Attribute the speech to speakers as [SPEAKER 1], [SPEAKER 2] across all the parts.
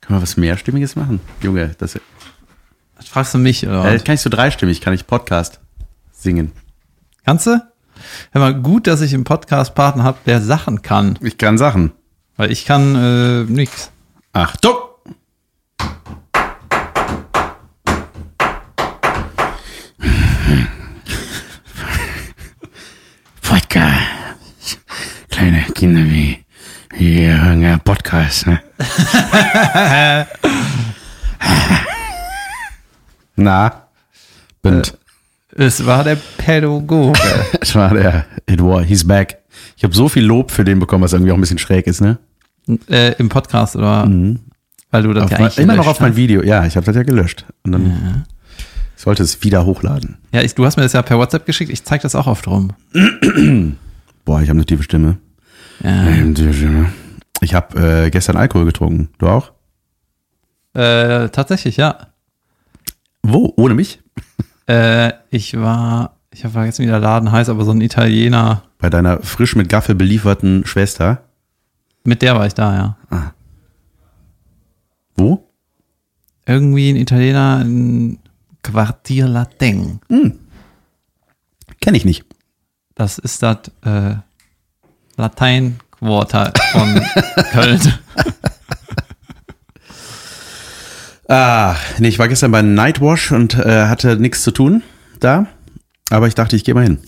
[SPEAKER 1] Können wir was mehrstimmiges machen? Junge, das,
[SPEAKER 2] Das fragst du mich, oder?
[SPEAKER 1] äh,
[SPEAKER 2] was?
[SPEAKER 1] kann ich so dreistimmig, kann ich Podcast singen.
[SPEAKER 2] Kannst du? Hör mal, gut, dass ich im Podcast Partner habe, der Sachen kann.
[SPEAKER 1] Ich kann Sachen.
[SPEAKER 2] Weil ich kann äh, nix.
[SPEAKER 1] Achtung! Podcast. Kleine Kinder wie wir hören ja Podcast, ne? Na, Bind.
[SPEAKER 2] Es war der Pädagoge.
[SPEAKER 1] Es war der Edward, he's back. Ich habe so viel Lob für den bekommen, was irgendwie auch ein bisschen schräg ist, ne?
[SPEAKER 2] äh, Im Podcast, oder? Weil du
[SPEAKER 1] Mhm.
[SPEAKER 2] das
[SPEAKER 1] Auf
[SPEAKER 2] ja
[SPEAKER 1] mein,
[SPEAKER 2] eigentlich
[SPEAKER 1] immer noch auf
[SPEAKER 2] gelöscht
[SPEAKER 1] mein Video. Ja, ich habe das ja gelöscht. Und dann ich sollte es wieder hochladen.
[SPEAKER 2] hast. Ja, ich, du hast mir das ja per WhatsApp geschickt. Ich zeig das auch oft rum.
[SPEAKER 1] Boah, ich habe eine tiefe Stimme.
[SPEAKER 2] Ja.
[SPEAKER 1] Ähm, tiefe Stimme. Ich habe äh, gestern Alkohol getrunken. Du auch?
[SPEAKER 2] Äh, tatsächlich, ja.
[SPEAKER 1] Wo? Ohne mich?
[SPEAKER 2] Äh, ich war, ich war jetzt wieder Laden heiß, aber so ein Italiener,
[SPEAKER 1] Bei deiner frisch mit Gaffel belieferten Schwester.
[SPEAKER 2] mit der war ich da, ja.
[SPEAKER 1] Wo?
[SPEAKER 2] Irgendwie ein Italiener in Quartier Latin.
[SPEAKER 1] Kenne ich nicht.
[SPEAKER 2] Das ist das äh, Lateinquarter von Köln.
[SPEAKER 1] Ah, nee, ich war gestern bei Nightwash und äh, hatte nichts zu tun da. Aber ich dachte, ich gehe mal hin.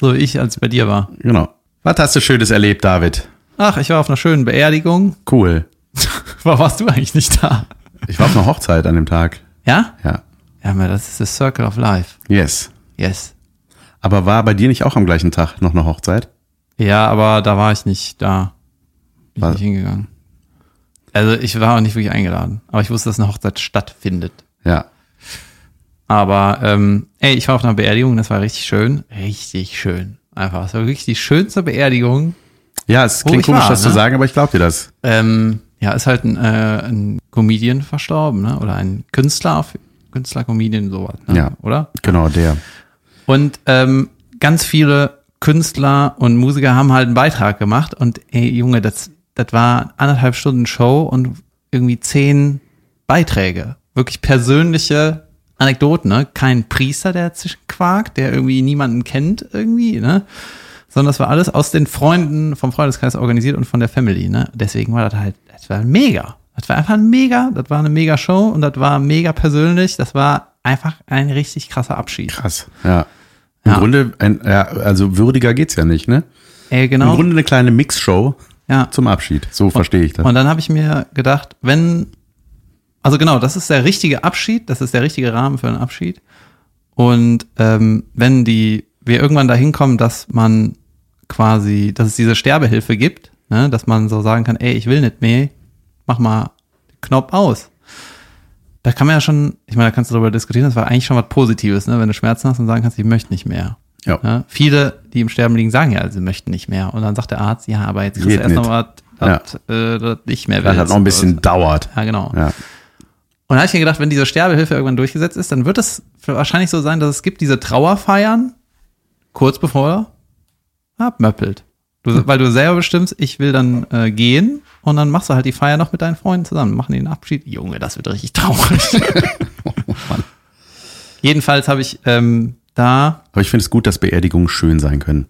[SPEAKER 2] So wie ich, als ich bei dir war.
[SPEAKER 1] Genau. Was hast du Schönes erlebt, David?
[SPEAKER 2] Ach, ich war auf einer schönen Beerdigung.
[SPEAKER 1] Cool.
[SPEAKER 2] Warum warst du eigentlich nicht da?
[SPEAKER 1] Ich war auf einer Hochzeit an dem Tag.
[SPEAKER 2] Ja?
[SPEAKER 1] Ja.
[SPEAKER 2] Ja, aber das ist the Circle of Life.
[SPEAKER 1] Yes.
[SPEAKER 2] Yes.
[SPEAKER 1] Aber war bei dir nicht auch am gleichen Tag noch eine Hochzeit?
[SPEAKER 2] Ja, aber da war ich nicht da. Bin ich
[SPEAKER 1] Was?
[SPEAKER 2] nicht hingegangen. Also ich war auch nicht wirklich eingeladen. Aber ich wusste, dass eine Hochzeit stattfindet.
[SPEAKER 1] Ja.
[SPEAKER 2] Aber ähm, ey, ich war auf einer Beerdigung, das war richtig schön. Richtig schön. Einfach. Es war wirklich die schönste Beerdigung,
[SPEAKER 1] Ja, es
[SPEAKER 2] Wo
[SPEAKER 1] klingt
[SPEAKER 2] ich
[SPEAKER 1] komisch,
[SPEAKER 2] war,
[SPEAKER 1] das
[SPEAKER 2] ne?
[SPEAKER 1] zu sagen, aber ich glaube dir das.
[SPEAKER 2] Ähm, ja, ist halt ein, äh, ein Comedian verstorben, ne? Oder ein Künstler, Künstler, Comedian, sowas, ne?
[SPEAKER 1] Ja.
[SPEAKER 2] Oder?
[SPEAKER 1] Genau, der.
[SPEAKER 2] Und ähm, ganz viele Künstler und Musiker haben halt einen Beitrag gemacht und ey, Junge, das, das war anderthalb Stunden Show und irgendwie zehn Beiträge. Wirklich persönliche Anekdoten, ne? Kein Priester, der dazwischen quakt, der irgendwie niemanden kennt irgendwie, ne? Sondern das war alles aus den Freunden, vom Freundeskreis organisiert und von der Family, ne? Deswegen war das halt, das war mega. Das war einfach mega, das war eine mega Show und das war mega persönlich. Das war einfach ein richtig krasser Abschied.
[SPEAKER 1] Krass. Ja. Im
[SPEAKER 2] Ja.
[SPEAKER 1] Grunde, ein, ja, also würdiger geht's ja nicht, ne?
[SPEAKER 2] Ey,
[SPEAKER 1] Im
[SPEAKER 2] genau.
[SPEAKER 1] Grunde eine kleine Mixshow
[SPEAKER 2] Ja.
[SPEAKER 1] zum Abschied. So verstehe ich das.
[SPEAKER 2] Und dann habe ich mir gedacht, wenn, also genau, das ist der richtige Abschied, das ist der richtige Rahmen für einen Abschied. Und ähm, wenn die, wir irgendwann dahin kommen, dass man quasi, dass es diese Sterbehilfe gibt, ne, dass man so sagen kann, ey, ich will nicht mehr, mach mal den Knopf aus. Da kann man ja schon, ich meine, da kannst du darüber diskutieren, das war eigentlich schon was Positives, ne, wenn du Schmerzen hast und sagen kannst, ich möchte nicht mehr.
[SPEAKER 1] Ja.
[SPEAKER 2] Ne? Viele, die im Sterben liegen, sagen ja, sie möchten nicht mehr. Und dann sagt der Arzt, ja, aber jetzt kriegst
[SPEAKER 1] Geht
[SPEAKER 2] du erst noch
[SPEAKER 1] nicht.
[SPEAKER 2] was, das, äh, das nicht mehr
[SPEAKER 1] Das hat
[SPEAKER 2] willst.
[SPEAKER 1] noch ein bisschen dauert.
[SPEAKER 2] Ja, genau.
[SPEAKER 1] Ja.
[SPEAKER 2] Und da habe ich mir gedacht, wenn diese Sterbehilfe irgendwann durchgesetzt ist, dann wird es wahrscheinlich so sein, dass es gibt diese Trauerfeiern, kurz bevor er abmöppelt.
[SPEAKER 1] Hm.
[SPEAKER 2] Du, weil du selber bestimmst, ich will dann äh, gehen und dann machst du halt die Feier noch mit deinen Freunden zusammen, machen den Abschied. Junge, das wird richtig traurig.
[SPEAKER 1] Oh
[SPEAKER 2] Jedenfalls habe ich ähm, da
[SPEAKER 1] Aber ich finde es gut, dass Beerdigungen schön sein können.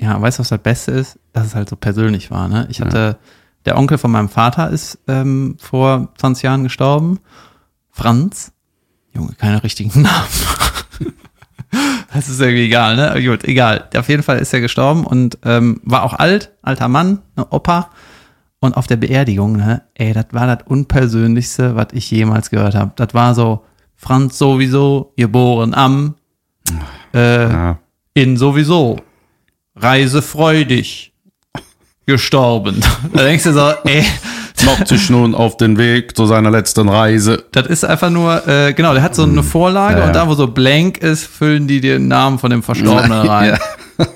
[SPEAKER 2] ja, weißt du, was das Beste ist? Dass es halt so persönlich war, ne? Ich hatte, der Onkel von meinem Vater ist ähm, vor 20 Jahren gestorben. Franz. Junge, keine richtigen Namen. das ist irgendwie egal, ne? Aber Gut, egal. Auf jeden Fall ist er gestorben und ähm, war auch alt, alter Mann, ne Opa. Und auf der Beerdigung, ne? Ey, das war das Unpersönlichste, was ich jemals gehört habe. Das war so, Franz sowieso, geboren am, äh,
[SPEAKER 1] Ja.
[SPEAKER 2] in sowieso. Reisefreudig. Gestorben. Da denkst du so, ey,
[SPEAKER 1] Noch sich nun auf den Weg zu seiner letzten Reise.
[SPEAKER 2] das ist einfach nur, äh, genau, der hat so eine Vorlage
[SPEAKER 1] Ja, ja.
[SPEAKER 2] und da, wo so blank ist, füllen die den Namen von dem Verstorbenen rein.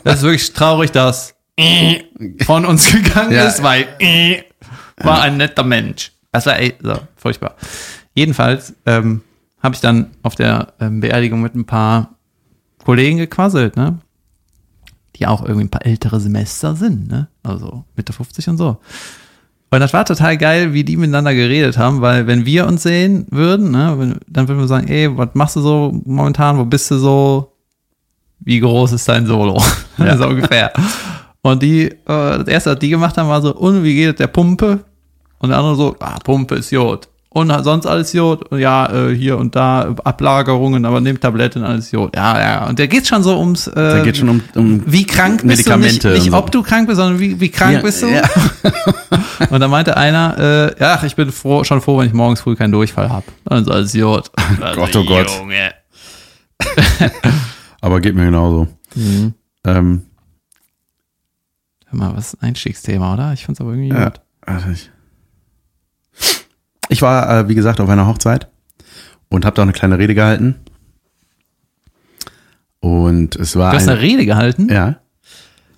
[SPEAKER 2] Das ist wirklich traurig, dass äh, von uns gegangen
[SPEAKER 1] Ja.
[SPEAKER 2] ist, weil äh, war ein netter Mensch. Das war ey, so, furchtbar. Jedenfalls ähm, habe ich dann auf der ähm, Beerdigung mit ein paar Kollegen gequasselt, ne? Die auch irgendwie ein paar ältere Semester sind, ne? Also Mitte 50 und so. Und das war total geil, wie die miteinander geredet haben, weil wenn wir uns sehen würden, ne, wenn- dann würden wir sagen, ey, was machst du so momentan, wo bist du so, wie groß ist dein Solo? so ungefähr. Und die, äh, das erste, was die gemacht haben, war so, und wie geht es der Pumpe? Und der andere so, ah, Pumpe ist Jod. Und sonst alles Jod. Und Ja, äh, hier und da Ablagerungen, aber nehmt Tabletten, alles Jod. Ja, ja. Und der geht schon so ums, äh,
[SPEAKER 1] Da geht schon um, um
[SPEAKER 2] wie krank bist
[SPEAKER 1] Medikamente
[SPEAKER 2] du? Nicht,
[SPEAKER 1] und
[SPEAKER 2] nicht
[SPEAKER 1] so.
[SPEAKER 2] ob du krank bist, sondern wie, wie krank
[SPEAKER 1] Ja,
[SPEAKER 2] bist du?
[SPEAKER 1] ja.
[SPEAKER 2] und dann meinte einer, äh, ja, ach, ich bin froh, schon froh, wenn ich morgens früh keinen Durchfall habe. Also als Jod. Also,
[SPEAKER 1] Gott, oh Gott.
[SPEAKER 2] Junge.
[SPEAKER 1] Aber geht mir genauso.
[SPEAKER 2] Mhm.
[SPEAKER 1] Ähm,
[SPEAKER 2] Hör mal, was ist ein Einstiegsthema, oder? Ich fand's aber irgendwie
[SPEAKER 1] ja,
[SPEAKER 2] gut.
[SPEAKER 1] also ich. ich war, äh, wie gesagt, auf einer Hochzeit und habe da eine kleine Rede gehalten. Und es war
[SPEAKER 2] Du hast
[SPEAKER 1] ein,
[SPEAKER 2] eine Rede gehalten?
[SPEAKER 1] ja,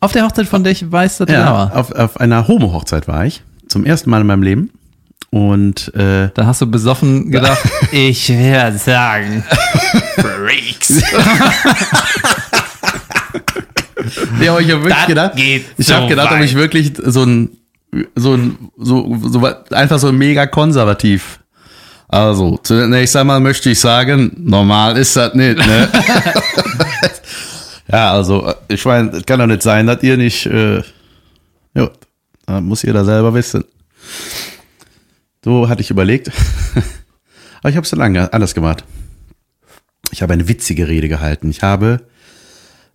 [SPEAKER 2] Auf der Hochzeit, von der ich weiß, dass du da
[SPEAKER 1] ja
[SPEAKER 2] war.
[SPEAKER 1] auf, auf einer Homo-Hochzeit war ich. Zum ersten Mal in meinem Leben. Und äh,
[SPEAKER 2] Da hast du besoffen gedacht, ich werde sagen, Freaks.
[SPEAKER 1] Ja, aber ich habe wirklich
[SPEAKER 2] Das
[SPEAKER 1] gedacht,
[SPEAKER 2] geht
[SPEAKER 1] ich habe
[SPEAKER 2] so
[SPEAKER 1] gedacht, ob
[SPEAKER 2] weit.
[SPEAKER 1] ich wirklich so ein so ein so, so was- einfach so mega konservativ. Also, zunächst einmal möchte ich sagen, normal ist das nicht, ne? ja, also ich meine, es kann doch nicht sein, dass ihr nicht äh, ja, da muss jeder selber wissen. So hatte ich überlegt. Aber ich habe es dann lange anders gemacht. Ich habe eine witzige Rede gehalten. Ich habe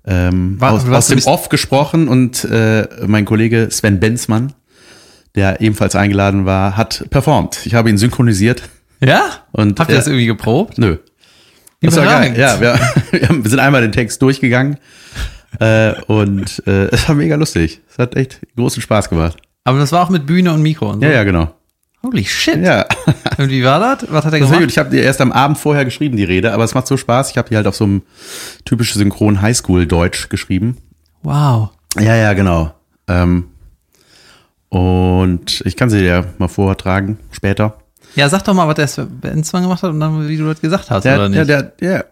[SPEAKER 1] ähm,
[SPEAKER 2] War-
[SPEAKER 1] aus,
[SPEAKER 2] warst
[SPEAKER 1] aus
[SPEAKER 2] du
[SPEAKER 1] dem
[SPEAKER 2] nicht-
[SPEAKER 1] Off gesprochen und äh, mein Kollege Sven Benzmann, der ebenfalls eingeladen war, hat performt. Ich habe ihn synchronisiert.
[SPEAKER 2] Ja?
[SPEAKER 1] Und,
[SPEAKER 2] Habt ihr
[SPEAKER 1] ja.
[SPEAKER 2] das irgendwie geprobt?
[SPEAKER 1] Nö. Das war geil.
[SPEAKER 2] Überragend.
[SPEAKER 1] Ja, wir, wir haben- wir sind einmal den Text durchgegangen äh, und äh, es war mega lustig. Es hat echt großen Spaß gemacht.
[SPEAKER 2] Aber das war auch mit Bühne und Mikro und so.
[SPEAKER 1] Ja, ja, genau.
[SPEAKER 2] Holy shit.
[SPEAKER 1] Ja,
[SPEAKER 2] Und wie war das? Was hat er
[SPEAKER 1] Sehr
[SPEAKER 2] gemacht?
[SPEAKER 1] gut. Ich habe die erst am Abend vorher geschrieben, die Rede, aber es macht so Spaß. Ich habe die halt auf so einem typisch synchron Highschool-Deutsch geschrieben.
[SPEAKER 2] Wow.
[SPEAKER 1] Ja, ja, genau. Ähm, und ich kann sie dir mal vortragen, später.
[SPEAKER 2] Ja, sag doch mal, was der Sven Benzmann gemacht hat und dann, wie du das gesagt hast,
[SPEAKER 1] Der,
[SPEAKER 2] oder
[SPEAKER 1] hat-
[SPEAKER 2] nicht?
[SPEAKER 1] ja, der, ja.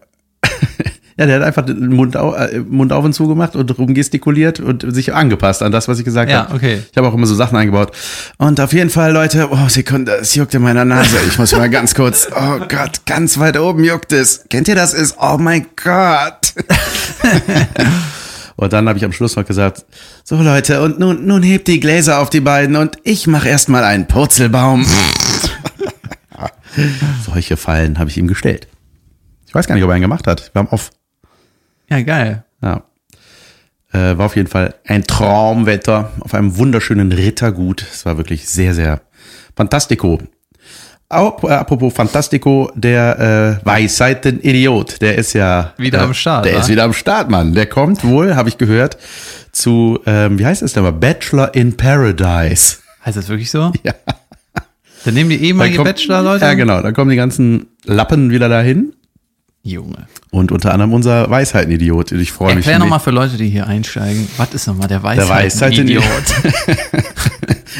[SPEAKER 1] ja, der hat einfach den Mund, au, äh, Mund auf und zu gemacht und rumgestikuliert und sich angepasst an das, was ich gesagt
[SPEAKER 2] Ja,
[SPEAKER 1] habe.
[SPEAKER 2] okay.
[SPEAKER 1] Ich habe auch immer so Sachen eingebaut. Und auf jeden Fall, Leute, oh, Sekunde, es juckt in meiner Nase. Ich muss mal ganz kurz, oh Gott, ganz weit oben juckt es. Kennt ihr das? Ist, oh mein Gott. Und dann habe ich am Schluss noch gesagt, so Leute, und nun, nun hebt die Gläser auf die beiden und ich mache erstmal einen Purzelbaum. Solche Fallen habe ich ihm gestellt. Ich weiß gar nicht, ob er einen gemacht hat. Wir haben off.
[SPEAKER 2] ja, geil.
[SPEAKER 1] Ja. Äh, war auf jeden Fall ein Traumwetter auf einem wunderschönen Rittergut. Es war wirklich sehr, sehr fantastico. Au- äh, Apropos Fantastico, der äh, Weisheiten-Idiot, der ist ja
[SPEAKER 2] Wieder
[SPEAKER 1] äh,
[SPEAKER 2] am Start,
[SPEAKER 1] Der
[SPEAKER 2] wa?
[SPEAKER 1] ist wieder am Start, Mann. Der kommt wohl, habe ich gehört, zu ähm, wie heißt es denn mal? Bachelor in Paradise.
[SPEAKER 2] Heißt das wirklich so?
[SPEAKER 1] Ja.
[SPEAKER 2] Dann nehmen die
[SPEAKER 1] Da
[SPEAKER 2] ehemalige
[SPEAKER 1] kommt-
[SPEAKER 2] Bachelor-Leute?
[SPEAKER 1] Ja, genau. Da kommen die ganzen Lappen wieder dahin
[SPEAKER 2] Junge.
[SPEAKER 1] und unter anderem unser Weisheiten-Idiot. Ich freue mich.
[SPEAKER 2] Erklär nochmal für Leute, die hier einsteigen, was ist nochmal der Weisheit?
[SPEAKER 1] Der Weisheiten-Idiot.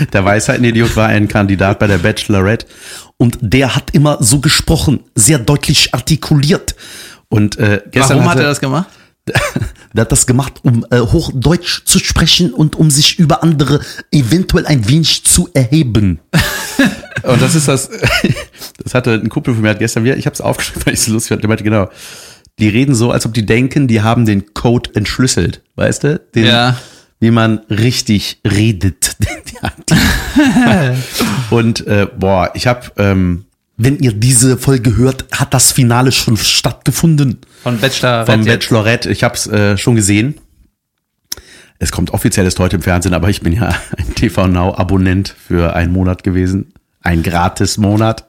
[SPEAKER 1] der Weisheiten-Idiot war ein Kandidat bei der Bachelorette und der hat immer so gesprochen, sehr deutlich artikuliert. Und äh, gestern
[SPEAKER 2] Warum hat er das gemacht?
[SPEAKER 3] Der hat das gemacht, um äh, Hochdeutsch zu sprechen und um sich über andere eventuell ein wenig zu erheben.
[SPEAKER 1] Und das ist das, das hatte ein Kumpel von mir, hat gestern wieder, ich habe es aufgeschrieben, weil ich es so lustig fand, der meinte, genau, die reden so, als ob die denken, die haben den Code entschlüsselt, weißt du? Den,
[SPEAKER 2] Ja.
[SPEAKER 1] Wie man richtig redet. Und äh, boah, ich habe, ähm,
[SPEAKER 3] Wenn ihr diese Folge hört, hat das Finale schon stattgefunden.
[SPEAKER 2] Von Bachelor.
[SPEAKER 1] vom Bachelorette, ich habe es äh, schon gesehen. Es kommt offiziell erst heute im Fernsehen, aber ich bin ja ein TV Now Abonnent für einen Monat gewesen, ein gratis Monat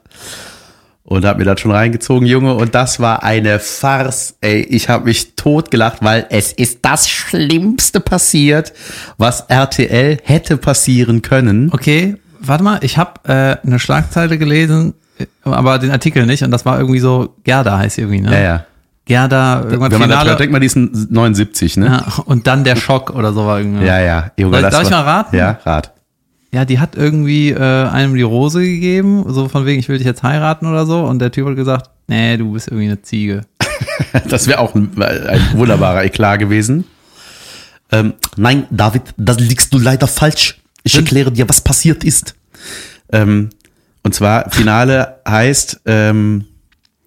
[SPEAKER 1] und habe mir das schon reingezogen, Junge. Und das war eine Farce, ey. Ich habe mich totgelacht, weil es ist das Schlimmste passiert, was RTL hätte passieren können.
[SPEAKER 2] Okay, warte mal, ich habe äh, eine Schlagzeile gelesen, äh, aber den Artikel nicht und das war irgendwie so, Gerda heißt sie irgendwie, ne?
[SPEAKER 1] ja.
[SPEAKER 2] Gerda, irgendwann
[SPEAKER 1] Wenn man da
[SPEAKER 2] Finale.
[SPEAKER 1] hört, denkt man, die ist ein 79, ne?
[SPEAKER 2] ja, und dann der Schock oder so war irgendwie.
[SPEAKER 1] Ja, ja. Junge,
[SPEAKER 2] Soll-
[SPEAKER 1] das
[SPEAKER 2] darf ich
[SPEAKER 1] war-
[SPEAKER 2] mal raten?
[SPEAKER 1] Ja, rat.
[SPEAKER 2] Ja, die hat irgendwie äh, einem die Rose gegeben, so von wegen, ich will dich jetzt heiraten oder so. Und der Typ hat gesagt, nee, du bist irgendwie eine Ziege.
[SPEAKER 1] Das wäre auch ein, äh, ein wunderbarer Eklat gewesen.
[SPEAKER 3] Ähm, nein, David, da liegst du leider falsch. Ich erkläre dir, was passiert ist.
[SPEAKER 1] Ähm, und zwar, Finale heißt, ähm,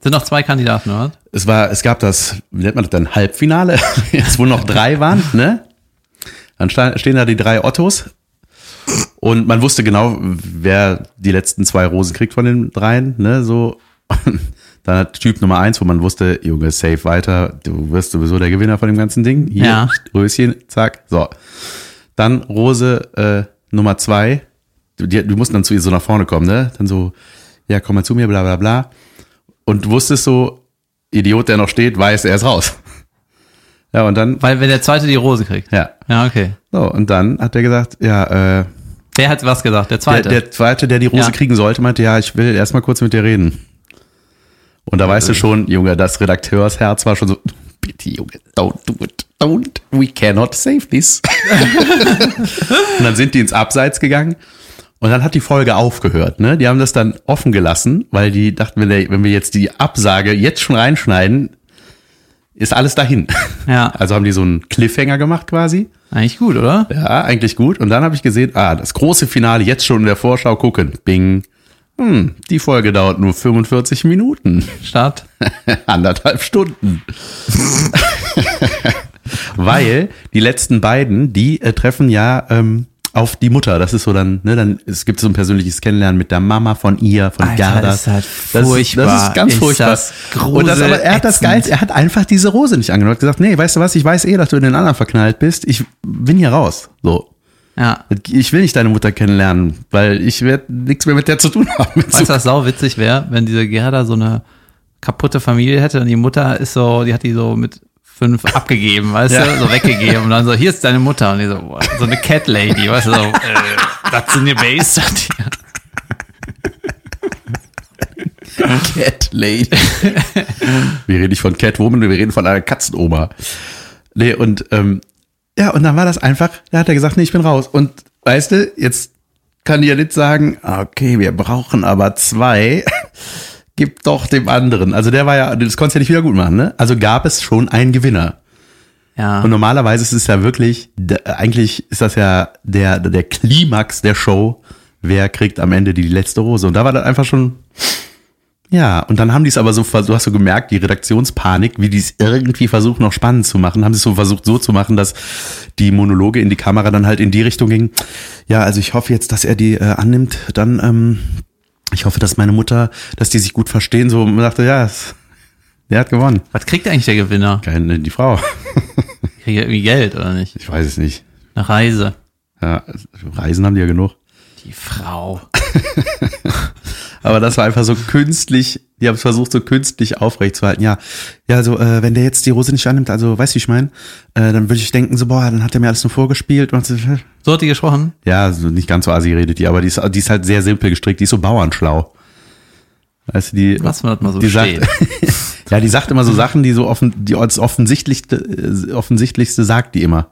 [SPEAKER 2] Sind noch zwei Kandidaten, oder?
[SPEAKER 1] es war, es gab das, wie nennt man das dann, Halbfinale, jetzt wo noch drei waren, ne? Dann sta- stehen da die drei Ottos und man wusste genau, wer die letzten zwei Rosen kriegt von den dreien, ne? So, dann hat Typ Nummer eins, wo man wusste, Junge, safe weiter, du wirst sowieso der Gewinner von dem ganzen Ding. Hier,
[SPEAKER 2] Ja.
[SPEAKER 1] Röschen, zack, so. Dann Rose äh, Nummer zwei, du, die, du musst dann zu ihr so nach vorne kommen, ne? Dann so, ja, komm mal zu mir, bla bla bla. Und du wusstest so, Idiot, der noch steht, weiß, er ist raus. Ja, und dann,
[SPEAKER 2] Weil wenn der zweite die Rose kriegt.
[SPEAKER 1] ja.
[SPEAKER 2] Ja, okay.
[SPEAKER 1] So, und dann hat er gesagt, ja, äh,
[SPEAKER 2] Wer hat was gesagt? Der
[SPEAKER 1] der,
[SPEAKER 2] zweite.
[SPEAKER 1] der zweite, der die Rose
[SPEAKER 2] Ja.
[SPEAKER 1] kriegen sollte, meinte, ja, ich will erstmal kurz mit dir reden. Und da
[SPEAKER 2] Äh.
[SPEAKER 1] weißt du schon, Junge, das Redakteursherz war schon so, bitte, Junge, don't do it, don't, we cannot save this. und dann sind die ins Abseits gegangen. Und dann hat die Folge aufgehört, ne? Die haben das dann offen gelassen, weil die dachten, wenn der- wenn wir jetzt die Absage jetzt schon reinschneiden, ist alles dahin.
[SPEAKER 2] ja,
[SPEAKER 1] Also haben die so einen Cliffhanger gemacht quasi.
[SPEAKER 2] eigentlich gut, oder?
[SPEAKER 1] Ja, eigentlich gut. Und dann habe ich gesehen, ah, das große Finale jetzt schon in der Vorschau gucken. Bing. Hm, die Folge dauert nur 45 Minuten.
[SPEAKER 2] Start.
[SPEAKER 1] Anderthalb Stunden. Weil die letzten beiden, die äh, treffen ja ähm, auf die Mutter. Das ist so dann, ne, dann es gibt so ein persönliches Kennenlernen mit der Mama von ihr, von
[SPEAKER 2] Alter,
[SPEAKER 1] Gerda.
[SPEAKER 2] ist das
[SPEAKER 1] Das ist, das
[SPEAKER 2] furchtbar.
[SPEAKER 1] ist ganz
[SPEAKER 2] Ist
[SPEAKER 1] furchtbar.
[SPEAKER 2] das
[SPEAKER 1] Und das, aber er hat das
[SPEAKER 2] gruselätzend.
[SPEAKER 1] geil, er hat einfach diese Rose nicht angenommen. Er hat gesagt, nee, weißt du was, ich weiß eh, dass du in den anderen verknallt bist. Ich bin hier raus. So.
[SPEAKER 2] Ja.
[SPEAKER 1] Ich will nicht deine Mutter kennenlernen, weil ich werde nichts mehr mit der zu tun haben.
[SPEAKER 2] Weißt du, was sau witzig wäre, wenn diese Gerda so eine kaputte Familie hätte und die Mutter ist so, die hat die so mit fünf abgegeben, weißt du, so weggegeben und dann so, hier ist deine Mutter und die so, boah, so eine Cat Lady, weißt du, so, äh, that's in your base, sagt die.
[SPEAKER 1] Cat Lady. wir reden nicht von Catwoman, wir reden von einer Katzenoma. Nee, und ähm, ja, und dann war das einfach, da hat er gesagt, nee, ich bin raus. Und weißt du, jetzt kann die ja nicht sagen, okay, wir brauchen aber zwei. Gib doch dem anderen. Also der war ja, das konntest du ja nicht wieder gut machen, ne? Also gab es schon einen Gewinner.
[SPEAKER 2] Ja.
[SPEAKER 1] Und normalerweise ist es ja wirklich, d- eigentlich ist das ja der, der Klimax der Show, wer kriegt am Ende die letzte Rose. Und da war dann einfach schon, ja, und dann haben die es aber so, vers- du hast so gemerkt, die Redaktionspanik, wie die es irgendwie versuchen, noch spannend zu machen, haben sie es so versucht, so zu machen, dass die Monologe in die Kamera dann halt in die Richtung gingen. Ja, also ich hoffe jetzt, dass er die äh, annimmt, dann, ähm, ich hoffe, dass meine Mutter, dass die sich gut verstehen, so, und man dachte, ja, es- der hat gewonnen.
[SPEAKER 2] Was kriegt eigentlich der Gewinner?
[SPEAKER 1] Keine, die Frau.
[SPEAKER 2] Kriegt er irgendwie Geld oder nicht?
[SPEAKER 1] Ich weiß es nicht.
[SPEAKER 2] Eine Reise.
[SPEAKER 1] Ja, Reisen haben die ja genug.
[SPEAKER 2] Die Frau.
[SPEAKER 1] Aber das war einfach so künstlich, die haben es versucht, so künstlich aufrechtzuerhalten. Ja, ja, also äh, wenn der jetzt die Rose nicht annimmt, also weißt du, wie ich meine, äh, dann würde ich denken, so, boah, dann hat er mir alles nur vorgespielt. Und so,
[SPEAKER 2] So hat die gesprochen?
[SPEAKER 1] ja, so nicht ganz so assi redet die, aber die ist, die ist halt sehr simpel gestrickt, die ist so bauernschlau. Weißt du, die,
[SPEAKER 2] Lassen wir das mal so
[SPEAKER 1] die sagt,
[SPEAKER 2] stehen.
[SPEAKER 1] ja, die sagt immer so Sachen, die so offen, die als offensichtlichste, äh, offensichtlichste sagt die immer.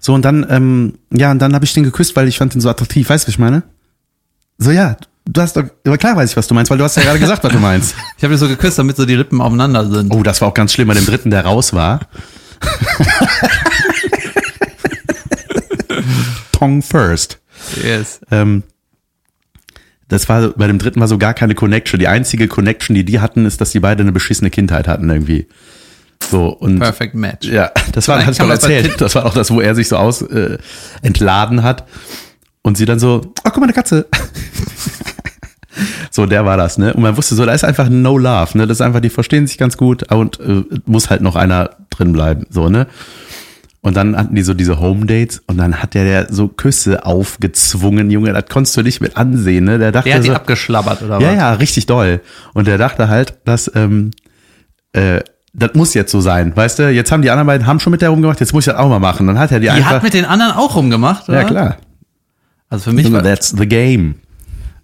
[SPEAKER 1] So, und dann, ähm, ja, und dann habe ich den geküsst, weil ich fand den so attraktiv. Weißt du, was ich meine? So, ja, du hast doch, aber klar weiß ich, was du meinst, weil du hast ja gerade gesagt, was du meinst.
[SPEAKER 2] Ich habe die so geküsst, damit so die Lippen aufeinander sind.
[SPEAKER 1] Oh, das war auch ganz schlimm bei dem dritten, der raus war. Tong first.
[SPEAKER 2] Yes.
[SPEAKER 1] Ähm, das war bei dem dritten war so gar keine Connection. Die einzige Connection, die die hatten, ist, dass die beide eine beschissene Kindheit hatten irgendwie. So und
[SPEAKER 2] Perfect match.
[SPEAKER 1] ja, das war,
[SPEAKER 2] Nein,
[SPEAKER 1] hat ich
[SPEAKER 2] kann
[SPEAKER 1] mal
[SPEAKER 2] man bei
[SPEAKER 1] erzählt.
[SPEAKER 2] Tinder-
[SPEAKER 1] Das war auch das, wo er sich so aus äh, entladen hat und sie dann so, oh, guck mal, eine Katze. so, der war das, ne? Und man wusste so, da ist einfach no love, ne? Das ist einfach, die verstehen sich ganz gut und äh, muss halt noch einer drin bleiben, so, ne? Und dann hatten die so diese Home Dates und dann hat der, der so Küsse aufgezwungen, Junge, das konntest du nicht mit ansehen, ne? Der dachte
[SPEAKER 2] Der hat die
[SPEAKER 1] so,
[SPEAKER 2] abgeschlabbert, oder
[SPEAKER 1] ja,
[SPEAKER 2] was?
[SPEAKER 1] ja, richtig doll. Und er dachte halt, dass, ähm, äh, das muss jetzt so sein, weißt du? Jetzt haben die anderen beiden haben schon mit der rumgemacht, jetzt muss ich das auch mal machen. Dann hat er die,
[SPEAKER 2] Die
[SPEAKER 1] einfach.
[SPEAKER 2] hat mit den anderen auch rumgemacht, oder?
[SPEAKER 1] ja, klar.
[SPEAKER 2] Also für mich, war,
[SPEAKER 1] That's the game.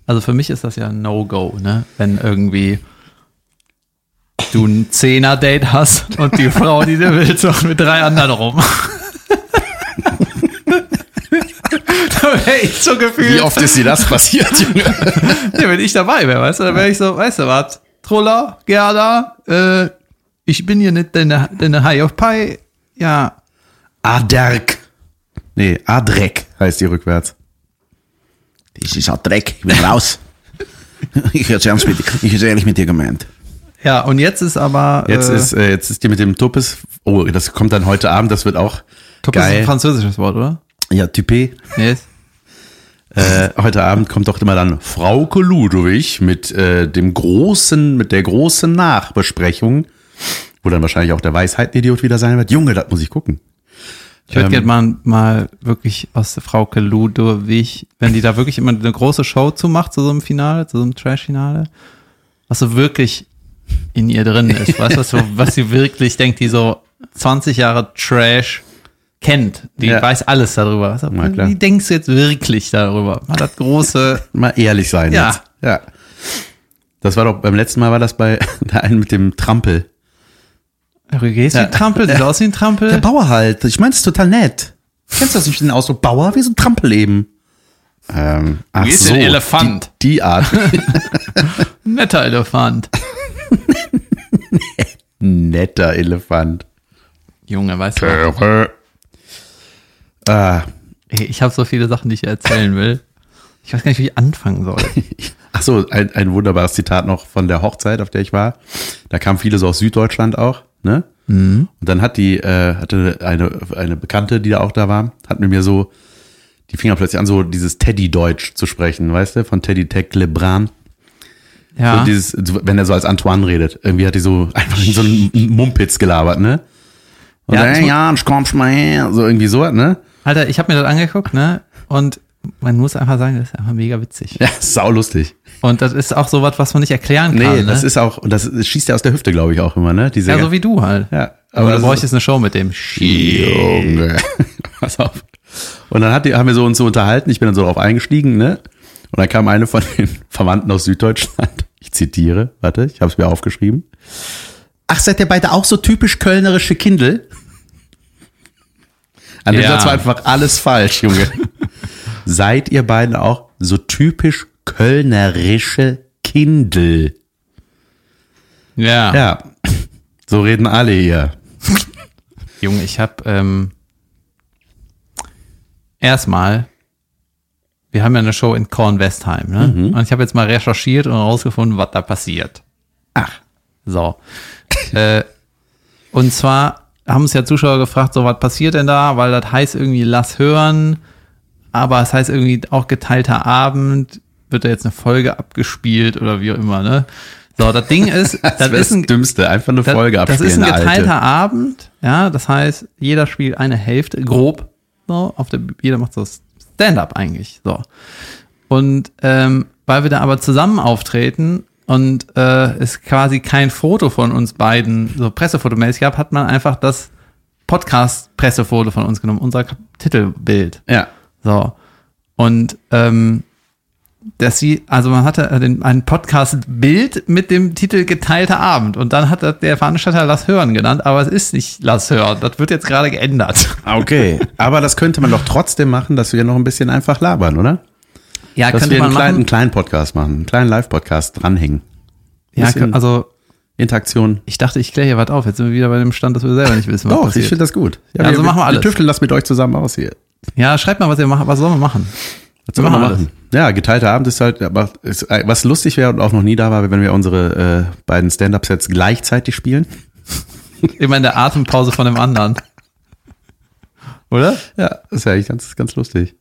[SPEAKER 2] also für mich ist das ja ein No-Go, ne? Wenn irgendwie du ein Zehner-Date hast und die Frau, die du willst, macht mit drei anderen rum. da wäre ich so gefühlt,
[SPEAKER 1] oft ist dir das passiert, Junge?
[SPEAKER 2] ja, wenn ich dabei wäre, weißt du, dann wäre ich so, weißt du was, Troller, Gerda, äh, ich bin hier nicht deine, deine High of Pie, ja,
[SPEAKER 1] Aderk. Nee, Adrek heißt die rückwärts.
[SPEAKER 4] Das ist ein Dreck, ich bin raus. ich jetzt ernst mit dir, ich ist ehrlich mit dir gemeint.
[SPEAKER 2] Ja, und jetzt ist aber.
[SPEAKER 1] Jetzt,
[SPEAKER 2] äh,
[SPEAKER 1] ist, äh, jetzt ist die mit dem Tuppes. Oh, das kommt dann heute Abend, das wird auch
[SPEAKER 2] Topis ist ein
[SPEAKER 1] geil.
[SPEAKER 2] französisches Wort, oder?
[SPEAKER 1] ja, Typé.
[SPEAKER 2] Yes.
[SPEAKER 1] Äh, heute Abend kommt doch immer dann Frauke Ludwig mit äh, dem großen, mit der großen Nachbesprechung, wo dann wahrscheinlich auch der Weisheitenidiot wieder sein wird. Junge, das muss ich gucken.
[SPEAKER 2] Ich würde
[SPEAKER 1] Ähm.
[SPEAKER 2] gerne mal, mal wirklich aus der Frauke Ludwig, wenn die da wirklich immer eine große Show zumacht, zu so einem Finale, zu so einem Trash-Finale, was so wirklich in ihr drin ist, weißt du, was, so, was sie wirklich denkt, die so 20 Jahre Trash kennt, die
[SPEAKER 1] Ja.
[SPEAKER 2] weiß alles darüber. Also,
[SPEAKER 1] Na klar.
[SPEAKER 2] Wie denkst du jetzt wirklich darüber? Mal das große,
[SPEAKER 1] Mal ehrlich sein.
[SPEAKER 2] Ja.
[SPEAKER 1] Jetzt. Ja. Das war doch, beim letzten Mal war das bei der einen mit dem Trampel.
[SPEAKER 2] Rüge ist wie ein Trampel, sieht aus wie ein
[SPEAKER 1] Der
[SPEAKER 2] Trampel.
[SPEAKER 1] Bauer halt. Ich meine, es ist total nett. Kennst du das nicht, den Ausdruck Bauer? Wir sind Trampel eben. Ähm, ach
[SPEAKER 2] Wie ist
[SPEAKER 1] so,
[SPEAKER 2] ein Elefant?
[SPEAKER 1] Die, die Art.
[SPEAKER 2] Netter Elefant.
[SPEAKER 1] Netter Elefant.
[SPEAKER 2] Junge, weißt du,
[SPEAKER 1] Ah,
[SPEAKER 2] Ey, ich habe so viele Sachen, die ich erzählen will. Ich weiß gar nicht, wie ich anfangen soll.
[SPEAKER 1] Ach so, ein, ein wunderbares Zitat noch von der Hochzeit, auf der ich war. Da kamen viele so aus Süddeutschland auch, ne?
[SPEAKER 2] Mhm.
[SPEAKER 1] Und dann hat die, äh, hatte eine, eine Bekannte, die da auch da war, hat mit mir so, die fing dann plötzlich an, so dieses Teddy-Deutsch zu sprechen, weißt du, von Teddy Tech Lebrun.
[SPEAKER 2] Ja.
[SPEAKER 1] So dieses, wenn er so als Antoine redet, irgendwie hat die so einfach in so einen Mumpitz gelabert, ne? Und
[SPEAKER 2] Ja,
[SPEAKER 1] dann,
[SPEAKER 2] das
[SPEAKER 1] "Hey,
[SPEAKER 2] muss-
[SPEAKER 1] ja, ich komm schon mal her, so irgendwie so, ne?
[SPEAKER 2] Alter, ich habe mir das angeguckt, ne? Und man muss einfach sagen, das ist einfach mega witzig.
[SPEAKER 1] Ja, sau lustig.
[SPEAKER 2] Und das ist auch sowas, was man nicht erklären
[SPEAKER 1] Nee,
[SPEAKER 2] kann.
[SPEAKER 1] das
[SPEAKER 2] ne?
[SPEAKER 1] ist auch, und das schießt ja aus der Hüfte, glaube ich, auch immer, ne? Diese,
[SPEAKER 2] ja so wie du halt.
[SPEAKER 1] ja,
[SPEAKER 2] Aber
[SPEAKER 1] das
[SPEAKER 2] du
[SPEAKER 1] ist-
[SPEAKER 2] bräuchtest eine Show mit dem.
[SPEAKER 1] Junge. Pass auf. Und dann hat die, haben wir so uns so unterhalten, ich bin dann so drauf eingestiegen, ne? Und dann kam eine von den Verwandten aus Süddeutschland. Ich zitiere, warte, ich habe es mir aufgeschrieben. Ach, seid ihr beide auch so typisch kölnerische Kindel? An dem
[SPEAKER 2] Ja.
[SPEAKER 1] Satz war einfach alles falsch, Junge. seid ihr beiden auch so typisch kölnerische Kindel?
[SPEAKER 2] Ja.
[SPEAKER 1] Ja, so reden alle hier.
[SPEAKER 2] Junge, ich habe ähm, erstmal, wir haben ja eine Show in Kornwestheim, ne? Und ich habe jetzt mal recherchiert und herausgefunden, was da passiert. Ach, so. äh, und zwar haben uns ja Zuschauer gefragt, so was passiert denn da, weil das heißt irgendwie lass hören, aber es heißt irgendwie auch geteilter Abend, wird da jetzt eine Folge abgespielt oder wie auch immer, ne? So, das Ding ist, das,
[SPEAKER 1] Das,
[SPEAKER 2] ist
[SPEAKER 1] ist
[SPEAKER 2] ein
[SPEAKER 1] das Dümmste, einfach eine
[SPEAKER 2] das-
[SPEAKER 1] Folge
[SPEAKER 2] Das
[SPEAKER 1] abspielen.
[SPEAKER 2] ist ein
[SPEAKER 1] eine alte.
[SPEAKER 2] geteilter Abend, ja, das heißt, jeder spielt eine Hälfte, grob, so, auf der, jeder macht so Stand-up eigentlich, so. Und ähm, weil wir da aber zusammen auftreten und äh, es quasi kein Foto von uns beiden so pressefotomäßig gab, hat man einfach das Podcast-Pressefoto von uns genommen, unser Kap- Titelbild.
[SPEAKER 1] Ja.
[SPEAKER 2] So. Und ähm, dass sie, also man hatte den, ein Podcast-Bild mit dem Titel Geteilter Abend und dann hat das der Veranstalter Lass Hören genannt, aber es ist nicht Lass Hören, das wird jetzt gerade geändert.
[SPEAKER 1] Ah, Okay, aber das könnte man doch trotzdem machen, dass wir noch ein bisschen einfach labern, oder?
[SPEAKER 2] Ja,
[SPEAKER 1] Dass wir einen kleinen, einen kleinen Podcast machen, einen kleinen Live-Podcast dranhängen.
[SPEAKER 2] Ja,
[SPEAKER 1] bisschen-
[SPEAKER 2] also
[SPEAKER 1] Interaktion.
[SPEAKER 2] ich dachte, ich kläre hier was auf, jetzt sind wir wieder bei dem Stand, dass wir selber nicht wissen, was
[SPEAKER 1] Doch, ich
[SPEAKER 2] passiert.
[SPEAKER 1] finde das gut. Ja,
[SPEAKER 2] also machen wir alles.
[SPEAKER 1] Wir tüfteln das mit euch zusammen aus hier.
[SPEAKER 2] Ja, schreibt mal, was ihr macht, was sollen wir machen?
[SPEAKER 1] Was soll
[SPEAKER 2] machen
[SPEAKER 1] man
[SPEAKER 2] alles.
[SPEAKER 1] machen? Ja, geteilter Abend ist halt, aber ist, äh, was lustig wäre und auch noch nie da war, wenn wir unsere äh, beiden Stand-Up-Sets gleichzeitig spielen.
[SPEAKER 2] Immer in der Atempause von dem anderen. Oder?
[SPEAKER 1] Ja, das ist ja eigentlich ganz, ganz lustig.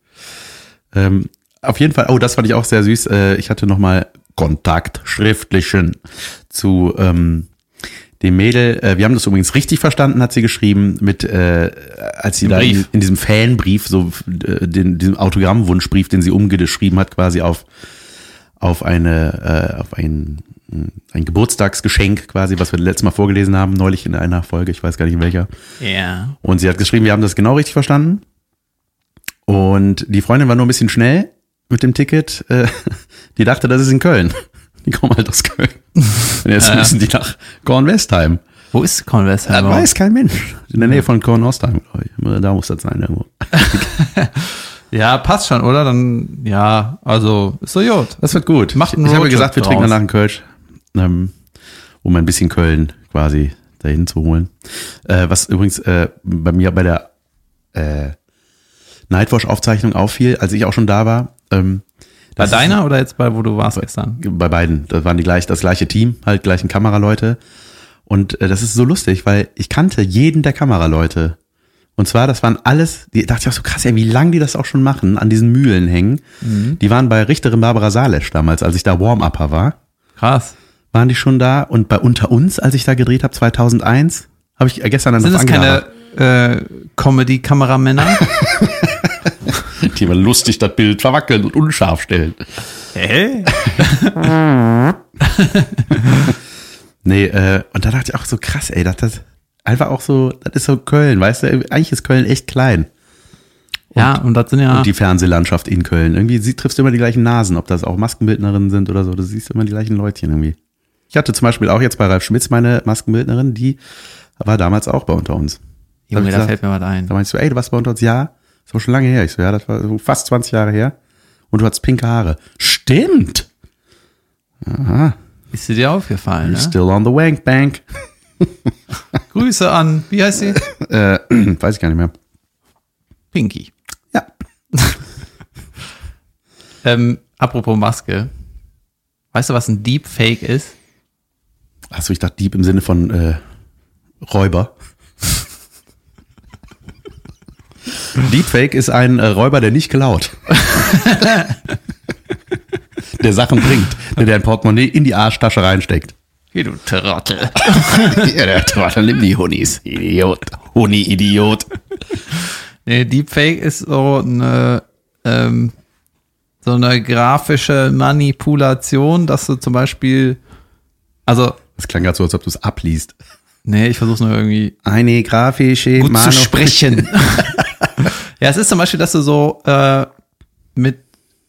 [SPEAKER 1] Ähm, auf jeden Fall, oh, das fand ich auch sehr süß. Äh, ich hatte nochmal Kontakt schriftlichen zu ähm, dem Mädel. Äh, wir haben das übrigens richtig verstanden, hat sie geschrieben, mit äh, als sie da in,
[SPEAKER 2] Brief.
[SPEAKER 1] in diesem Fanbrief, so äh, den, diesem Autogrammwunschbrief, den sie umgeschrieben hat, quasi auf auf eine äh, auf ein, ein Geburtstagsgeschenk quasi, was wir letztes Mal vorgelesen haben, neulich in einer Folge, ich weiß gar nicht in welcher.
[SPEAKER 2] Ja.
[SPEAKER 1] Und sie hat geschrieben, wir haben das genau richtig verstanden. Und die Freundin war nur ein bisschen schnell mit dem Ticket. Äh, Die dachte, das ist in Köln. Die kommen halt aus Köln. Und jetzt
[SPEAKER 2] Ja.
[SPEAKER 1] müssen die nach Kornwestheim.
[SPEAKER 2] Wo ist Kornwestheim?
[SPEAKER 1] Das weiß kein Mensch. Ah, In der Nähe von Kornostheim, glaube ich. Da muss das sein irgendwo.
[SPEAKER 2] Ja, passt schon, oder? Dann, ja, also, ist so gut.
[SPEAKER 1] Das wird gut.
[SPEAKER 2] Macht einen
[SPEAKER 1] ich habe
[SPEAKER 2] Roadtrip
[SPEAKER 1] gesagt, wir trinken
[SPEAKER 2] draus.
[SPEAKER 1] danach einen Kölsch, ähm, um ein bisschen Köln quasi dahin zu holen. Äh, was übrigens äh, bei mir bei der äh, Nightwatch-Aufzeichnung auffiel, als ich auch schon da war, ähm,
[SPEAKER 2] Bei deiner oder jetzt bei, wo du warst gestern?
[SPEAKER 1] Bei beiden. Das waren die gleich, das gleiche Team, halt gleichen Kameraleute. Und äh, das ist so lustig, weil ich kannte jeden der Kameraleute. Und zwar, das waren alles, die dachte ich auch so krass, ey, wie lange die das auch schon machen, an diesen Mühlen hängen. Die waren bei Richterin Barbara Salesch damals, als ich da Warm-Upper war,
[SPEAKER 2] Krass.
[SPEAKER 1] waren die schon da. Und bei Unter uns, als ich da gedreht habe, 2001, habe ich äh, gestern dann
[SPEAKER 2] Sind
[SPEAKER 1] noch
[SPEAKER 2] das keine äh, Comedy-Kameramänner?
[SPEAKER 1] angehabt, die mal lustig das Bild verwackeln und unscharf stellen.
[SPEAKER 2] Hä?
[SPEAKER 1] Nee, äh, und da dachte ich auch so krass, ey, das, das einfach auch so, das ist so Köln, weißt du, eigentlich ist Köln echt klein.
[SPEAKER 2] ja, und das sind ja.
[SPEAKER 1] Und die Fernsehlandschaft in Köln. Irgendwie sie, triffst du immer die gleichen Nasen, ob das auch Maskenbildnerinnen sind oder so. Du siehst immer die gleichen Leutchen irgendwie. Ich hatte zum Beispiel auch jetzt bei Ralf Schmitz meine Maskenbildnerin, die war damals auch bei unter uns.
[SPEAKER 2] Junge,
[SPEAKER 1] hab ich
[SPEAKER 2] da
[SPEAKER 1] gesagt-
[SPEAKER 2] fällt mir was ein.
[SPEAKER 1] Da meinst du, ey, du warst bei unter uns, ja, ist aber schon lange her. Ich so, ja, das war so fast 20 Jahre her. Und du hattest pinke Haare. Stimmt!
[SPEAKER 2] Ist dir dir aufgefallen?
[SPEAKER 1] You're
[SPEAKER 2] Ne?
[SPEAKER 1] still on the wank bank.
[SPEAKER 2] Grüße an, wie heißt sie?
[SPEAKER 1] Äh, weiß ich gar nicht mehr.
[SPEAKER 2] Pinky.
[SPEAKER 1] Ja.
[SPEAKER 2] Ähm, apropos Maske. Weißt du, was ein Deepfake ist?
[SPEAKER 1] Achso, ich dachte Dieb im Sinne von äh, Räuber. Deepfake ist ein äh, Räuber, der nicht klaut. der Sachen bringt, der dein Portemonnaie in die Arschtasche reinsteckt.
[SPEAKER 2] Hier, du Trottel.
[SPEAKER 1] Ja, der Trottel nimmt die Honis. Idiot. Honi-Idiot.
[SPEAKER 2] Nee, Deepfake ist so eine, ähm, so eine grafische Manipulation, dass du zum Beispiel, also,
[SPEAKER 1] Das klang gerade so, als ob du es abliest.
[SPEAKER 2] nee, ich versuch's nur irgendwie
[SPEAKER 1] Eine grafische
[SPEAKER 2] gut zu sprechen. ja, es ist zum Beispiel, dass du so äh, mit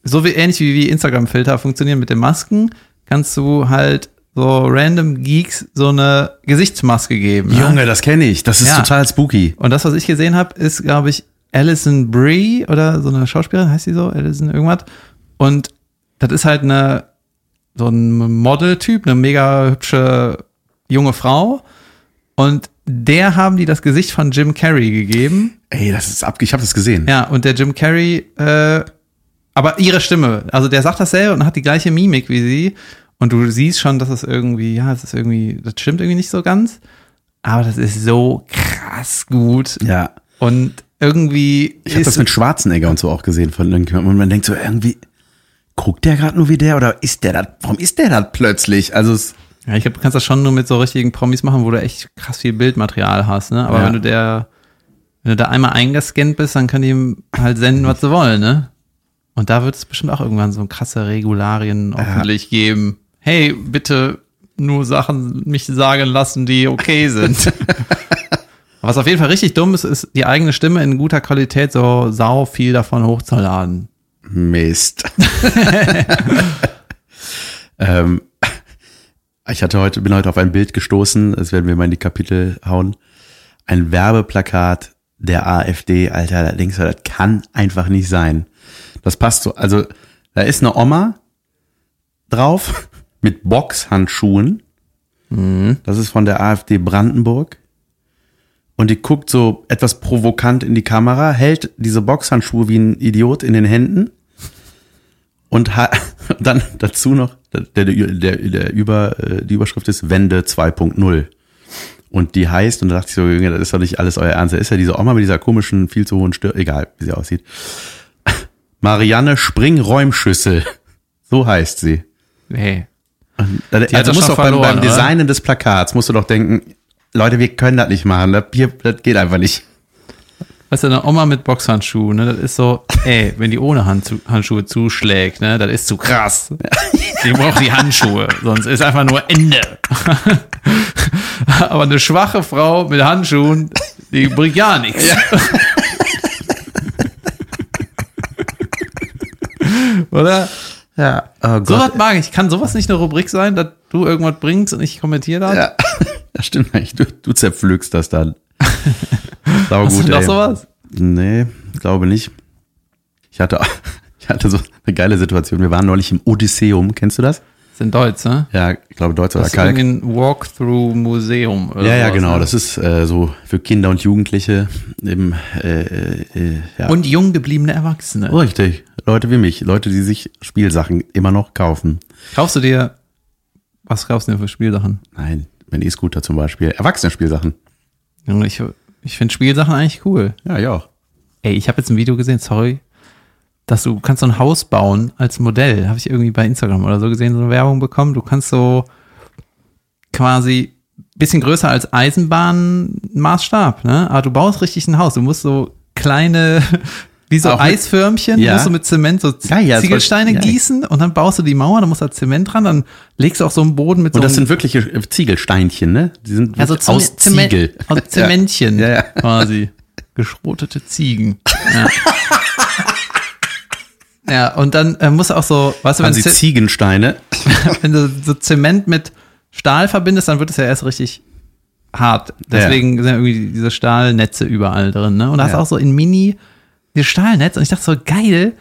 [SPEAKER 2] so wie ähnlich wie, wie Instagram-Filter funktionieren mit den Masken, kannst du halt so random Geeks so eine Gesichtsmaske geben. ne?
[SPEAKER 1] Junge, das kenne ich. Das ist
[SPEAKER 2] Ja.
[SPEAKER 1] total spooky.
[SPEAKER 2] Und das, was ich gesehen habe, ist, glaube ich, Alison Brie oder so eine Schauspielerin, heißt sie so, Alison irgendwas. Und das ist halt eine, so ein Model-Typ, eine mega hübsche junge Frau. Und der haben die das Gesicht von Jim Carrey gegeben.
[SPEAKER 1] Ey, das ist abge... Ich habe das gesehen.
[SPEAKER 2] Ja, und der Jim Carrey, äh, aber ihre Stimme, also der sagt dasselbe und hat die gleiche Mimik wie sie. Und du siehst schon, dass das irgendwie, ja, das ist irgendwie, das stimmt irgendwie nicht so ganz. Aber das ist so krass gut.
[SPEAKER 1] ja.
[SPEAKER 2] Und irgendwie
[SPEAKER 1] Ich habe das
[SPEAKER 2] ist,
[SPEAKER 1] mit Schwarzenegger und so auch gesehen von irgendjemandem und man denkt so irgendwie guckt der gerade nur wie der oder ist der da warum ist der da plötzlich? Also es,
[SPEAKER 2] ja, ich glaube, du kannst das schon nur mit so richtigen Promis machen, wo du echt krass viel Bildmaterial hast, ne? Aber
[SPEAKER 1] Ja.
[SPEAKER 2] wenn du der, wenn du da einmal eingescannt bist, dann können die ihm halt senden, was sie wollen, ne? Und da wird es bestimmt auch irgendwann so krasse Regularien hoffentlich geben. Hey, bitte nur Sachen mich sagen lassen, die okay sind. Was auf jeden Fall richtig dumm ist, ist die eigene Stimme in guter Qualität so sau viel davon hochzuladen.
[SPEAKER 1] Mist. ähm, ich hatte heute, bin heute auf ein Bild gestoßen, das werden wir mal in die Kapitel hauen. Ein Werbeplakat der AfD, Alter, da denkst du, das kann einfach nicht sein. Das passt so. Also, da ist eine Oma drauf mit Boxhandschuhen. Das ist von der AfD Brandenburg. Und die guckt so etwas provokant in die Kamera, hält diese Boxhandschuhe wie ein Idiot in den Händen und ha dann dazu noch der, der, der, der über, äh, die Überschrift ist Wende 2.0. Und die heißt, und da dachte ich so, Junge, das ist doch nicht alles euer Ernst. Da ist ja diese Oma mit dieser komischen, viel zu hohen Stirn, egal wie sie aussieht. Marianne Springräumschüssel. So heißt sie.
[SPEAKER 2] Hey,
[SPEAKER 1] Da,
[SPEAKER 2] hat
[SPEAKER 1] also
[SPEAKER 2] das
[SPEAKER 1] musst doch
[SPEAKER 2] schon
[SPEAKER 1] beim,
[SPEAKER 2] verloren,
[SPEAKER 1] beim
[SPEAKER 2] oder?
[SPEAKER 1] Designen des Plakats musst du doch denken, Leute, wir können das nicht machen. Das, hier, das geht einfach nicht.
[SPEAKER 2] Weißt du, eine Oma mit Boxhandschuhen, ne, das ist so, ey, wenn die ohne Handschu Handschuhe zuschlägt, ne, das ist zu krass. Die braucht die Handschuhe, sonst ist einfach nur Ende. Aber eine schwache Frau mit Handschuhen, die bringt ja nichts. Oder?
[SPEAKER 1] Ja, oh Gott.
[SPEAKER 2] Sowas mag ich. Kann sowas nicht eine Rubrik sein, dass du irgendwas bringst und ich kommentiere das?
[SPEAKER 1] ja, das stimmt eigentlich. Du, du zerpflückst das dann. Sau
[SPEAKER 2] Hast
[SPEAKER 1] gut,
[SPEAKER 2] du noch
[SPEAKER 1] ey.
[SPEAKER 2] sowas?
[SPEAKER 1] Nee, glaube nicht. Ich hatte, ich hatte so eine geile Situation. Wir waren neulich im Odysseum. Kennst du das?
[SPEAKER 2] sind Deutsch, ne?
[SPEAKER 1] Ja, ich glaube Deutsch oder
[SPEAKER 2] Das ist
[SPEAKER 1] Kalk.
[SPEAKER 2] irgendwie ein Walkthrough-Museum. oder
[SPEAKER 1] Ja, ja,
[SPEAKER 2] sowas,
[SPEAKER 1] genau.
[SPEAKER 2] ne?
[SPEAKER 1] Das ist äh, so für Kinder und Jugendliche im äh, äh, ja.
[SPEAKER 2] Und jung gebliebene Erwachsene.
[SPEAKER 1] richtig. Leute wie mich, Leute, die sich Spielsachen immer noch kaufen.
[SPEAKER 2] Kaufst du dir, was kaufst du denn für Spielsachen?
[SPEAKER 1] Nein, mein E-Scooter zum Beispiel. Erwachsene-Spielsachen.
[SPEAKER 2] Junge, Ich, ich finde Spielsachen eigentlich cool.
[SPEAKER 1] Ja, ja. auch.
[SPEAKER 2] Ey, ich habe jetzt ein Video gesehen, sorry, dass du kannst so ein Haus bauen als Modell. Habe ich irgendwie bei Instagram oder so gesehen, so eine Werbung bekommen. Du kannst so quasi bisschen größer als Eisenbahnmaßstab, ne? Aber du baust richtig ein Haus. Du musst so kleine, wie
[SPEAKER 1] Auch
[SPEAKER 2] so
[SPEAKER 1] mit-
[SPEAKER 2] Eisförmchen,
[SPEAKER 1] Ja.
[SPEAKER 2] musst du mit Zement so Z-
[SPEAKER 1] Geil, ja, das
[SPEAKER 2] Ziegelsteine
[SPEAKER 1] wollte ich- ja.
[SPEAKER 2] gießen und dann baust du die Mauer, dann musst du da Zement dran, dann legst du auch so einen Boden mit so
[SPEAKER 1] Und das
[SPEAKER 2] einem
[SPEAKER 1] sind wirkliche äh, Ziegelsteinchen, ne? Die sind
[SPEAKER 2] also Zeme
[SPEAKER 1] aus
[SPEAKER 2] Zeme-
[SPEAKER 1] Ziegel.
[SPEAKER 2] Aus Zementchen
[SPEAKER 1] Ja, ja.
[SPEAKER 2] quasi. Geschrotete Ziegen. Ja. ja, und dann äh, muss auch so, weißt du, wenn,
[SPEAKER 1] Also
[SPEAKER 2] Ze-
[SPEAKER 1] Ziegensteine.
[SPEAKER 2] wenn du so Zement mit Stahl verbindest, dann wird es ja erst richtig hart. Deswegen sind irgendwie diese Stahlnetze überall drin. Ne? Und da hast du
[SPEAKER 1] Ja.
[SPEAKER 2] auch so in Mini dieses Stahlnetz. Und ich dachte so, geil,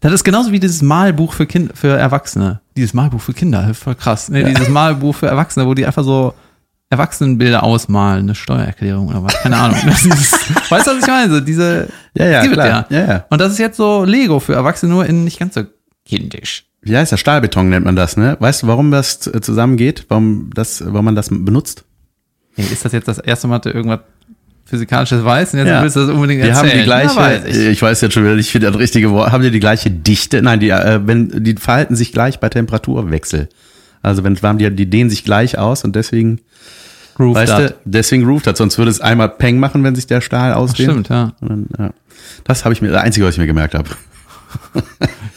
[SPEAKER 2] das ist genauso wie dieses Malbuch für, kind, für Erwachsene. Dieses Malbuch für Kinder, voll krass. Nee, Dieses Malbuch für Erwachsene, wo die einfach so Erwachsenenbilder ausmalen, eine Steuererklärung oder was, keine Ahnung. Das ist, weißt du, was ich meine? So diese,
[SPEAKER 1] Ja, ja,
[SPEAKER 2] die wird
[SPEAKER 1] klar. Ja, ja.
[SPEAKER 2] Und das ist jetzt so Lego für Erwachsene, nur in nicht ganz so kindisch.
[SPEAKER 1] Wie heißt das? Stahlbeton nennt man das, ne? Weißt du, warum das äh, zusammengeht? Warum, das, warum man das benutzt?
[SPEAKER 2] Ey, ist das jetzt das erste Mal, dass du irgendwas Physikalisches weißt und jetzt willst du das unbedingt
[SPEAKER 1] wir
[SPEAKER 2] erzählen?
[SPEAKER 1] haben die gleiche, Äh,
[SPEAKER 2] Na, weiß
[SPEAKER 1] ich.
[SPEAKER 2] ich.
[SPEAKER 1] weiß jetzt schon wieder nicht, wie das richtige Wort, haben die die gleiche Dichte? Nein, die, äh, wenn, die verhalten sich gleich bei Temperaturwechsel. Also wenn es warm, die, die dehnen sich gleich aus und deswegen,
[SPEAKER 2] Groove
[SPEAKER 1] weißt
[SPEAKER 2] dat.
[SPEAKER 1] du, deswegen ruft das, sonst würde es einmal Peng machen, wenn sich der Stahl ausdehnt.
[SPEAKER 2] Stimmt, ja.
[SPEAKER 1] Und dann, ja. Das habe ich mir, das Einzige, was ich mir gemerkt habe.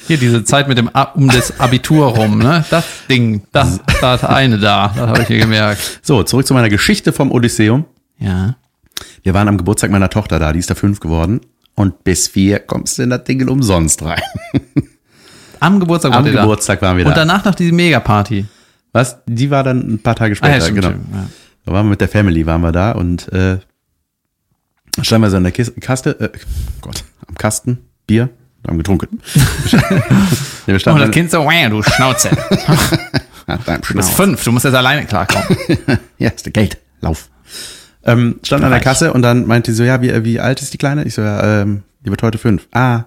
[SPEAKER 2] Hier diese Zeit mit dem Ab um das Abitur rum, ne? Das Ding, das, das eine da, das habe ich mir gemerkt.
[SPEAKER 1] So, zurück zu meiner Geschichte vom Odysseum.
[SPEAKER 2] Ja.
[SPEAKER 1] Wir waren am Geburtstag meiner Tochter da, die ist da fünf geworden. Und bis vier kommst du in das Ding umsonst rein.
[SPEAKER 2] Am Geburtstag
[SPEAKER 1] Am
[SPEAKER 2] wart ihr da.
[SPEAKER 1] Geburtstag waren wir da.
[SPEAKER 2] Und danach noch diese Megaparty.
[SPEAKER 1] Was? Die war dann ein paar Tage später,
[SPEAKER 2] stimmt,
[SPEAKER 1] genau.
[SPEAKER 2] stimmt, Ah ja.
[SPEAKER 1] Da waren wir mit der Family, waren wir da und äh, standen wir so an der Kiste, Kaste, äh, Gott, am Kasten, Bier, wir haben getrunken. Nee, wir
[SPEAKER 2] Und
[SPEAKER 1] standen
[SPEAKER 2] Oh, das Kind so, wow, du Schnauze. Du
[SPEAKER 1] an deinem
[SPEAKER 2] bist
[SPEAKER 1] Schnauz.
[SPEAKER 2] fünf, du musst jetzt alleine klarkommen.
[SPEAKER 1] Ja, ist der Geld, lauf. Ähm, stand an der Kasse und dann meinte sie so, ja, wie, wie alt ist die Kleine? Ich so, ja, ähm, die wird heute fünf. Ah,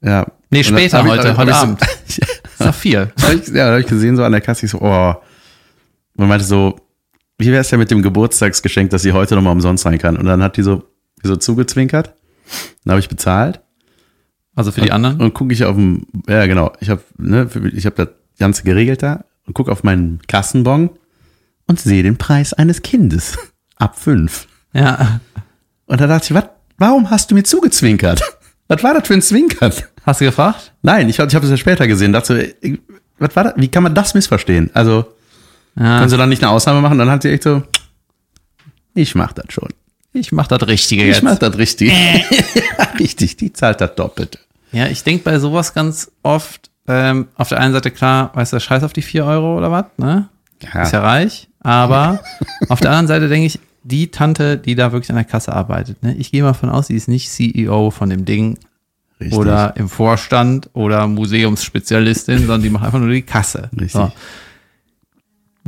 [SPEAKER 1] ja.
[SPEAKER 2] Nee,
[SPEAKER 1] Und dann
[SPEAKER 2] später,
[SPEAKER 1] hab ich-
[SPEAKER 2] heute, Ah.
[SPEAKER 1] hab
[SPEAKER 2] heute
[SPEAKER 1] ich so-
[SPEAKER 2] Abend. Ist noch vier.
[SPEAKER 1] hab ich, ja, da hab ich gesehen, so an der Kasse, ich so, oh. Und meinte so, wie wär's denn mit dem Geburtstagsgeschenk, dass sie heute nochmal umsonst sein kann? Und dann hat die so, die so zugezwinkert. Dann habe ich bezahlt.
[SPEAKER 2] Also für die anderen.
[SPEAKER 1] Und gucke ich auf dem, ja genau, ich habe ne, für- ich hab das Ganze geregelt da und gucke auf meinen Kassenbon und sehe den Preis eines Kindes ab fünf.
[SPEAKER 2] Ja.
[SPEAKER 1] Und da dachte ich, was, warum hast du mir zugezwinkert? Was war das für ein Zwinkern?
[SPEAKER 2] Hast du gefragt?
[SPEAKER 1] Nein, ich, hab- ich habe es ja später gesehen. Dachte, so, ey, was war das? Wie kann man das missverstehen? Also,
[SPEAKER 2] Ja.
[SPEAKER 1] Können sie dann nicht eine Ausnahme machen? Dann hat sie echt so, ich mach das schon.
[SPEAKER 2] Ich mach das Richtige
[SPEAKER 1] Ich
[SPEAKER 2] jetzt.
[SPEAKER 1] mach das richtig. Ja, richtig, die zahlt das Doppelte.
[SPEAKER 2] Ja, ich denk bei sowas ganz oft, ähm, auf der einen Seite klar, weißt du, scheiß auf die vier Euro oder was, ne?
[SPEAKER 1] Ja.
[SPEAKER 2] Ist ja reich, aber auf der anderen Seite denke ich, die Tante, die da wirklich an der Kasse arbeitet, ne? ich gehe mal von aus, sie ist nicht CEO von dem Ding
[SPEAKER 1] Richtig.
[SPEAKER 2] oder im Vorstand oder Museumsspezialistin, sondern die macht einfach nur die Kasse.
[SPEAKER 1] Richtig.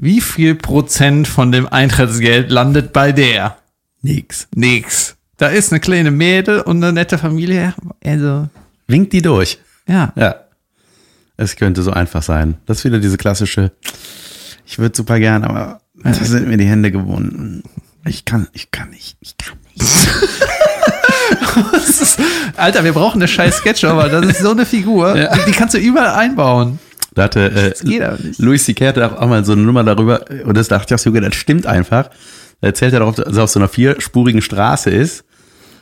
[SPEAKER 2] Wie viel Prozent von dem Eintrittsgeld landet bei der?
[SPEAKER 1] nix.
[SPEAKER 2] Nix. Da ist eine kleine Mädel und eine nette Familie. Also,
[SPEAKER 1] Winkt die durch.
[SPEAKER 2] ja.
[SPEAKER 1] Ja. Es könnte so einfach sein. Das ist wieder diese klassische, ich würde super gern, aber da sind mir die Hände gebunden. Ich kann, ich kann nicht, ich kann nicht.
[SPEAKER 2] Alter, wir brauchen eine scheiß Sketchnote, aber das ist so eine Figur, die kannst du überall einbauen.
[SPEAKER 1] Da hatte
[SPEAKER 2] geht
[SPEAKER 1] äh,
[SPEAKER 2] aber nicht.
[SPEAKER 1] Louis C.K. hatte auch mal so eine Nummer darüber und das dachte ich, auch, Junge, das stimmt einfach. Da erzählt er darauf, dass er auf so einer vierspurigen Straße ist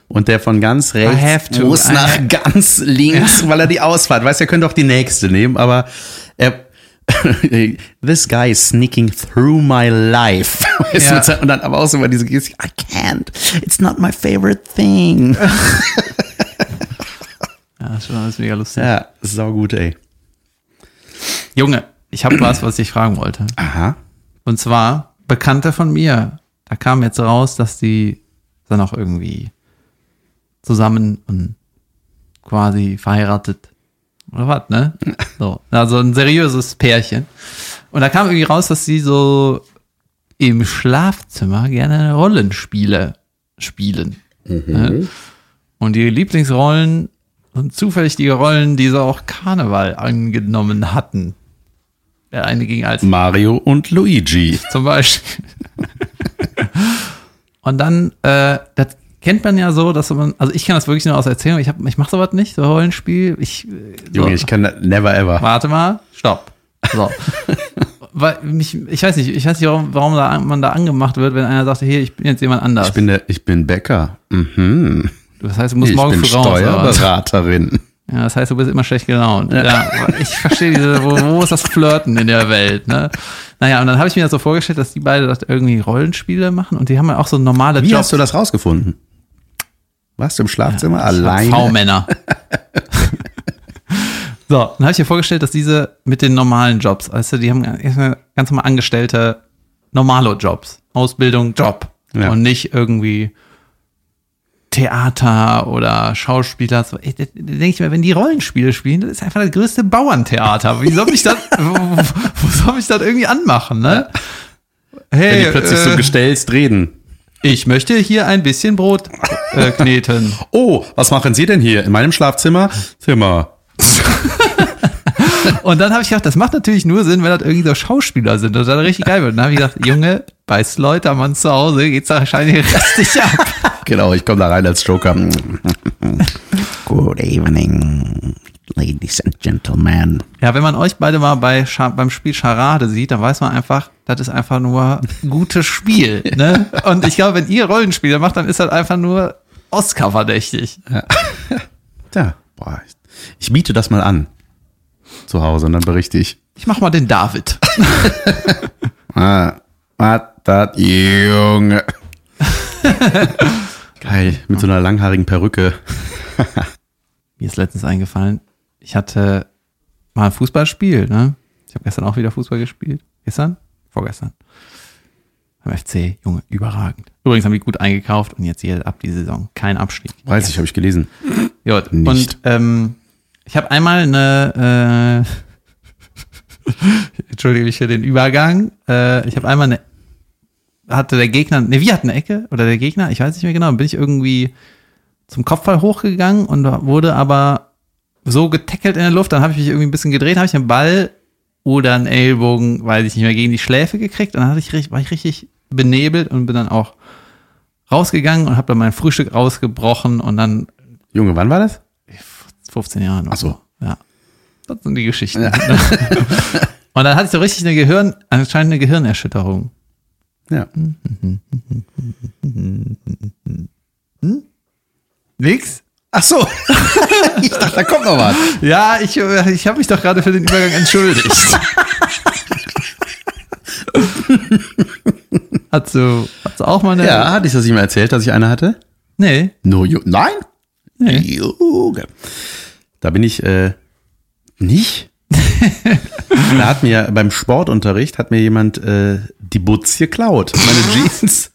[SPEAKER 1] und der von ganz
[SPEAKER 2] have
[SPEAKER 1] rechts
[SPEAKER 2] to.
[SPEAKER 1] muss
[SPEAKER 2] I
[SPEAKER 1] nach ganz links, weil er die Ausfahrt, weißt du, er könnte auch die nächste nehmen, aber er This guy is sneaking through my life. Weißt du,
[SPEAKER 2] Ja.
[SPEAKER 1] mit seinem- Und dann aber auch so immer diese Geste, I can't. It's not my favorite thing.
[SPEAKER 2] Ja, das ist schon alles mega lustig.
[SPEAKER 1] Ja, saugut, ey.
[SPEAKER 2] Junge, ich habe was, was ich fragen wollte.
[SPEAKER 1] Aha.
[SPEAKER 2] Und zwar, Bekannte von mir, da kam jetzt raus, dass die dann auch irgendwie zusammen und quasi verheiratet oder was, ne? So, also ein seriöses Pärchen. Und da kam irgendwie raus, dass sie so im Schlafzimmer gerne Rollenspiele spielen. Ne? Und ihre Lieblingsrollen und zufällig die Rollen, die sie auch Karneval angenommen hatten. Der eine ging als
[SPEAKER 1] Mario und Luigi.
[SPEAKER 2] zum Beispiel. und dann, äh, das kennt man ja so, dass man, also ich kann das wirklich nur aus Erzählung, ich, hab, ich mache sowas nicht, so Rollenspiel. Ich, äh, so,
[SPEAKER 1] Junge, ich kann das never ever.
[SPEAKER 2] warte mal, stopp. So. Weil mich, ich weiß nicht, ich weiß nicht, warum, warum da, an- man da angemacht wird, wenn einer sagt, hey, ich bin jetzt jemand anders.
[SPEAKER 1] Ich bin, der, ich bin Bäcker. Mhm.
[SPEAKER 2] das heißt, du musst
[SPEAKER 1] Ich
[SPEAKER 2] morgen
[SPEAKER 1] bin
[SPEAKER 2] früh raus. oder was?
[SPEAKER 1] Steuerberaterin.
[SPEAKER 2] Ja, das heißt, du bist immer schlecht gelaunt. Ja, ich verstehe diese, wo, wo ist das Flirten in der Welt, ne? Naja, und dann habe ich mir das so vorgestellt, dass die beide das irgendwie Rollenspiele machen und die haben ja auch so normale
[SPEAKER 1] Wie
[SPEAKER 2] Jobs.
[SPEAKER 1] hast du das rausgefunden? Warst du im Schlafzimmer allein?
[SPEAKER 2] V-Männer. so, dann habe ich mir vorgestellt, dass diese mit den normalen Jobs, also die haben erstmal ganz normal Angestellte, normale Jobs, Ausbildung, Job
[SPEAKER 1] Ja.
[SPEAKER 2] und nicht irgendwie Theater oder Schauspieler. So, ey, da denke ich mir, wenn die Rollenspiele spielen, das ist einfach das größte Bauerntheater. Wie soll mich das, wo, wo soll mich das irgendwie anmachen, ne?
[SPEAKER 1] Wenn
[SPEAKER 2] Hey,
[SPEAKER 1] die plötzlich so
[SPEAKER 2] äh,
[SPEAKER 1] gestellst reden.
[SPEAKER 2] ich möchte hier ein bisschen Brot äh, kneten.
[SPEAKER 1] Oh, was machen Sie denn hier in meinem Schlafzimmer? Zimmer.
[SPEAKER 2] Und dann habe ich gedacht, das macht natürlich nur Sinn, wenn das irgendwie so Schauspieler sind und dann richtig geil wird. Und dann habe ich gedacht, Junge, bei Sleutermann zu Hause geht's da wahrscheinlich richtig ab.
[SPEAKER 1] Genau, ich komme da rein als Joker.
[SPEAKER 4] Good evening, ladies and gentlemen.
[SPEAKER 2] Ja, wenn man euch beide mal bei Scha beim Spiel Charade sieht, dann weiß man einfach, das ist einfach nur gutes Spiel. Ne? Und ich glaube, wenn ihr Rollenspiele macht, dann ist das einfach nur Oscar-verdächtig.
[SPEAKER 1] Ja, boah, ich, ich biete das mal an. Zu Hause und dann berichte ich.
[SPEAKER 2] Ich mach mal den David.
[SPEAKER 1] Ah, was das, Junge. Geil, mit so einer langhaarigen Perücke.
[SPEAKER 2] Mir ist letztens eingefallen, ich hatte mal ein Fußballspiel, ne? Ich habe gestern auch wieder Fußball gespielt. Gestern? Vorgestern. Beim FC, Junge, überragend. Übrigens haben die gut eingekauft und jetzt hier ab die Saison. Kein Abstieg.
[SPEAKER 1] Weiß ich, habe ich gelesen.
[SPEAKER 2] Gut.
[SPEAKER 1] Nicht.
[SPEAKER 2] Und ähm, ich habe einmal eine, äh, entschuldige ich für den Übergang, äh, ich habe einmal eine, hatte der Gegner, ne, wir hatten eine Ecke oder der Gegner, ich weiß nicht mehr genau, bin ich irgendwie zum Kopfball hochgegangen und wurde aber so getackelt in der Luft, dann habe ich mich irgendwie ein bisschen gedreht, habe ich einen Ball oder einen Ellbogen, weiß ich nicht mehr, gegen die Schläfe gekriegt und dann hatte ich, richtig- war ich richtig benebelt und bin dann auch rausgegangen und habe dann mein Frühstück rausgebrochen und dann
[SPEAKER 1] Junge, wann war das?
[SPEAKER 2] 15 Jahren. oder
[SPEAKER 1] Ach so.
[SPEAKER 2] Ja. Das sind die Geschichten. Und dann hatte ich so richtig eine Gehirn, anscheinend eine Gehirnerschütterung.
[SPEAKER 1] Ja.
[SPEAKER 2] Nix?
[SPEAKER 1] Ach so. ich dachte, da kommt noch was.
[SPEAKER 2] Ja, ich, äh, ich habe mich doch gerade für den Übergang entschuldigt. Hast du, hast du auch mal eine?
[SPEAKER 1] Ja, hatte ich das nicht mal erzählt, dass ich eine hatte?
[SPEAKER 2] Nee.
[SPEAKER 1] No, Ju- nein.
[SPEAKER 2] nee.
[SPEAKER 1] Junge. Da bin ich äh, nicht. da hat mir beim Sportunterricht hat mir jemand äh, die Butz geklaut. Meine Jeans.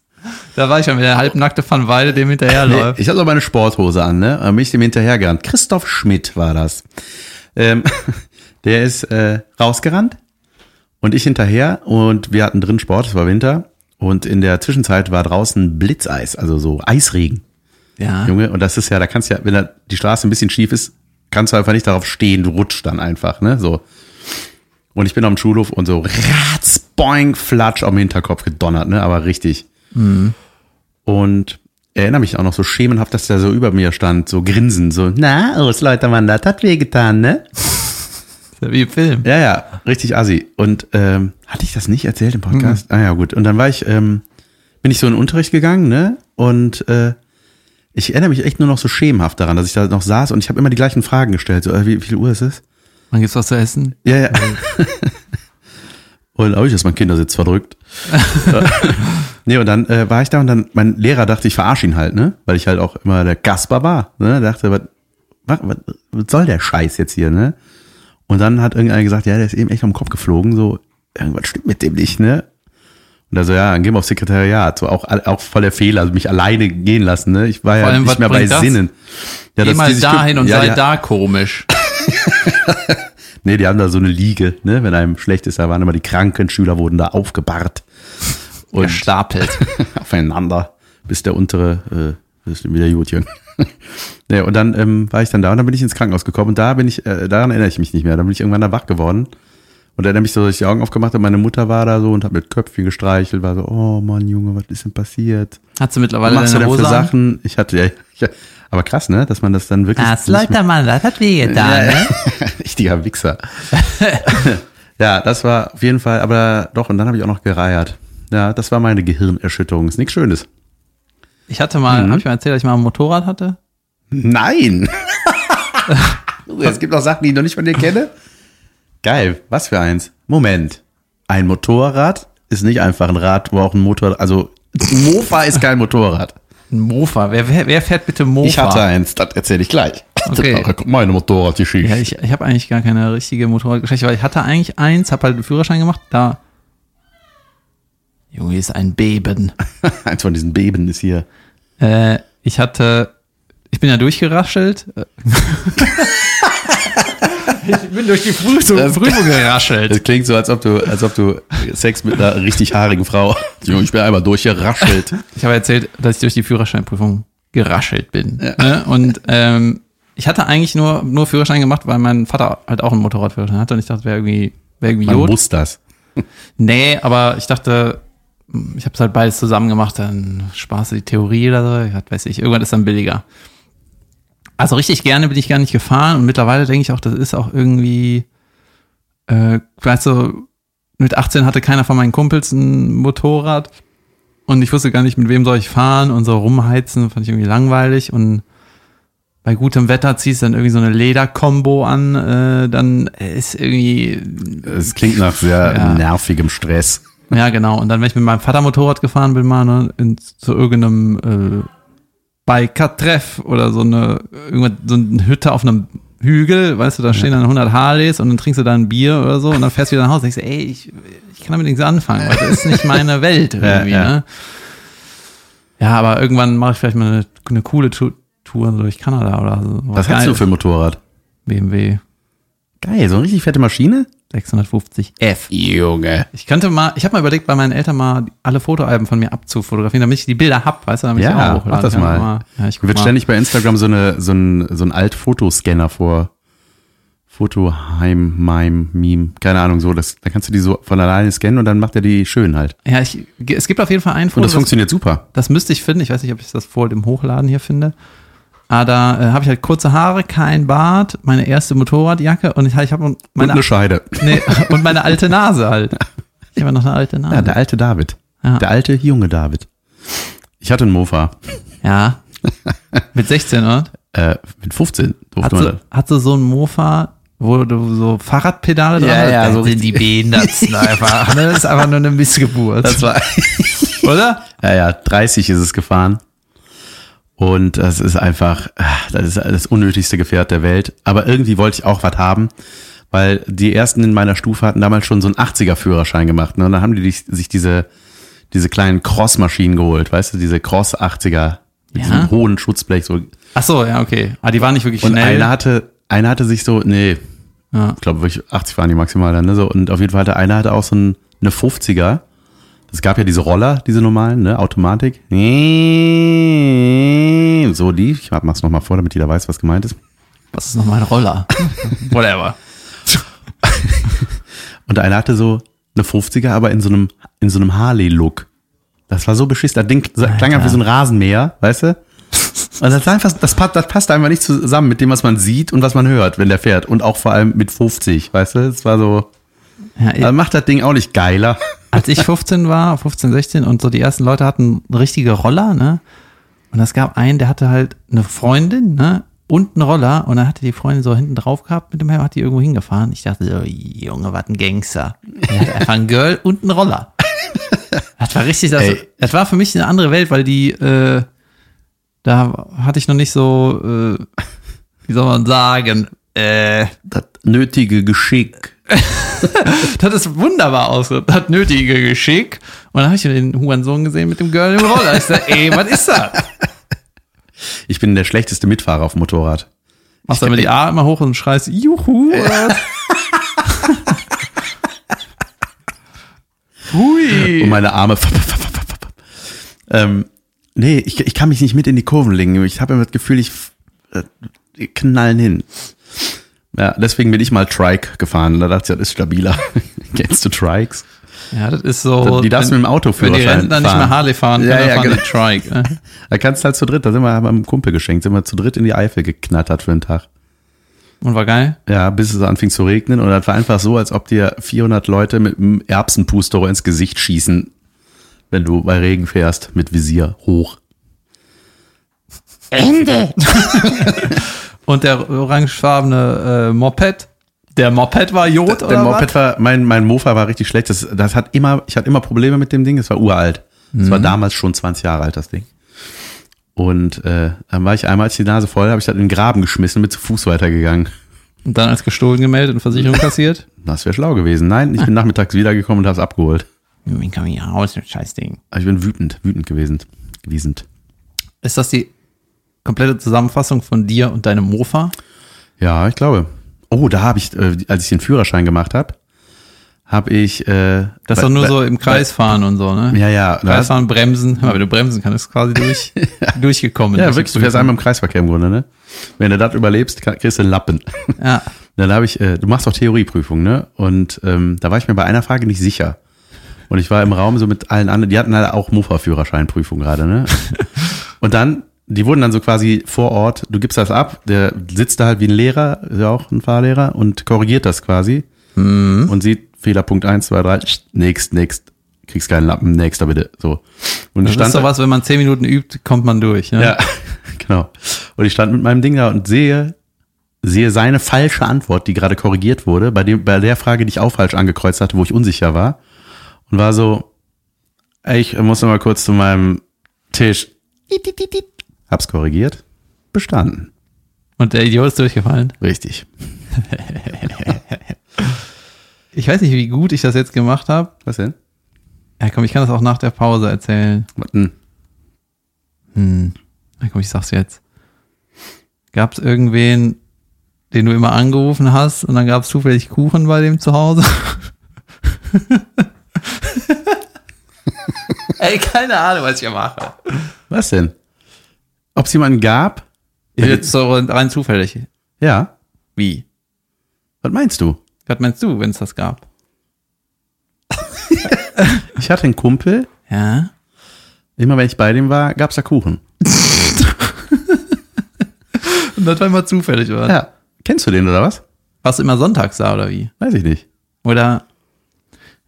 [SPEAKER 2] Da war ich ja mit der halbnackte Van Weide, dem
[SPEAKER 1] Nee,
[SPEAKER 2] hinterherläuft.
[SPEAKER 1] ich hatte noch meine Sporthose an, ne? Da bin ich dem hinterhergerannt. Christoph Schmidt war das. Ähm, der ist äh, rausgerannt und ich hinterher und wir hatten drin Sport, es war Winter und in der Zwischenzeit war draußen Blitzeis, also so Eisregen.
[SPEAKER 2] Ja.
[SPEAKER 1] Junge, und das ist ja, da kannst du ja, wenn da die Straße ein bisschen schief ist, kannst du einfach nicht darauf stehen, du rutscht dann einfach, ne? So. Und ich bin am Schulhof und so ratz, boing, flatsch am Hinterkopf gedonnert, ne? Aber richtig. Und erinnere mich auch noch so schemenhaft, dass der so über mir stand, so grinsen, so, na, aus Leute, Mann, das hat wehgetan, ne?
[SPEAKER 2] Ist ja Wie im Film.
[SPEAKER 1] Ja, ja, richtig assi. Und ähm, hatte ich das nicht erzählt im Podcast? Ah ja, gut. Und dann war ich, ähm, bin ich so in den Unterricht gegangen, ne? Und äh, ich erinnere mich echt nur noch so schemenhaft daran, dass ich da noch saß und ich habe immer die gleichen Fragen gestellt. So, äh, wie, wie viel Uhr ist es?
[SPEAKER 2] Wann gibt's was zu essen?
[SPEAKER 1] Ja, ja. und habe ich erst meinen Kindersitz verdrückt. nee, und dann äh, war ich da und dann, mein Lehrer dachte, ich verarsche ihn halt, ne? Weil ich halt auch immer der Kasper war. Ne? Er dachte, was, was, was was soll der Scheiß jetzt hier, ne? Und dann hat irgendeiner gesagt, ja, der ist eben echt am Kopf geflogen, so, irgendwas stimmt mit dem nicht, ne? Und er so, ja, dann gehen wir aufs Sekretariat. So auch, auch voll der Fehler, also mich alleine gehen lassen, ne? Ich war ja
[SPEAKER 2] allem, was
[SPEAKER 1] nicht mehr bei
[SPEAKER 2] bringt das?
[SPEAKER 1] Sinnen. Ja,
[SPEAKER 2] Geh
[SPEAKER 1] dass
[SPEAKER 2] mal
[SPEAKER 1] die sich-
[SPEAKER 2] dahin und
[SPEAKER 1] ja,
[SPEAKER 2] sei
[SPEAKER 1] ja,
[SPEAKER 2] da komisch.
[SPEAKER 1] Nee, die haben da so eine Liege, ne? wenn einem schlecht ist, da waren immer die kranken Schüler, wurden da aufgebahrt und
[SPEAKER 2] Gestapelt.
[SPEAKER 1] aufeinander, bis der untere, äh, ist wieder Jutchen. nee, und dann ähm, war ich dann da und dann bin ich ins Krankenhaus gekommen und da bin ich, äh, daran erinnere ich mich nicht mehr, dann bin ich irgendwann da wach geworden und erinnere mich so, dass ich die Augen aufgemacht habe, meine Mutter war da so und hat mit Köpfchen gestreichelt, war so, oh Mann, Junge, was ist denn passiert?
[SPEAKER 2] Hat sie mittlerweile
[SPEAKER 1] machst du
[SPEAKER 2] deine
[SPEAKER 1] denn für
[SPEAKER 2] Hose an?
[SPEAKER 1] Sachen? Ich hatte ja, ich, aber krass, ne, dass man das dann wirklich.
[SPEAKER 2] Das,
[SPEAKER 1] nicht
[SPEAKER 2] Leute, Mann, das hat wehgetan, ne?
[SPEAKER 1] Richtiger Wichser. ja, das war auf jeden Fall, aber doch, und dann habe ich auch noch gereiert. Ja, das war meine Gehirnerschütterung. Ist nichts Schönes.
[SPEAKER 2] Ich hatte mal,
[SPEAKER 1] Mhm.
[SPEAKER 2] hab ich mal erzählt, dass ich mal ein Motorrad hatte?
[SPEAKER 1] Nein! es gibt noch Sachen, die ich noch nicht von dir kenne. Geil, was für eins. Moment. Ein Motorrad ist nicht einfach ein Rad, wo auch ein Motor, also ein Mofa ist kein Motorrad.
[SPEAKER 2] Ein Mofa. Wer, wer, wer fährt bitte Mofa?
[SPEAKER 1] Ich hatte eins, das erzähle ich gleich.
[SPEAKER 2] Okay.
[SPEAKER 1] Das war Meine Motorradgeschichte.
[SPEAKER 2] Ja, ich, ich habe eigentlich gar keine richtige Motorradgeschichte, weil ich hatte eigentlich eins, habe halt einen Führerschein gemacht, da. Junge, hier ist ein Beben.
[SPEAKER 1] Eins von diesen Beben ist hier.
[SPEAKER 2] Äh, ich hatte, ich bin ja durchgeraschelt. ich bin durch die Prüfung, Prüfung geraschelt.
[SPEAKER 1] Das klingt so, als ob du, als ob du Sex mit einer richtig haarigen Frau. Junge, ich bin einmal durchgeraschelt.
[SPEAKER 2] Ich habe erzählt, dass ich durch die Führerscheinprüfung geraschelt bin. Ne? Und ähm, ich hatte eigentlich nur, nur Führerschein gemacht, weil mein Vater halt auch einen Motorradführerschein hatte und ich dachte, wäre irgendwie, wäre irgendwie
[SPEAKER 1] Man
[SPEAKER 2] Jod.
[SPEAKER 1] muss das.
[SPEAKER 2] Nee, aber ich dachte, ich habe es halt beides zusammen gemacht, dann sparst du die Theorie oder so, was weiß ich, irgendwann ist dann billiger. Also richtig gerne bin ich gar nicht gefahren und mittlerweile denke ich auch, das ist auch irgendwie, äh, weißt du, mit 18 hatte keiner von meinen Kumpels ein Motorrad und ich wusste gar nicht, mit wem soll ich fahren und so rumheizen, fand ich irgendwie langweilig und bei gutem Wetter ziehst du dann irgendwie so eine Lederkombo an, äh, dann ist irgendwie
[SPEAKER 1] Es klingt nach sehr
[SPEAKER 2] Ja.
[SPEAKER 1] nervigem Stress.
[SPEAKER 2] ja, genau. Und dann, wenn ich mit meinem Vater Motorrad gefahren bin, mal ne, in, zu irgendeinem äh, Biker-Treff oder so eine, irgendwas, so eine Hütte auf einem Hügel, weißt du, da stehen dann 100 Harleys und dann trinkst du da ein Bier oder so und dann fährst du wieder nach Hause und denkst, ey, ich, ich kann damit nichts anfangen, weil das ist nicht meine Welt irgendwie,
[SPEAKER 1] ja.
[SPEAKER 2] ne? Ja, aber irgendwann mache ich vielleicht mal eine, eine coole Tu- Tour durch Kanada oder so.
[SPEAKER 1] Was hast du für ein Motorrad?
[SPEAKER 2] BMW
[SPEAKER 1] Geil, so eine richtig fette Maschine?
[SPEAKER 2] 650
[SPEAKER 1] F. Junge.
[SPEAKER 2] Ich könnte mal, ich habe mal überlegt, bei meinen Eltern mal alle Fotoalben von mir abzufotografieren, damit ich die Bilder hab, weißt du, damit ich die
[SPEAKER 1] Ja,
[SPEAKER 2] auch hochladen
[SPEAKER 1] mach das
[SPEAKER 2] kann.
[SPEAKER 1] mal.
[SPEAKER 2] Ja, ich guck
[SPEAKER 1] Wird
[SPEAKER 2] mal.
[SPEAKER 1] ständig bei Instagram so, eine, so ein, so ein Alt-Fotoscanner vor. Fotoheim, Mime, Meme, keine Ahnung, so. Das, da kannst du die so von alleine scannen und dann macht er die schön halt.
[SPEAKER 2] ja, ich, es gibt auf jeden Fall ein Foto,
[SPEAKER 1] Und das funktioniert super.
[SPEAKER 2] das müsste ich finden. Ich weiß nicht, ob ich das vor dem Hochladen hier finde. Aber da äh, habe ich halt kurze Haare, kein Bart, meine erste Motorradjacke und ich, ich habe
[SPEAKER 1] Und
[SPEAKER 2] meine
[SPEAKER 1] eine Scheide.
[SPEAKER 2] nee, und meine alte Nase halt. Ich habe noch eine alte Nase.
[SPEAKER 1] Ja, der alte David.
[SPEAKER 2] Ja.
[SPEAKER 1] Der alte, junge David. Ich hatte einen Mofa.
[SPEAKER 2] ja. Mit 16, oder?
[SPEAKER 1] Äh, mit 15 durfte
[SPEAKER 2] Hat
[SPEAKER 1] man
[SPEAKER 2] so,
[SPEAKER 1] das.
[SPEAKER 2] hat so so ein Mofa, wo du so Fahrradpedale dran
[SPEAKER 1] Ja,
[SPEAKER 2] hast?
[SPEAKER 1] ja,
[SPEAKER 2] Das
[SPEAKER 1] so
[SPEAKER 2] sind die Behindertsten einfach. Ne? Das ist einfach nur eine Missgeburt.
[SPEAKER 1] Das war,
[SPEAKER 2] oder?
[SPEAKER 1] ja, ja, 30 ist es gefahren. Und das ist einfach, ah, das ist das unnötigste Gefährt der Welt. Aber irgendwie wollte ich auch was haben, weil die ersten in meiner Stufe hatten damals schon so einen 80er-Führerschein gemacht. Ne? Und dann haben die dich- sich diese, diese kleinen Cross-Maschinen geholt, weißt du, diese Cross-80er. Mit
[SPEAKER 2] Ja.
[SPEAKER 1] diesem hohen Schutzblech. So.
[SPEAKER 2] Ach so, ja, okay. Ah, die waren nicht wirklich
[SPEAKER 1] Und
[SPEAKER 2] schnell.
[SPEAKER 1] einer hatte, einer hatte sich so, nee,
[SPEAKER 2] ja.
[SPEAKER 1] ich glaube wirklich 80 waren die maximal dann, ne? So, und auf jeden Fall hatte einer hatte auch so ein, eine 50er. Es gab ja diese Roller, diese normalen, ne? Automatik. So die. Ich mach's nochmal vor, damit jeder weiß, was gemeint ist.
[SPEAKER 2] Was ist nochmal ein Roller? Whatever.
[SPEAKER 1] Und einer hatte so eine 50er, aber in so einem, in so einem Harley-Look. Das war so beschiss. Das Ding klang ja wie so ein Rasenmäher, weißt du? Und das, ist einfach, das, passt, das passt einfach nicht zusammen mit dem, was man sieht und was man hört, wenn der fährt. Und auch vor allem mit 50, weißt du? Es war so,
[SPEAKER 2] Ja, ich-
[SPEAKER 1] das macht das Ding auch nicht geiler.
[SPEAKER 2] als ich 15 war, 15, 16 und so die ersten Leute hatten richtige Roller, ne? Und es gab einen, der hatte halt eine Freundin, ne? Und einen Roller und dann hatte die Freundin so hinten drauf gehabt mit dem Helm, hat die irgendwo hingefahren. Ich dachte so, Junge, was ein Gangster. Er hat einfach ein Girl und einen Roller. Das war richtig, das,
[SPEAKER 1] Ey.
[SPEAKER 2] das war für mich eine andere Welt, weil die, äh, da hatte ich noch nicht so, äh, wie soll man sagen, äh,
[SPEAKER 1] das nötige Geschick.
[SPEAKER 2] Das ist wunderbar ausgedrückt. Hat nötige Geschick. Und dann habe ich den Hurensohn gesehen mit dem Girl im Roller. Ich sag, ey, was ist das?
[SPEAKER 1] Ich bin der schlechteste Mitfahrer auf dem Motorrad.
[SPEAKER 2] Machst aber die A immer hoch und schreist Juhu. oder was? Hui.
[SPEAKER 1] und meine Arme. fap, fap, fap, fap, fap. Ähm, nee, ich, ich kann mich nicht mit in die Kurven legen. Ich habe immer das Gefühl, ich f- äh, die knallen hin. Ja, deswegen bin ich mal Trike gefahren. Da dachte ich, das ist stabiler. Kennst du Trikes?
[SPEAKER 2] Ja, das ist so.
[SPEAKER 1] Die darfst du mit dem
[SPEAKER 2] Oh, wenn- Wenn die
[SPEAKER 1] Autoführerschein
[SPEAKER 2] Rentner nicht
[SPEAKER 1] fahren.
[SPEAKER 2] mehr Harley fahren,
[SPEAKER 1] Ja,
[SPEAKER 2] können, dann
[SPEAKER 1] ja,
[SPEAKER 2] fahren
[SPEAKER 1] genau.
[SPEAKER 2] die Trike. ne?
[SPEAKER 1] Da kannst du halt zu dritt, da sind wir haben einem Kumpel geschenkt, sind wir zu dritt in die Eifel geknattert für einen Tag.
[SPEAKER 2] Und war geil.
[SPEAKER 1] Ja, bis es anfing zu regnen und das war einfach so, als ob dir 400 Leute mit einem Erbsenpustero ins Gesicht schießen, wenn du bei Regen fährst, mit Visier hoch.
[SPEAKER 2] Und der orangefarbene äh, Moped. Der Moped war Jod oder
[SPEAKER 1] Der
[SPEAKER 2] was?
[SPEAKER 1] Moped war, mein, mein Mofa war richtig schlecht. Das, das hat immer, ich hatte immer Probleme mit dem Ding. Es war uralt. Es
[SPEAKER 2] Mhm.
[SPEAKER 1] war damals schon 20 Jahre alt, das Ding. Und äh, dann war ich einmal, als die Nase voll, habe ich das in den Graben geschmissen, mit zu Fuß weitergegangen.
[SPEAKER 2] Und dann als gestohlen gemeldet und Versicherung kassiert.
[SPEAKER 1] Das wäre schlau gewesen. Nein, ich bin nachmittags wiedergekommen und habe es abgeholt.
[SPEAKER 2] Wen kann man hier raus, das Scheißding.
[SPEAKER 1] Aber ich bin wütend, wütend gewesen. Gewiesend.
[SPEAKER 2] Ist das die komplette Zusammenfassung von dir und deinem Mofa?
[SPEAKER 1] Ja, ich glaube. Oh, da habe ich, äh, als ich den Führerschein gemacht habe, habe ich. Äh,
[SPEAKER 2] Das ist
[SPEAKER 1] bei-
[SPEAKER 2] doch nur
[SPEAKER 1] bei-
[SPEAKER 2] so im Kreis fahren und so, ne?
[SPEAKER 1] Bei, ja, ja. Da hast,
[SPEAKER 2] Kreisfahren, Bremsen. Aber wenn du bremsen kannst, ist quasi durch, durchgekommen.
[SPEAKER 1] ja, wirklich. Du fährst einmal im Kreisverkehr im Grunde, ne? Wenn du das überlebst, kann- kriegst du einen Lappen.
[SPEAKER 2] Ja.
[SPEAKER 1] Dann habe ich, äh, du machst doch Theorieprüfung, ne? Und ähm, da war ich mir bei einer Frage nicht sicher. Und ich war im Raum so mit allen anderen, die hatten halt auch Mofa-Führerscheinprüfung gerade, ne? Und dann, die wurden dann so quasi vor Ort, du gibst das ab, der sitzt da halt wie ein Lehrer, ist ja auch ein Fahrlehrer, und korrigiert das quasi.
[SPEAKER 2] Mhm.
[SPEAKER 1] Und sieht Fehlerpunkt 1, 2, 3, nächst, nächst, kriegst keinen Lappen, nächster bitte, so. Und ich
[SPEAKER 2] Das ist
[SPEAKER 1] stand
[SPEAKER 2] doch
[SPEAKER 1] da-
[SPEAKER 2] was, wenn man zehn Minuten übt, kommt man durch. Ne?
[SPEAKER 1] ja, genau. Und ich stand mit meinem Ding da und sehe, sehe seine falsche Antwort, die gerade korrigiert wurde, bei, dem, bei der Frage, die ich auch falsch angekreuzt hatte, wo ich unsicher war. Und war so, ey, ich muss noch mal kurz zu meinem Tisch. Tiet, tiet, tiet, tiet. Hab's korrigiert. Bestanden.
[SPEAKER 2] Und der Idiot ist durchgefallen.
[SPEAKER 1] Richtig.
[SPEAKER 2] Ich weiß nicht, wie gut ich das jetzt gemacht habe.
[SPEAKER 1] Was denn?
[SPEAKER 2] Ja, komm, ich kann das auch nach der Pause erzählen.
[SPEAKER 1] Was denn?
[SPEAKER 2] Hm. Na komm, ich sag's jetzt. Gab's irgendwen, den du immer angerufen hast und dann gab's zufällig Kuchen bei dem zu Hause? Ey, keine Ahnung, was ich hier mache.
[SPEAKER 1] Was denn? Ob es jemanden gab?
[SPEAKER 2] Jetzt so rein zufällig.
[SPEAKER 1] Ja.
[SPEAKER 2] Wie?
[SPEAKER 1] Was meinst du?
[SPEAKER 2] Was meinst du, wenn's das gab?
[SPEAKER 1] Ich hatte einen Kumpel,
[SPEAKER 2] Ja?
[SPEAKER 1] immer wenn ich bei dem war, gab's da Kuchen.
[SPEAKER 2] Und das war immer zufällig, oder?
[SPEAKER 1] Ja. Kennst du den oder was?
[SPEAKER 2] Warst du immer sonntags da, oder wie?
[SPEAKER 1] Weiß ich nicht.
[SPEAKER 2] Oder,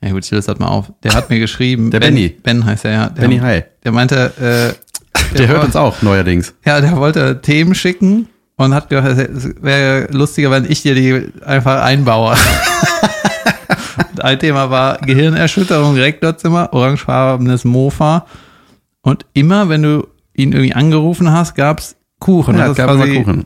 [SPEAKER 2] ja gut, ich löse das mal auf. Der hat mir geschrieben.
[SPEAKER 1] Der Benny.
[SPEAKER 2] Ben heißt er, ja. Der,
[SPEAKER 1] Benny, hi.
[SPEAKER 2] Der meinte, äh,
[SPEAKER 1] Der hört
[SPEAKER 2] wollte-
[SPEAKER 1] uns auch neuerdings.
[SPEAKER 2] Ja, der wollte Themen schicken und hat gedacht, es wäre lustiger, wenn ich dir die einfach einbaue. Und Ein Thema war Gehirnerschütterung, Rektorzimmer, orangefarbenes Mofa. Und immer, wenn du ihn irgendwie angerufen hast, gab's Kuchen.
[SPEAKER 1] Ja,
[SPEAKER 2] Das
[SPEAKER 1] es
[SPEAKER 2] ist
[SPEAKER 1] gab
[SPEAKER 2] quasi-
[SPEAKER 1] immer Kuchen.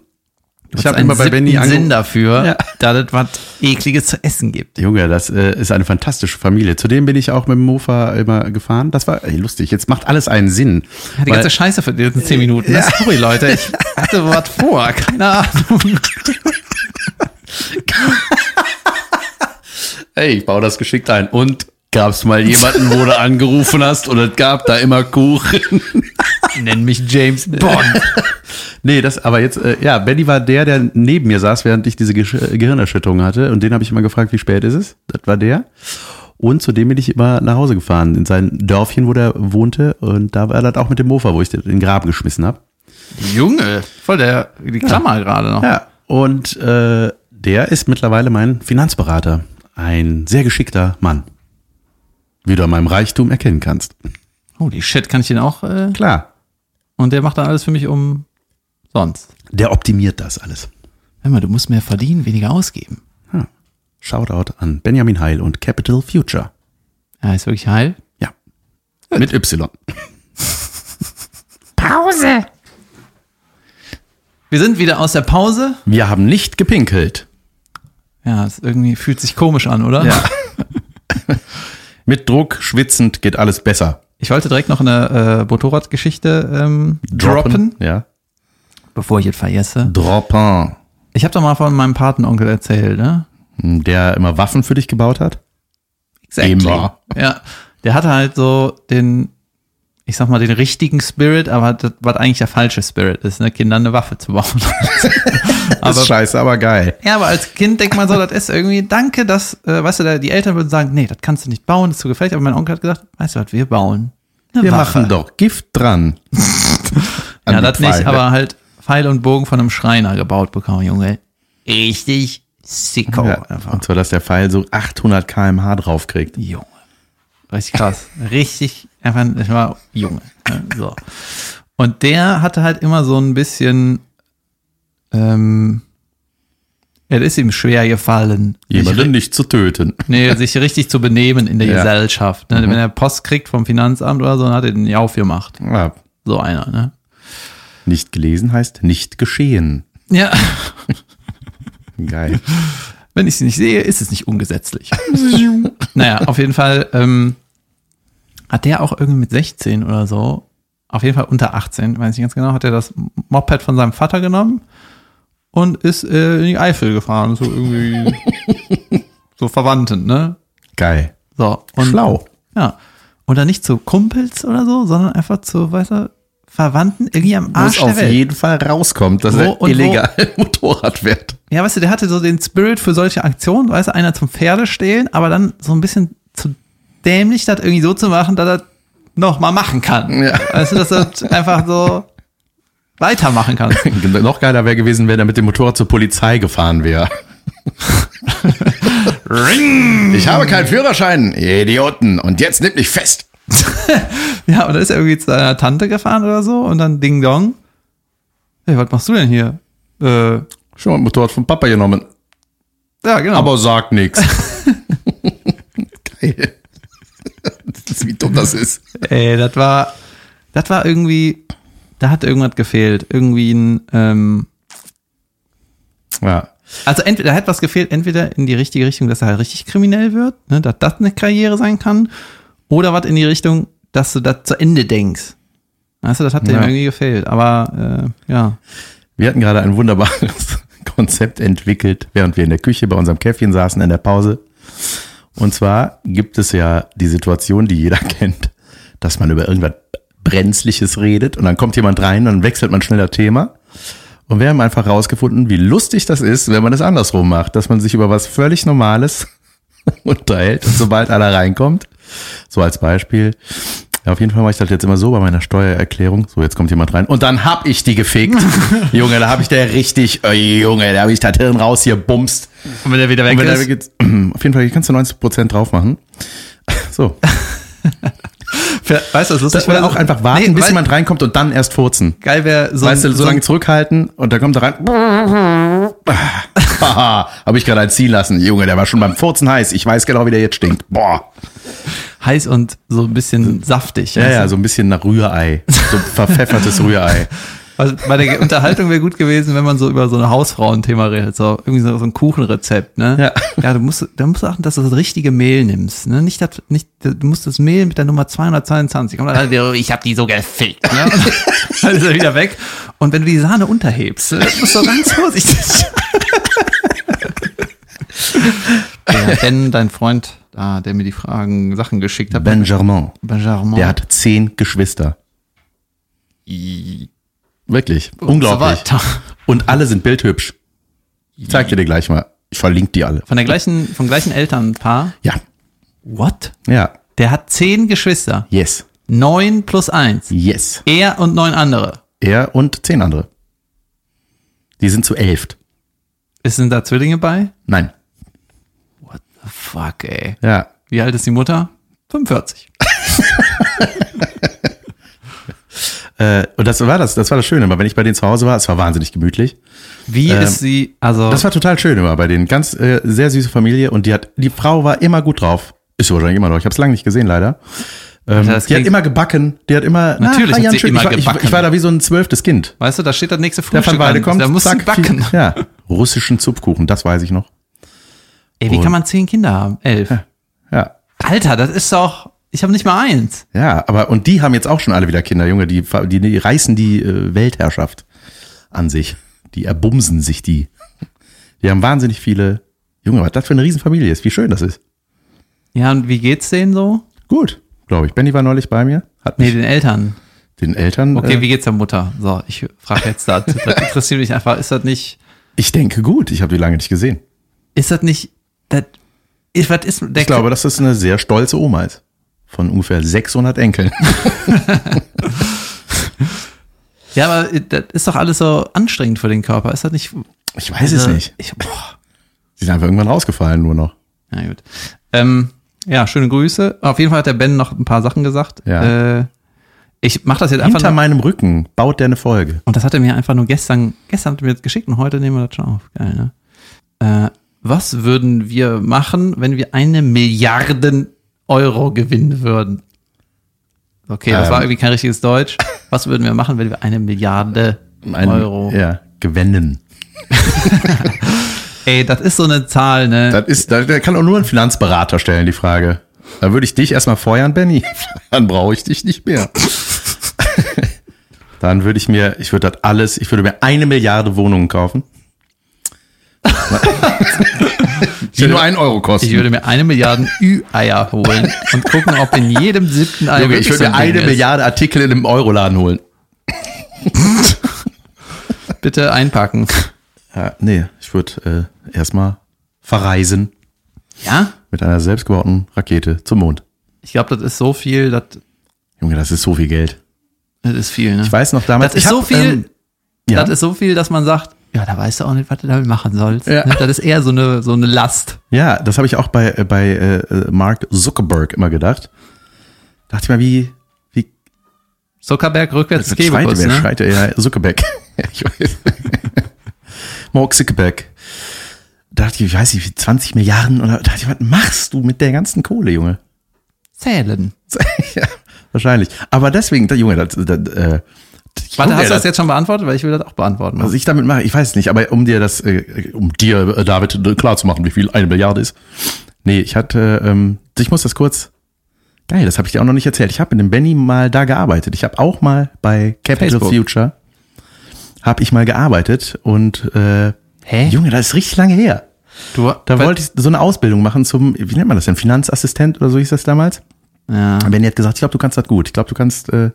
[SPEAKER 1] Ich
[SPEAKER 2] Du hast
[SPEAKER 1] hab
[SPEAKER 2] einen
[SPEAKER 1] immer bei Benny
[SPEAKER 2] siebten
[SPEAKER 1] angeru-
[SPEAKER 2] Sinn dafür,
[SPEAKER 1] Ja.
[SPEAKER 2] da das was Ekliges zu essen gibt.
[SPEAKER 1] Junge, das äh, ist eine fantastische Familie. Zudem bin ich auch mit dem Mofa immer gefahren. Das war ey, lustig. Jetzt macht alles einen Sinn.
[SPEAKER 2] Die
[SPEAKER 1] Weil-
[SPEAKER 2] ganze Scheiße für die letzten zehn Minuten. ne? Sorry, Leute, ich hatte was vor, keine Ahnung.
[SPEAKER 1] ey, ich baue das geschickt ein. Und gab's mal jemanden, wo du angerufen hast und es gab da immer Kuchen?
[SPEAKER 2] Nenn mich James Bond.
[SPEAKER 1] Nee, das, aber jetzt, äh, ja, Benny war der, der neben mir saß, während ich diese Gesch äh, Gehirnerschütterung hatte. Und den habe ich immer gefragt, wie spät ist es? Das war der. Und zudem bin ich immer nach Hause gefahren, in sein Dörfchen, wo der wohnte. Und da war das auch mit dem Mofa, wo ich den in den Graben geschmissen habe.
[SPEAKER 2] Junge, voll der, die Klammer gerade noch.
[SPEAKER 1] Ja, und äh, der ist mittlerweile mein Finanzberater. Ein sehr geschickter Mann. Wie du an meinem Reichtum erkennen kannst.
[SPEAKER 2] Holy shit, kann ich den auch? Äh,
[SPEAKER 1] Klar,
[SPEAKER 2] und der macht dann alles für mich um sonst.
[SPEAKER 1] der optimiert das alles.
[SPEAKER 2] Hör mal, du musst mehr verdienen, weniger ausgeben.
[SPEAKER 1] Ja. Shoutout an Benjamin Heil und Capital Future.
[SPEAKER 2] Ja, ist wirklich heil.
[SPEAKER 1] Ja. Mit Y.
[SPEAKER 2] Wir sind wieder aus der Pause.
[SPEAKER 1] Wir haben nicht gepinkelt.
[SPEAKER 2] Ja, es irgendwie fühlt sich komisch an, oder? Ja.
[SPEAKER 1] Mit Druck, schwitzend geht alles besser.
[SPEAKER 2] Ich wollte direkt noch eine äh, Motorradgeschichte ähm, droppen,
[SPEAKER 1] Ja.
[SPEAKER 2] bevor ich jetzt vergesse.
[SPEAKER 1] Droppen.
[SPEAKER 2] Ich habe doch mal von meinem Patenonkel erzählt, ne?
[SPEAKER 1] hm, Der immer Waffen für dich gebaut hat? Immer.
[SPEAKER 2] Ja, der hatte halt so den, ich sag mal, den richtigen Spirit, aber das, was eigentlich der falsche Spirit ist, ne? Kindern eine Waffe zu bauen. aber,
[SPEAKER 1] ist scheiße, aber geil.
[SPEAKER 2] ja, aber als Kind denkt man so, das ist irgendwie, danke, dass, äh, weißt du, da- die Eltern würden sagen, nee, das kannst du nicht bauen, das ist zu gefährlich, aber mein Onkel hat gesagt, weißt du was, wir bauen eine
[SPEAKER 1] Wir
[SPEAKER 2] Waffe.
[SPEAKER 1] machen doch Gift dran. An
[SPEAKER 2] Ja,
[SPEAKER 1] die
[SPEAKER 2] das nicht,
[SPEAKER 1] Pfeile.
[SPEAKER 2] aber halt Pfeil und Bogen von einem Schreiner gebaut bekommen, Junge. Richtig sicko
[SPEAKER 1] Ja,
[SPEAKER 2] einfach.
[SPEAKER 1] und zwar, dass der Pfeil so 800 km/h draufkriegt.
[SPEAKER 2] Junge. Richtig krass. Richtig, einfach, ich war Junge. ne, So. Und der hatte halt immer so ein bisschen, ähm, es ist ihm schwer gefallen,
[SPEAKER 1] Jemanden nicht zu töten.
[SPEAKER 2] nee, sich richtig zu benehmen in der
[SPEAKER 1] Ja.
[SPEAKER 2] Gesellschaft. Ne? Wenn er Post kriegt vom Finanzamt oder so, dann hat er den nicht aufgemacht.
[SPEAKER 1] Ja,
[SPEAKER 2] So einer, ne?
[SPEAKER 1] nicht gelesen heißt nicht geschehen.
[SPEAKER 2] Ja,
[SPEAKER 1] Geil.
[SPEAKER 2] wenn ich sie nicht sehe, ist es nicht ungesetzlich. naja, auf jeden Fall ähm, hat der auch irgendwie mit 16 oder so, auf jeden Fall unter 18, weiß ich nicht ganz genau, hat er das Moped von seinem Vater genommen und ist äh, in die Eifel gefahren, so irgendwie so Verwandten, ne?
[SPEAKER 1] Geil.
[SPEAKER 2] So, und,
[SPEAKER 1] Schlau.
[SPEAKER 2] Ja. Und dann nicht zu Kumpels oder so, sondern einfach zu, weißt du, Verwandten irgendwie am
[SPEAKER 1] Wo es
[SPEAKER 2] Arsch der
[SPEAKER 1] auf
[SPEAKER 2] Welt.
[SPEAKER 1] jeden Fall rauskommt, dass
[SPEAKER 2] Wo
[SPEAKER 1] er
[SPEAKER 2] und wo?
[SPEAKER 1] illegal Motorrad wird.
[SPEAKER 2] Ja, weißt du, der hatte so den Spirit für solche Aktionen, weißt du, einer zum Pferde stehlen, aber dann so ein bisschen zu dämlich, das irgendwie so zu machen, dass er das nochmal machen kann.
[SPEAKER 1] Ja.
[SPEAKER 2] Weißt du, dass er das einfach so weitermachen kann.
[SPEAKER 1] Noch geiler wäre gewesen, wenn er mit dem Motorrad zur Polizei gefahren wäre.
[SPEAKER 4] Ich habe keinen Führerschein, ihr Idioten. Und jetzt nimmt mich fest.
[SPEAKER 2] Ja, und dann ist er irgendwie zu seiner Tante gefahren oder so und dann Ding Dong. Hey, was machst du denn hier? Äh,
[SPEAKER 1] Schon mal Motorrad vom Papa genommen.
[SPEAKER 2] ja, genau.
[SPEAKER 1] Aber sagt nichts.
[SPEAKER 4] Geil. Das ist, wie dumm das ist.
[SPEAKER 2] Ey, das war, das war irgendwie, da hat irgendwas gefehlt. Irgendwie ein, ähm,
[SPEAKER 1] Ja.
[SPEAKER 2] Also entweder da hat was gefehlt, entweder in die richtige Richtung, dass er halt richtig kriminell wird, ne, dass das eine Karriere sein kann, oder was in die Richtung, dass du das zu Ende denkst. Weißt du, das hat dem
[SPEAKER 1] Ja.
[SPEAKER 2] irgendwie gefehlt. Aber äh, ja,
[SPEAKER 1] Wir hatten gerade ein wunderbares Konzept entwickelt, während wir in der Küche bei unserem Käffchen saßen in der Pause. Und zwar gibt es ja die Situation, die jeder kennt, dass man über irgendwas Brenzliches redet und dann kommt jemand rein, dann wechselt man schnell das Thema. Und wir haben einfach rausgefunden, wie lustig das ist, wenn man das andersrum macht, dass man sich über was völlig Normales unterhält und sobald einer reinkommt. So als Beispiel. Ja, auf jeden Fall mache ich das jetzt immer so bei meiner Steuererklärung. So, jetzt kommt jemand rein. Und dann hab ich die gefickt. Junge, da hab ich der richtig, äh, Junge, da hab ich das Hirn raus hier bumst.
[SPEAKER 2] und wenn er wieder
[SPEAKER 1] Und wenn da geht's- auf jeden Fall, hier kannst du 90% drauf machen. So.
[SPEAKER 2] weißt du, das ist
[SPEAKER 1] Das würde auch einfach warten, bis jemand reinkommt und dann erst furzen.
[SPEAKER 2] geil wäre so,
[SPEAKER 1] Weißt du,
[SPEAKER 2] ein-
[SPEAKER 1] so
[SPEAKER 2] so
[SPEAKER 1] lange
[SPEAKER 2] ein-
[SPEAKER 1] zurückhalten und dann kommt er rein. Haha, hab ich gerade einen ziehen lassen. Junge, der war schon beim Furzen heiß. Ich weiß genau, wie der jetzt stinkt. Boah.
[SPEAKER 2] heiß und so ein bisschen saftig.
[SPEAKER 1] Ja,
[SPEAKER 2] weißt
[SPEAKER 1] ja,
[SPEAKER 2] du?
[SPEAKER 1] so ein bisschen nach Rührei. So verpfeffertes Rührei.
[SPEAKER 2] Also bei der Unterhaltung wäre gut gewesen, wenn man so über so ein Hausfrauenthema redet, so irgendwie so, so ein Kuchenrezept, ne? Ja. Ja, du musst, da musst du achten, dass du das richtige Mehl nimmst, ne? Nicht das, nicht, du musst das Mehl mit der Nummer 222. Komm, dann, oh, ich hab die so gefickt, ne? Und Dann ist er wieder weg. Und wenn du die Sahne unterhebst, ne, musst du ganz vorsichtig sein. Der Ben, dein Freund, da, der mir die Fragen, Sachen geschickt hat,
[SPEAKER 1] Benjamin.
[SPEAKER 2] Benjamin.
[SPEAKER 1] Der hat zehn Geschwister. Wirklich. Unglaublich.
[SPEAKER 2] So weiter.
[SPEAKER 1] Und alle sind bildhübsch. Ich zeig dir die gleich mal. Ich verlinke die alle.
[SPEAKER 2] Von der gleichen, vom gleichen Elternpaar.
[SPEAKER 1] Ja.
[SPEAKER 2] What?
[SPEAKER 1] Ja.
[SPEAKER 2] Der hat zehn Geschwister.
[SPEAKER 1] Yes.
[SPEAKER 2] Neun plus eins.
[SPEAKER 1] Yes.
[SPEAKER 2] Er und neun andere.
[SPEAKER 1] Er und zehn andere. Die sind zu elft.
[SPEAKER 2] Ist denn da Zwillinge bei?
[SPEAKER 1] Nein.
[SPEAKER 2] What the fuck, ey.
[SPEAKER 1] Ja.
[SPEAKER 2] Wie alt ist die Mutter? 45.
[SPEAKER 1] Äh, und das war das, das war das Schöne. Aber wenn ich bei denen zu Hause war, es war wahnsinnig gemütlich.
[SPEAKER 2] Wie
[SPEAKER 1] Ähm,
[SPEAKER 2] ist sie, also,
[SPEAKER 1] Das war total schön immer bei denen. Ganz äh, sehr süße Familie und die hat, die Frau war immer gut drauf. Ist sie wahrscheinlich immer noch. Ich habe es lange nicht gesehen, leider. Ähm,
[SPEAKER 2] das
[SPEAKER 1] die hat
[SPEAKER 2] klingt-
[SPEAKER 1] immer gebacken. Die hat immer.
[SPEAKER 2] Natürlich
[SPEAKER 1] na, ah,
[SPEAKER 2] hat
[SPEAKER 1] Jan,
[SPEAKER 2] sie
[SPEAKER 1] schön.
[SPEAKER 2] immer
[SPEAKER 1] ich war, Ich,
[SPEAKER 2] gebacken.
[SPEAKER 1] ich war da wie so ein zwölftes Kind.
[SPEAKER 2] weißt du, da steht das nächste
[SPEAKER 1] Der von
[SPEAKER 2] Frühstück
[SPEAKER 1] beide
[SPEAKER 2] an.
[SPEAKER 1] kommt.
[SPEAKER 2] da musst du
[SPEAKER 1] zack,
[SPEAKER 2] backen.
[SPEAKER 1] Viel, ja. Russischen Zupfkuchen, das weiß ich noch.
[SPEAKER 2] Ey, wie kann man zehn Kinder haben? Elf.
[SPEAKER 1] Ja.
[SPEAKER 2] Alter, das ist doch, ich habe nicht mal eins.
[SPEAKER 1] Ja, aber und die haben jetzt auch schon alle wieder Kinder, Junge, die, ver- die, die reißen die äh, Weltherrschaft an sich. Die erbumsen sich die. Die haben wahnsinnig viele. Junge, was das für eine Riesenfamilie ist. Wie schön das ist.
[SPEAKER 2] Ja, und wie geht's denen so?
[SPEAKER 1] Gut, glaube ich. Benny war neulich bei mir, hat
[SPEAKER 2] Nee,
[SPEAKER 1] mich
[SPEAKER 2] den Eltern.
[SPEAKER 1] den Eltern.
[SPEAKER 2] Okay,
[SPEAKER 1] äh,
[SPEAKER 2] wie geht's der Mutter? So, ich frage jetzt das. Das interessiert mich einfach. Ist das nicht,
[SPEAKER 1] ich denke gut. Ich habe die lange nicht gesehen.
[SPEAKER 2] ist das nicht, das, ist, was ist, der
[SPEAKER 1] Ich glaube, dass das eine sehr stolze Oma ist. Von ungefähr 600 Enkeln.
[SPEAKER 2] Ja, aber äh, das ist doch alles so anstrengend für den Körper. Ist das nicht,
[SPEAKER 1] Ich weiß
[SPEAKER 2] also,
[SPEAKER 1] es nicht.
[SPEAKER 2] Ich, boah.
[SPEAKER 1] Sie sind einfach irgendwann rausgefallen, nur noch.
[SPEAKER 2] Na gut. Ähm, ja, schöne Grüße. Auf jeden Fall hat der Ben noch ein paar Sachen gesagt.
[SPEAKER 1] Ja.
[SPEAKER 2] Äh, ich mache das jetzt einfach
[SPEAKER 1] Hinter
[SPEAKER 2] nur,
[SPEAKER 1] meinem Rücken baut der eine Folge.
[SPEAKER 2] und das hat er mir einfach nur gestern, gestern hat er mir das geschickt und heute nehmen wir das schon auf. Geil, ne? Äh, was würden wir machen, wenn wir eine Milliarden Euro gewinnen würden? Okay, das
[SPEAKER 1] Ähm.
[SPEAKER 2] war irgendwie kein richtiges Deutsch. Was würden wir machen, wenn wir eine Milliarde
[SPEAKER 1] Ein-
[SPEAKER 2] Euro?
[SPEAKER 1] Ja, gewinnen.
[SPEAKER 2] Ey, das ist so eine Zahl, ne?
[SPEAKER 1] Das ist, da, da kann auch nur ein Finanzberater stellen, die Frage. Da würde ich dich erstmal feuern, Benny. Dann brauche ich dich nicht mehr. Dann würde ich mir, ich würde das alles, ich würde mir eine Milliarde Wohnungen kaufen. die nur einen Euro kosten.
[SPEAKER 2] Ich würde mir eine Milliarde Ü-Eier holen und gucken, ob in jedem siebten Ei
[SPEAKER 1] Junge,
[SPEAKER 2] wirklich
[SPEAKER 1] ich würde
[SPEAKER 2] so
[SPEAKER 1] mir
[SPEAKER 2] ein Ding
[SPEAKER 1] eine
[SPEAKER 2] ist.
[SPEAKER 1] Milliarde Artikel in einem Euroladen holen.
[SPEAKER 2] Bitte einpacken.
[SPEAKER 1] Ja, nee, ich würde äh, erstmal verreisen
[SPEAKER 2] Ja?
[SPEAKER 1] mit einer selbstgebauten Rakete zum Mond.
[SPEAKER 2] Ich glaube, das ist so viel, das,
[SPEAKER 1] Junge, das ist so viel Geld.
[SPEAKER 2] das ist viel, ne?
[SPEAKER 1] Ich weiß noch damals.
[SPEAKER 2] das ist
[SPEAKER 1] ich
[SPEAKER 2] so
[SPEAKER 1] hab,
[SPEAKER 2] viel,
[SPEAKER 1] ähm, ja.
[SPEAKER 2] das ist so viel, dass man sagt, ja, da weißt du auch nicht, was du damit machen sollst.
[SPEAKER 1] Ja.
[SPEAKER 2] Ne? Das ist eher so eine, so eine Last.
[SPEAKER 1] Ja, das habe ich auch bei, äh, bei äh, Mark Zuckerberg immer gedacht. Dachte ich mal, wie, wie
[SPEAKER 2] Zuckerberg rückwärts
[SPEAKER 1] das
[SPEAKER 2] gebe
[SPEAKER 1] schreit,
[SPEAKER 2] kurz,
[SPEAKER 1] wer
[SPEAKER 2] ne?
[SPEAKER 1] schreit, ja, Zuckerberg. Ja, ich weiß. Mark Zuckerberg. Dachte ich, ich weiß nicht, wie 20 Milliarden oder dachte ich, was machst du mit der ganzen Kohle, Junge?
[SPEAKER 2] Zählen.
[SPEAKER 1] ja, wahrscheinlich. Aber deswegen, da- Junge, das, das, äh,
[SPEAKER 2] Warte,
[SPEAKER 1] Junge,
[SPEAKER 2] hast du das jetzt schon beantwortet? Weil ich will das auch beantworten.
[SPEAKER 1] was ich damit mache, ich weiß nicht, aber um dir das, äh, um dir, äh, David, klar zu machen, wie viel eine Milliarde ist. Nee, ich hatte, ähm, ich muss das kurz. Geil, das habe ich dir auch noch nicht erzählt. Ich habe mit dem Benny mal da gearbeitet. Ich habe auch mal bei Capital
[SPEAKER 2] Facebook.
[SPEAKER 1] Future habe ich mal gearbeitet und äh,
[SPEAKER 2] Hä?
[SPEAKER 1] Junge, das ist richtig lange her.
[SPEAKER 2] du,
[SPEAKER 1] Da wollte ich so eine Ausbildung machen zum, wie nennt man das denn, Finanzassistent oder so hieß das damals.
[SPEAKER 2] ja.
[SPEAKER 1] Und Benny hat gesagt, ich glaube, du kannst das gut. Ich glaube, du kannst, äh,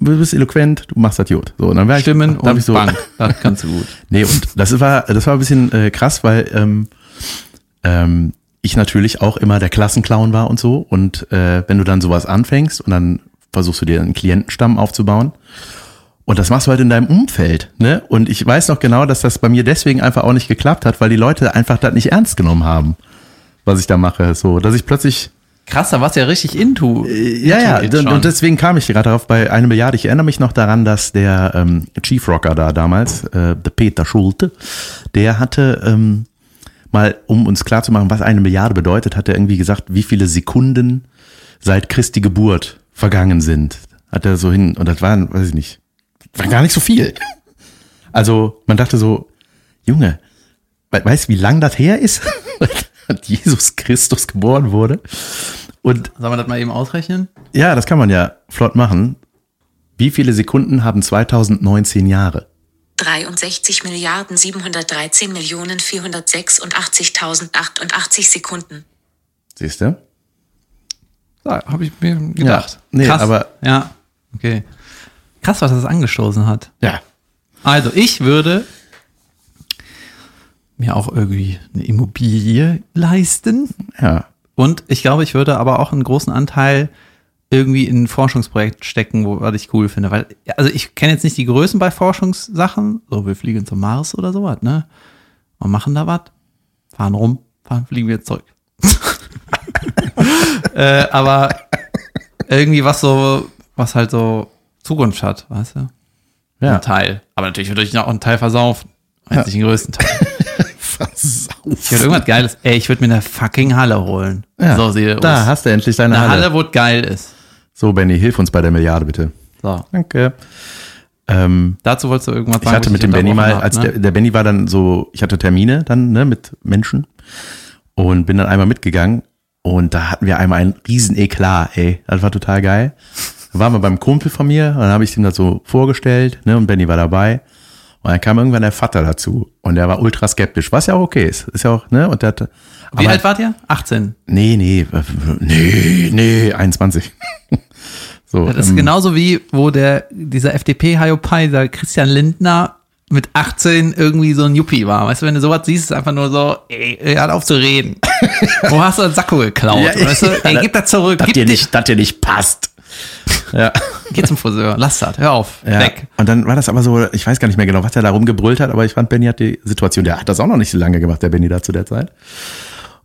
[SPEAKER 1] du bist eloquent, du machst das gut. So, und dann wär ich,
[SPEAKER 2] Stimmen
[SPEAKER 1] dann hab
[SPEAKER 2] und
[SPEAKER 1] ich so,
[SPEAKER 2] Bank. Das kannst du gut.
[SPEAKER 1] Nee, und das war, das war ein bisschen äh, krass, weil ähm, ähm, ich natürlich auch immer der Klassenclown war und so. Und äh, wenn du dann sowas anfängst und dann versuchst du dir einen Klientenstamm aufzubauen. Und das machst du halt in deinem Umfeld, ne? Und ich weiß noch genau, dass das bei mir deswegen einfach auch nicht geklappt hat, weil die Leute einfach das nicht ernst genommen haben, was ich da mache. So, dass ich plötzlich
[SPEAKER 2] Krass, da warst du ja richtig into.
[SPEAKER 1] ja, ja,
[SPEAKER 2] into it
[SPEAKER 1] und,
[SPEAKER 2] schon.
[SPEAKER 1] und deswegen kam ich gerade darauf bei eine Milliarde. Ich erinnere mich noch daran, dass der ähm, Chief Rocker da damals, äh, der Peter Schulte, der hatte ähm, mal, um uns klarzumachen, was eine Milliarde bedeutet, hat er irgendwie gesagt, wie viele Sekunden seit Christi Geburt vergangen sind. Hat er so hin, und das waren, weiß ich nicht, war gar nicht so viel. Also man dachte so, Junge, we- weißt du, wie lang das her ist? dass Jesus Christus geboren wurde. Und
[SPEAKER 2] Sollen wir das mal eben ausrechnen?
[SPEAKER 1] ja, das kann man ja flott machen. Wie viele Sekunden haben 2019 Jahre?
[SPEAKER 5] 63 Milliarden 713 Millionen 486.088 Sekunden.
[SPEAKER 1] Siehst du?
[SPEAKER 2] Ja, habe ich mir gedacht.
[SPEAKER 1] Ja, nee, aber-
[SPEAKER 2] Ja, okay. Krass, was das angestoßen hat.
[SPEAKER 1] Ja.
[SPEAKER 2] Also, ich würde mir auch irgendwie eine Immobilie leisten.
[SPEAKER 1] Ja.
[SPEAKER 2] Und ich glaube, ich würde aber auch einen großen Anteil irgendwie in ein Forschungsprojekt stecken, wo, was ich cool finde. Weil, ja, also ich kenne jetzt nicht die Größen bei Forschungssachen. So, wir fliegen zum Mars oder sowas, ne? Und machen da was. Fahren rum, fahren, fliegen wir zurück. äh, aber irgendwie was so, was halt so Zukunft hat, weißt du?
[SPEAKER 1] Ja.
[SPEAKER 2] Ein Teil. Aber natürlich würde ich noch einen Teil versaufen. Jetzt nicht den größten Teil. Ich würde irgendwas Geiles. Ey, ich würde mir eine fucking Halle holen.
[SPEAKER 1] ja.
[SPEAKER 2] So sieht es
[SPEAKER 1] da hast du endlich deine
[SPEAKER 2] eine
[SPEAKER 1] Halle.
[SPEAKER 2] Halle, wo es geil ist.
[SPEAKER 1] So, Benny, hilf uns bei der Milliarde bitte.
[SPEAKER 2] So.
[SPEAKER 1] Danke. Ähm,
[SPEAKER 2] Dazu wolltest du irgendwas
[SPEAKER 1] ich
[SPEAKER 2] sagen.
[SPEAKER 1] hatte
[SPEAKER 2] wo
[SPEAKER 1] mit dem Benny mal,
[SPEAKER 2] unterbrochen hab,
[SPEAKER 1] als
[SPEAKER 2] ne?
[SPEAKER 1] der, der Benny war dann so, ich hatte Termine dann ne, mit Menschen und bin dann einmal mitgegangen und da hatten wir einmal einen riesen Eklat, ey. Das war total geil. Da waren wir beim Kumpel von mir und dann habe ich ihm das so vorgestellt ne, und Benny war dabei. Und dann kam irgendwann der Vater dazu und der war ultra skeptisch, was ja auch okay ist. Ist ja auch, ne? Und der hatte,
[SPEAKER 2] Wie alt wart ihr? 18.
[SPEAKER 1] Nee, nee, äh, nee, nee, 21. so,
[SPEAKER 2] Das ist
[SPEAKER 1] ähm,
[SPEAKER 2] genauso wie, wo der, dieser FDP-Haiopai, der Christian Lindner mit 18 irgendwie so ein Yuppie war. Weißt du, wenn du sowas siehst, ist es einfach nur so, ey, ey, hört auf zu reden. wo hast du das Sakko geklaut?
[SPEAKER 1] Ja,
[SPEAKER 2] weißt du, ey, gib das zurück,
[SPEAKER 1] dass
[SPEAKER 2] gib
[SPEAKER 1] dir
[SPEAKER 2] dich,
[SPEAKER 1] nicht, dass dir nicht passt. Ja.
[SPEAKER 2] geh zum Friseur, lass das, hör auf,
[SPEAKER 1] Ja.
[SPEAKER 2] weg.
[SPEAKER 1] Und dann war das aber so, ich weiß gar nicht mehr genau, was er da rumgebrüllt hat, aber ich fand, Benny hat die Situation, der hat das auch noch nicht so lange gemacht, der Benny da zu der Zeit.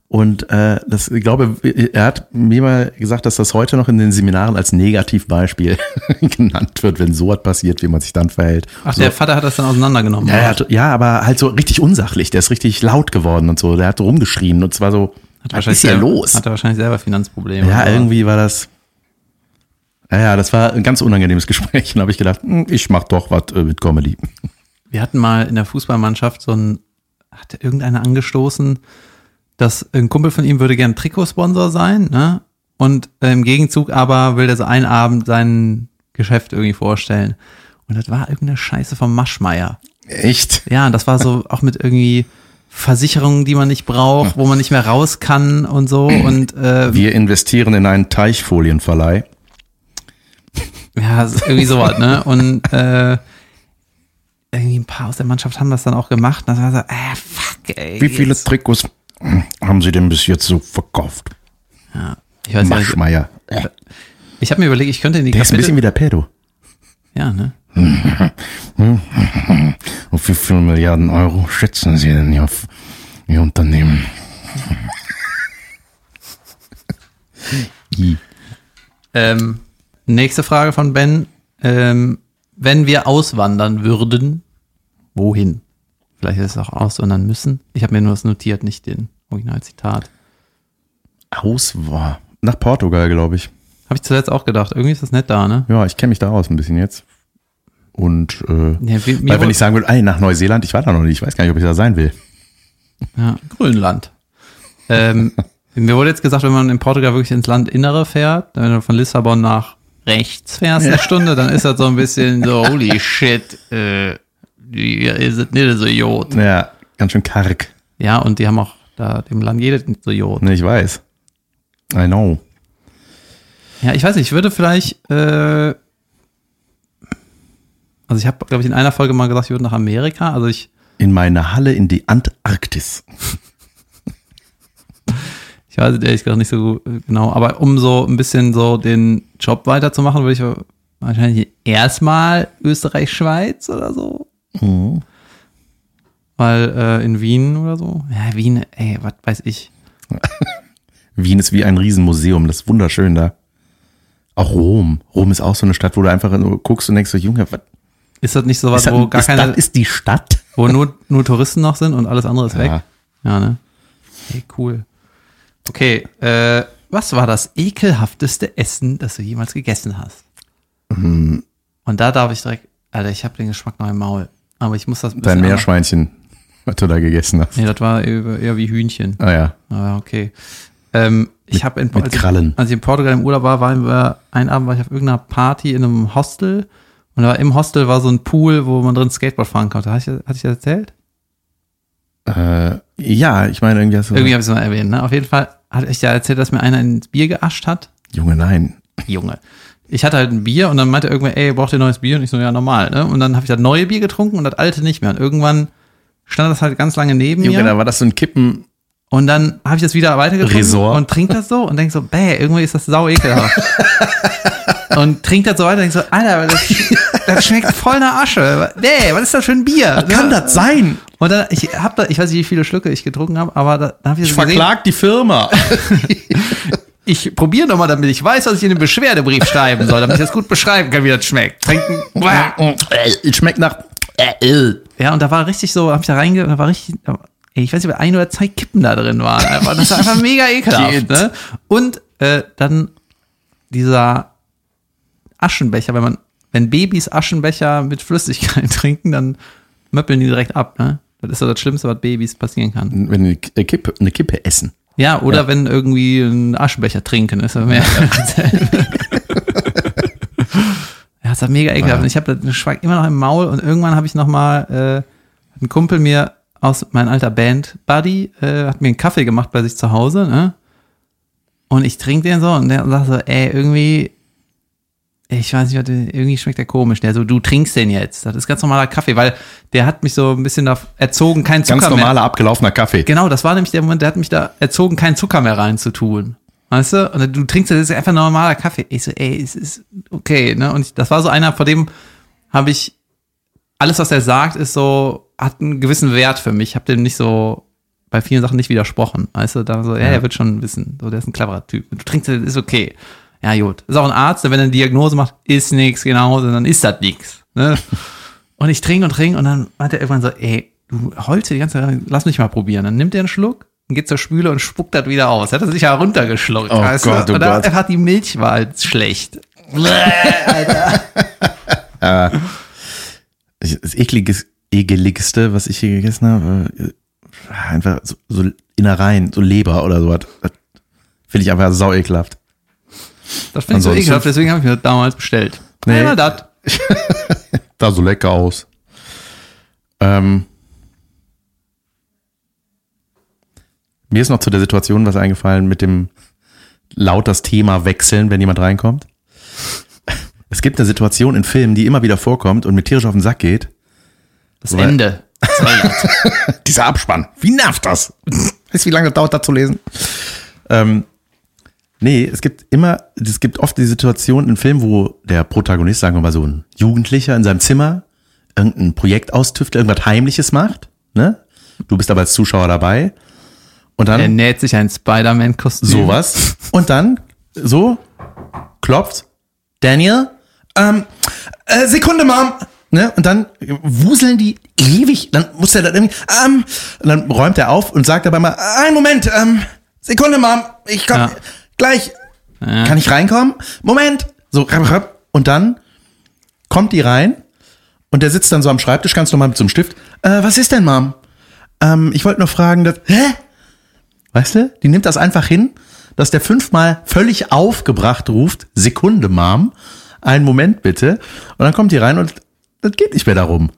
[SPEAKER 1] Und äh, das, ich glaube, er hat mir mal gesagt, dass das heute noch in den Seminaren als Negativbeispiel genannt wird, wenn so was passiert, wie man sich dann verhält.
[SPEAKER 2] Ach,
[SPEAKER 1] so.
[SPEAKER 2] der Vater hat das dann auseinandergenommen.
[SPEAKER 1] ja, er hat, ja, aber halt so richtig unsachlich. Der ist richtig laut geworden und so. Der hat so rumgeschrien und zwar so, was ist hier
[SPEAKER 2] selber,
[SPEAKER 1] los?
[SPEAKER 2] Hatte wahrscheinlich selber Finanzprobleme.
[SPEAKER 1] Ja,
[SPEAKER 2] Aber-
[SPEAKER 1] irgendwie war das. Ja, ja, das war ein ganz unangenehmes Gespräch. Und habe ich gedacht, hm, ich mach doch was äh, mit Comedy.
[SPEAKER 2] Wir hatten mal in der Fußballmannschaft so ein, hatte irgendeiner angestoßen, dass ein Kumpel von ihm würde gern Trikotsponsor sein, ne? Und äh, im Gegenzug aber will er so einen Abend sein Geschäft irgendwie vorstellen. Und das war irgendeine Scheiße vom Maschmeier.
[SPEAKER 1] Echt?
[SPEAKER 2] Ja, das war so auch mit irgendwie Versicherungen, die man nicht braucht, wo man nicht mehr raus kann und so. Und äh,
[SPEAKER 1] Wir investieren in einen Teichfolienverleih.
[SPEAKER 2] Ja, es ist irgendwie sowas, ne? Und äh, irgendwie ein paar aus der Mannschaft haben das dann auch gemacht. Und das war so, äh, fuck, ey.
[SPEAKER 4] Wie viele
[SPEAKER 2] jetzt-
[SPEAKER 4] Trikots haben Sie denn bis jetzt so verkauft?
[SPEAKER 2] Also Ich weiß gar nicht.
[SPEAKER 1] Maschmeier.
[SPEAKER 2] Ich habe mir überlegt, ich könnte in die
[SPEAKER 1] Der ist ein
[SPEAKER 2] Kapitel-
[SPEAKER 1] bisschen wie der Pedo.
[SPEAKER 2] Ja, ne?
[SPEAKER 4] Und wie viele Milliarden Euro schätzen Sie denn auf Ihr Unternehmen?
[SPEAKER 2] Ähm, nächste Frage von Ben. Ähm, wenn wir auswandern würden, wohin? Vielleicht ist es auch auswandern müssen. Ich habe mir nur das notiert, nicht den Originalzitat.
[SPEAKER 1] Aus war. Nach Portugal, glaube ich.
[SPEAKER 2] Habe ich zuletzt auch gedacht. Irgendwie ist das nett da, ne?
[SPEAKER 1] Ja, ich kenne mich da aus ein bisschen jetzt. Und äh,
[SPEAKER 2] Ja, wie-
[SPEAKER 1] weil
[SPEAKER 2] mir
[SPEAKER 1] wenn
[SPEAKER 2] wohl-
[SPEAKER 1] ich sagen würde, ey, nach Neuseeland, ich war da noch nicht, ich weiß gar nicht, ob ich da sein will.
[SPEAKER 2] Ja, Grönland. Ähm, mir wurde jetzt gesagt, wenn man in Portugal wirklich ins Landinnere fährt, wenn du von Lissabon nach rechts fährst eine Stunde, dann ist das so ein bisschen so, holy shit, äh, hier ist es nicht so Jod.
[SPEAKER 1] Ja, ganz schön karg.
[SPEAKER 2] Ja, und die haben auch da dem Land jedes nicht so Jod.
[SPEAKER 1] Ne, ich weiß. I know.
[SPEAKER 2] Ja, ich weiß nicht, ich würde vielleicht, äh, also ich habe, glaube ich, in einer Folge mal gesagt, ich würde nach Amerika, also ich,
[SPEAKER 1] In meine Halle in die Antarktis.
[SPEAKER 2] Ich weiß es ehrlich gesagt nicht so genau, aber um so ein bisschen so den Job weiterzumachen, würde ich wahrscheinlich erstmal Österreich, Schweiz oder so.
[SPEAKER 1] Mhm.
[SPEAKER 2] Weil äh, in Wien oder so. Ja, Wien, ey, was weiß ich.
[SPEAKER 1] Wien ist wie ein Riesenmuseum, das ist wunderschön da. Auch Rom. Rom ist auch so eine Stadt, wo du einfach nur guckst und denkst so, Junge, was
[SPEAKER 2] Ist das nicht so was,
[SPEAKER 1] das-
[SPEAKER 2] wo gar
[SPEAKER 1] ist,
[SPEAKER 2] keine,
[SPEAKER 1] das ist die Stadt?
[SPEAKER 2] wo nur, nur Touristen noch sind und alles andere ist weg?
[SPEAKER 1] Ja.
[SPEAKER 2] Ja, ne? Ey, cool. Okay, äh, was war das ekelhafteste Essen, das du jemals gegessen hast?
[SPEAKER 1] Mhm.
[SPEAKER 2] Und da darf ich direkt, Alter, ich habe den Geschmack noch im Maul. Aber ich muss das ein
[SPEAKER 1] Dein
[SPEAKER 2] anders-
[SPEAKER 1] Meerschweinchen, was du da gegessen hast.
[SPEAKER 2] Nee, das war eher eher wie Hühnchen.
[SPEAKER 1] Ah ja.
[SPEAKER 2] Aber okay. Ähm, ich habe in,
[SPEAKER 1] mit
[SPEAKER 2] als ich-
[SPEAKER 1] Krallen.
[SPEAKER 2] als ich in Portugal im Urlaub war, waren wir einen Abend war ich auf irgendeiner Party in einem Hostel und da war, im Hostel war so ein Pool, wo man drin Skateboard fahren konnte. Hatte ich, hatte ich das erzählt?
[SPEAKER 1] Äh, ja, ich meine, irgendwie hast du.
[SPEAKER 2] Irgendwie habe ich es mal erwähnt. Ne? Auf jeden Fall hatte ich ja erzählt, dass mir einer ins Bier geascht hat.
[SPEAKER 1] Junge, nein.
[SPEAKER 2] Junge. Ich hatte halt ein Bier und dann meinte irgendwer, ey, braucht ihr neues Bier? Und ich so, ja, normal. Ne? Und dann habe ich das neue Bier getrunken und das alte nicht mehr. Und irgendwann stand das halt ganz lange neben
[SPEAKER 1] Junge,
[SPEAKER 2] mir.
[SPEAKER 1] da war das so ein Kippen.
[SPEAKER 2] Und dann habe ich das wieder weitergetrunken
[SPEAKER 1] Resort.
[SPEAKER 2] und trinke das so und denk so, bäh, irgendwie ist das sau ekelhaft. und trinke das so weiter und denk so, Alter, das, das schmeckt voll nach Asche. Bäh, was ist das für ein Bier?
[SPEAKER 1] Kann
[SPEAKER 2] Ne?
[SPEAKER 1] das sein?
[SPEAKER 2] Und dann, ich hab da, ich weiß nicht, wie viele Schlücke ich getrunken habe, aber da, da habe ich,
[SPEAKER 1] Ich
[SPEAKER 2] das gesehen.
[SPEAKER 1] verklag die Firma.
[SPEAKER 2] Ich probiere nochmal, damit ich weiß, was ich in den Beschwerdebrief schreiben soll, damit ich das gut beschreiben kann, wie das schmeckt. Trinken. Bäh.
[SPEAKER 1] Äh, Schmeckt nach.
[SPEAKER 2] Ja, und da war richtig so, hab ich da reinge, da war richtig, ey, ich weiß nicht, ob ein oder zwei Kippen da drin waren. Einfach, das war einfach mega ekelhaft.
[SPEAKER 1] Shit.
[SPEAKER 2] Ne? Und äh, dann dieser Aschenbecher, wenn man, wenn Babys Aschenbecher mit Flüssigkeit trinken, dann möppeln die direkt ab, ne? Das ist so das Schlimmste, was Babys passieren kann.
[SPEAKER 1] Wenn eine Kippe, eine Kippe essen.
[SPEAKER 2] Ja, oder wenn irgendwie ein Aschenbecher trinken ist. Ja, mehr ja es war mega ekelhaft. Und ich habe das Geschmack immer noch im Maul und irgendwann habe ich nochmal, äh, ein Kumpel mir aus, mein alter Band-Buddy, äh, hat mir einen Kaffee gemacht bei sich zu Hause, ne? Und ich trinke den so und der sagt so, ey, irgendwie, ich weiß nicht, was- irgendwie schmeckt der komisch. Der so, du trinkst den jetzt. Das ist ganz normaler Kaffee, weil der hat mich so ein bisschen da erzogen, keinen Zucker
[SPEAKER 6] Ganz
[SPEAKER 2] mehr.
[SPEAKER 6] normaler, abgelaufener Kaffee.
[SPEAKER 2] Genau, das war nämlich der Moment, der hat mich da erzogen, keinen Zucker mehr reinzutun. Weißt du? Und du trinkst das ist einfach ein normaler Kaffee. Ich so, ey, es ist okay, ne? Und ich, das war so einer, vor dem habe ich alles, was er sagt, ist so, hat einen gewissen Wert für mich. Ich habe dem nicht so bei vielen Sachen nicht widersprochen. Weißt du, da so, ja, er wird schon wissen. So, der ist ein cleverer Typ. Und du trinkst das, ist okay. Ja, gut. Ist auch ein Arzt, der, wenn er eine Diagnose macht, ist nix, genau, dann ist das nix. Ne? Und ich trinke und trinke und dann meint er irgendwann so, ey, du heulst hier die ganze Zeit, lass mich mal probieren. Dann nimmt er einen Schluck und geht zur Spüle und spuckt das wieder aus. Hat er sich ja runtergeschluckt.
[SPEAKER 6] Oh
[SPEAKER 2] weißt du?
[SPEAKER 6] Gott, oh
[SPEAKER 2] und dann
[SPEAKER 6] Gott.
[SPEAKER 2] hat die Milch war halt schlecht.
[SPEAKER 1] Das ekliges, ekeligste, was ich hier gegessen habe, äh, einfach so, so Innereien, so Leber oder sowas. Das Finde ich einfach sau ekelhaft.
[SPEAKER 2] Das finde ich so
[SPEAKER 1] Ansonsten-
[SPEAKER 2] ekelhaft, deswegen habe ich mir das damals bestellt.
[SPEAKER 1] Nee.
[SPEAKER 2] Einmal das.
[SPEAKER 6] Da so lecker aus.
[SPEAKER 1] Ähm, mir ist noch zu der Situation was eingefallen mit dem laut das Thema wechseln, wenn jemand reinkommt. Es gibt eine Situation in Filmen, die immer wieder vorkommt und mir tierisch auf den Sack geht.
[SPEAKER 2] Das Ende. Was soll das?
[SPEAKER 1] Dieser Abspann. Wie nervt das? Weißt du, wie lange das dauert, da zu lesen? Ähm, nee, es gibt immer, es gibt oft die Situation in Filmen, wo der Protagonist, sagen wir mal so ein Jugendlicher in seinem Zimmer, irgendein Projekt austüftelt, irgendwas Heimliches macht, ne? Du bist aber als Zuschauer dabei. Und dann
[SPEAKER 2] er näht sich ein Spider-Man-Kostüm.
[SPEAKER 1] sowas. Und dann so klopft Daniel. Ähm, äh, Sekunde, Mom. Ne? Und dann wuseln die ewig. Dann muss er dann irgendwie. Ähm, und dann räumt er auf und sagt dabei mal: Ein Moment, ähm, Sekunde, Mom. Ich komm
[SPEAKER 2] Ja.
[SPEAKER 1] gleich. Kann ich reinkommen? Moment. So. rapp, rapp. Und dann kommt die rein und der sitzt dann so am Schreibtisch ganz normal mit so einem Stift. Äh, was ist denn, Mom? Ähm, ich wollte nur fragen, dass. Hä? Weißt du, die nimmt das einfach hin, dass der fünfmal völlig aufgebracht ruft, Sekunde, Mom, einen Moment bitte. Und dann kommt die rein und das geht nicht mehr darum.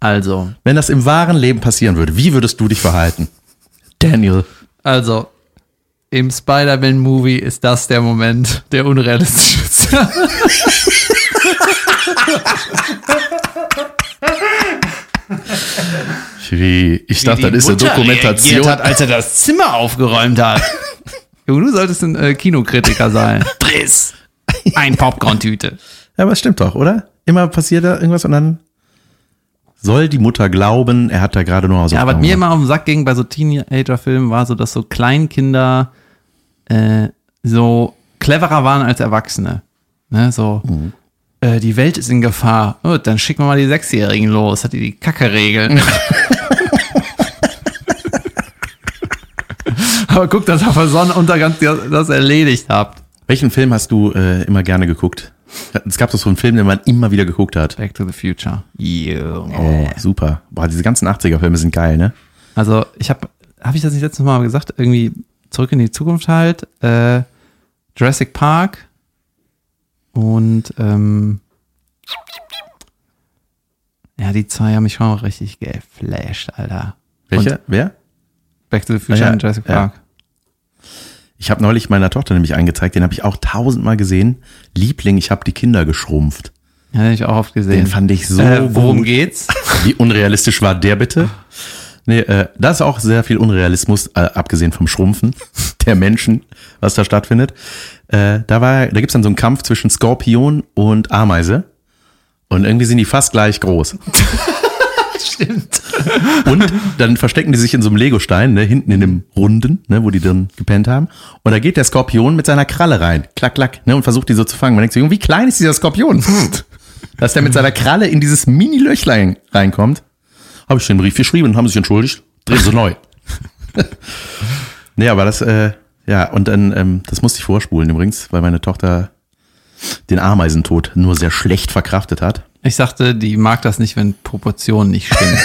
[SPEAKER 2] Also,
[SPEAKER 1] Wenn das im wahren Leben passieren würde, wie würdest du dich verhalten? Daniel.
[SPEAKER 2] also, im Spider-Man-Movie ist das der Moment, der unrealistisch ist.
[SPEAKER 6] Wie, ich dachte, das ist eine Dokumentation.
[SPEAKER 2] Hat, als er das Zimmer aufgeräumt hat. Junge, du solltest ein äh, Kinokritiker sein. Driss. Ein Popcorn-Tüte.
[SPEAKER 1] Ja, aber es stimmt doch, oder? Immer passiert da irgendwas und dann soll die Mutter glauben, er hat da gerade nur
[SPEAKER 2] Ja, was mir immer auf den Sack ging bei so Teenager-Filmen war so, dass so Kleinkinder äh, so cleverer waren als Erwachsene. Ne, so, äh, die Welt ist in Gefahr. Gut, dann schicken wir mal die Sechsjährigen los. Hat die die Kacke regeln. Aber guck, dass ihr vor Sonnenuntergang das erledigt habt.
[SPEAKER 1] Welchen Film hast du äh, immer gerne geguckt? Es gab doch so einen Film, den man immer wieder geguckt hat.
[SPEAKER 2] Back to the Future. Äh.
[SPEAKER 1] Oh, super. Boah, diese ganzen 80er-Filme sind geil, ne?
[SPEAKER 2] Also ich habe, habe ich das nicht letztes Mal gesagt, irgendwie zurück in die Zukunft halt, äh, Jurassic Park und ähm, ja, die zwei haben mich schon richtig geflasht, Alter.
[SPEAKER 1] Welcher? Wer?
[SPEAKER 2] Und Back to the Future
[SPEAKER 1] Ah ja,
[SPEAKER 2] und Jurassic
[SPEAKER 1] ja.
[SPEAKER 2] Park.
[SPEAKER 1] Ich habe neulich meiner Tochter nämlich eingezeigt, den habe ich auch tausendmal gesehen. Liebling, ich habe die Kinder geschrumpft.
[SPEAKER 2] Ja, den hab ich auch oft gesehen.
[SPEAKER 1] Den fand ich so
[SPEAKER 2] äh, worum
[SPEAKER 1] gut.
[SPEAKER 2] geht's?
[SPEAKER 1] Wie unrealistisch war der bitte? Nee, äh, da ist auch sehr viel Unrealismus, äh, abgesehen vom Schrumpfen der Menschen, was da stattfindet. Äh, da war, da gibt's dann so einen Kampf zwischen Skorpion und Ameise. Und irgendwie sind die fast gleich groß.
[SPEAKER 2] Stimmt.
[SPEAKER 1] Und dann verstecken die sich in so einem Legostein, ne, hinten in dem Runden, ne, wo die dann gepennt haben. Und da geht der Skorpion mit seiner Kralle rein. Klack, klack, ne, und versucht die so zu fangen. Man denkt so, Junge, wie klein ist dieser Skorpion? Dass der mit seiner Kralle in dieses Mini-Löchlein reinkommt. Habe ich den Brief geschrieben, haben sich entschuldigt, drehen sie neu. nee, aber das, äh, ja, und dann, ähm, das musste ich vorspulen übrigens, weil meine Tochter den Ameisentod nur sehr schlecht verkraftet hat.
[SPEAKER 2] Ich sagte, die mag das nicht, wenn Proportionen nicht stimmen.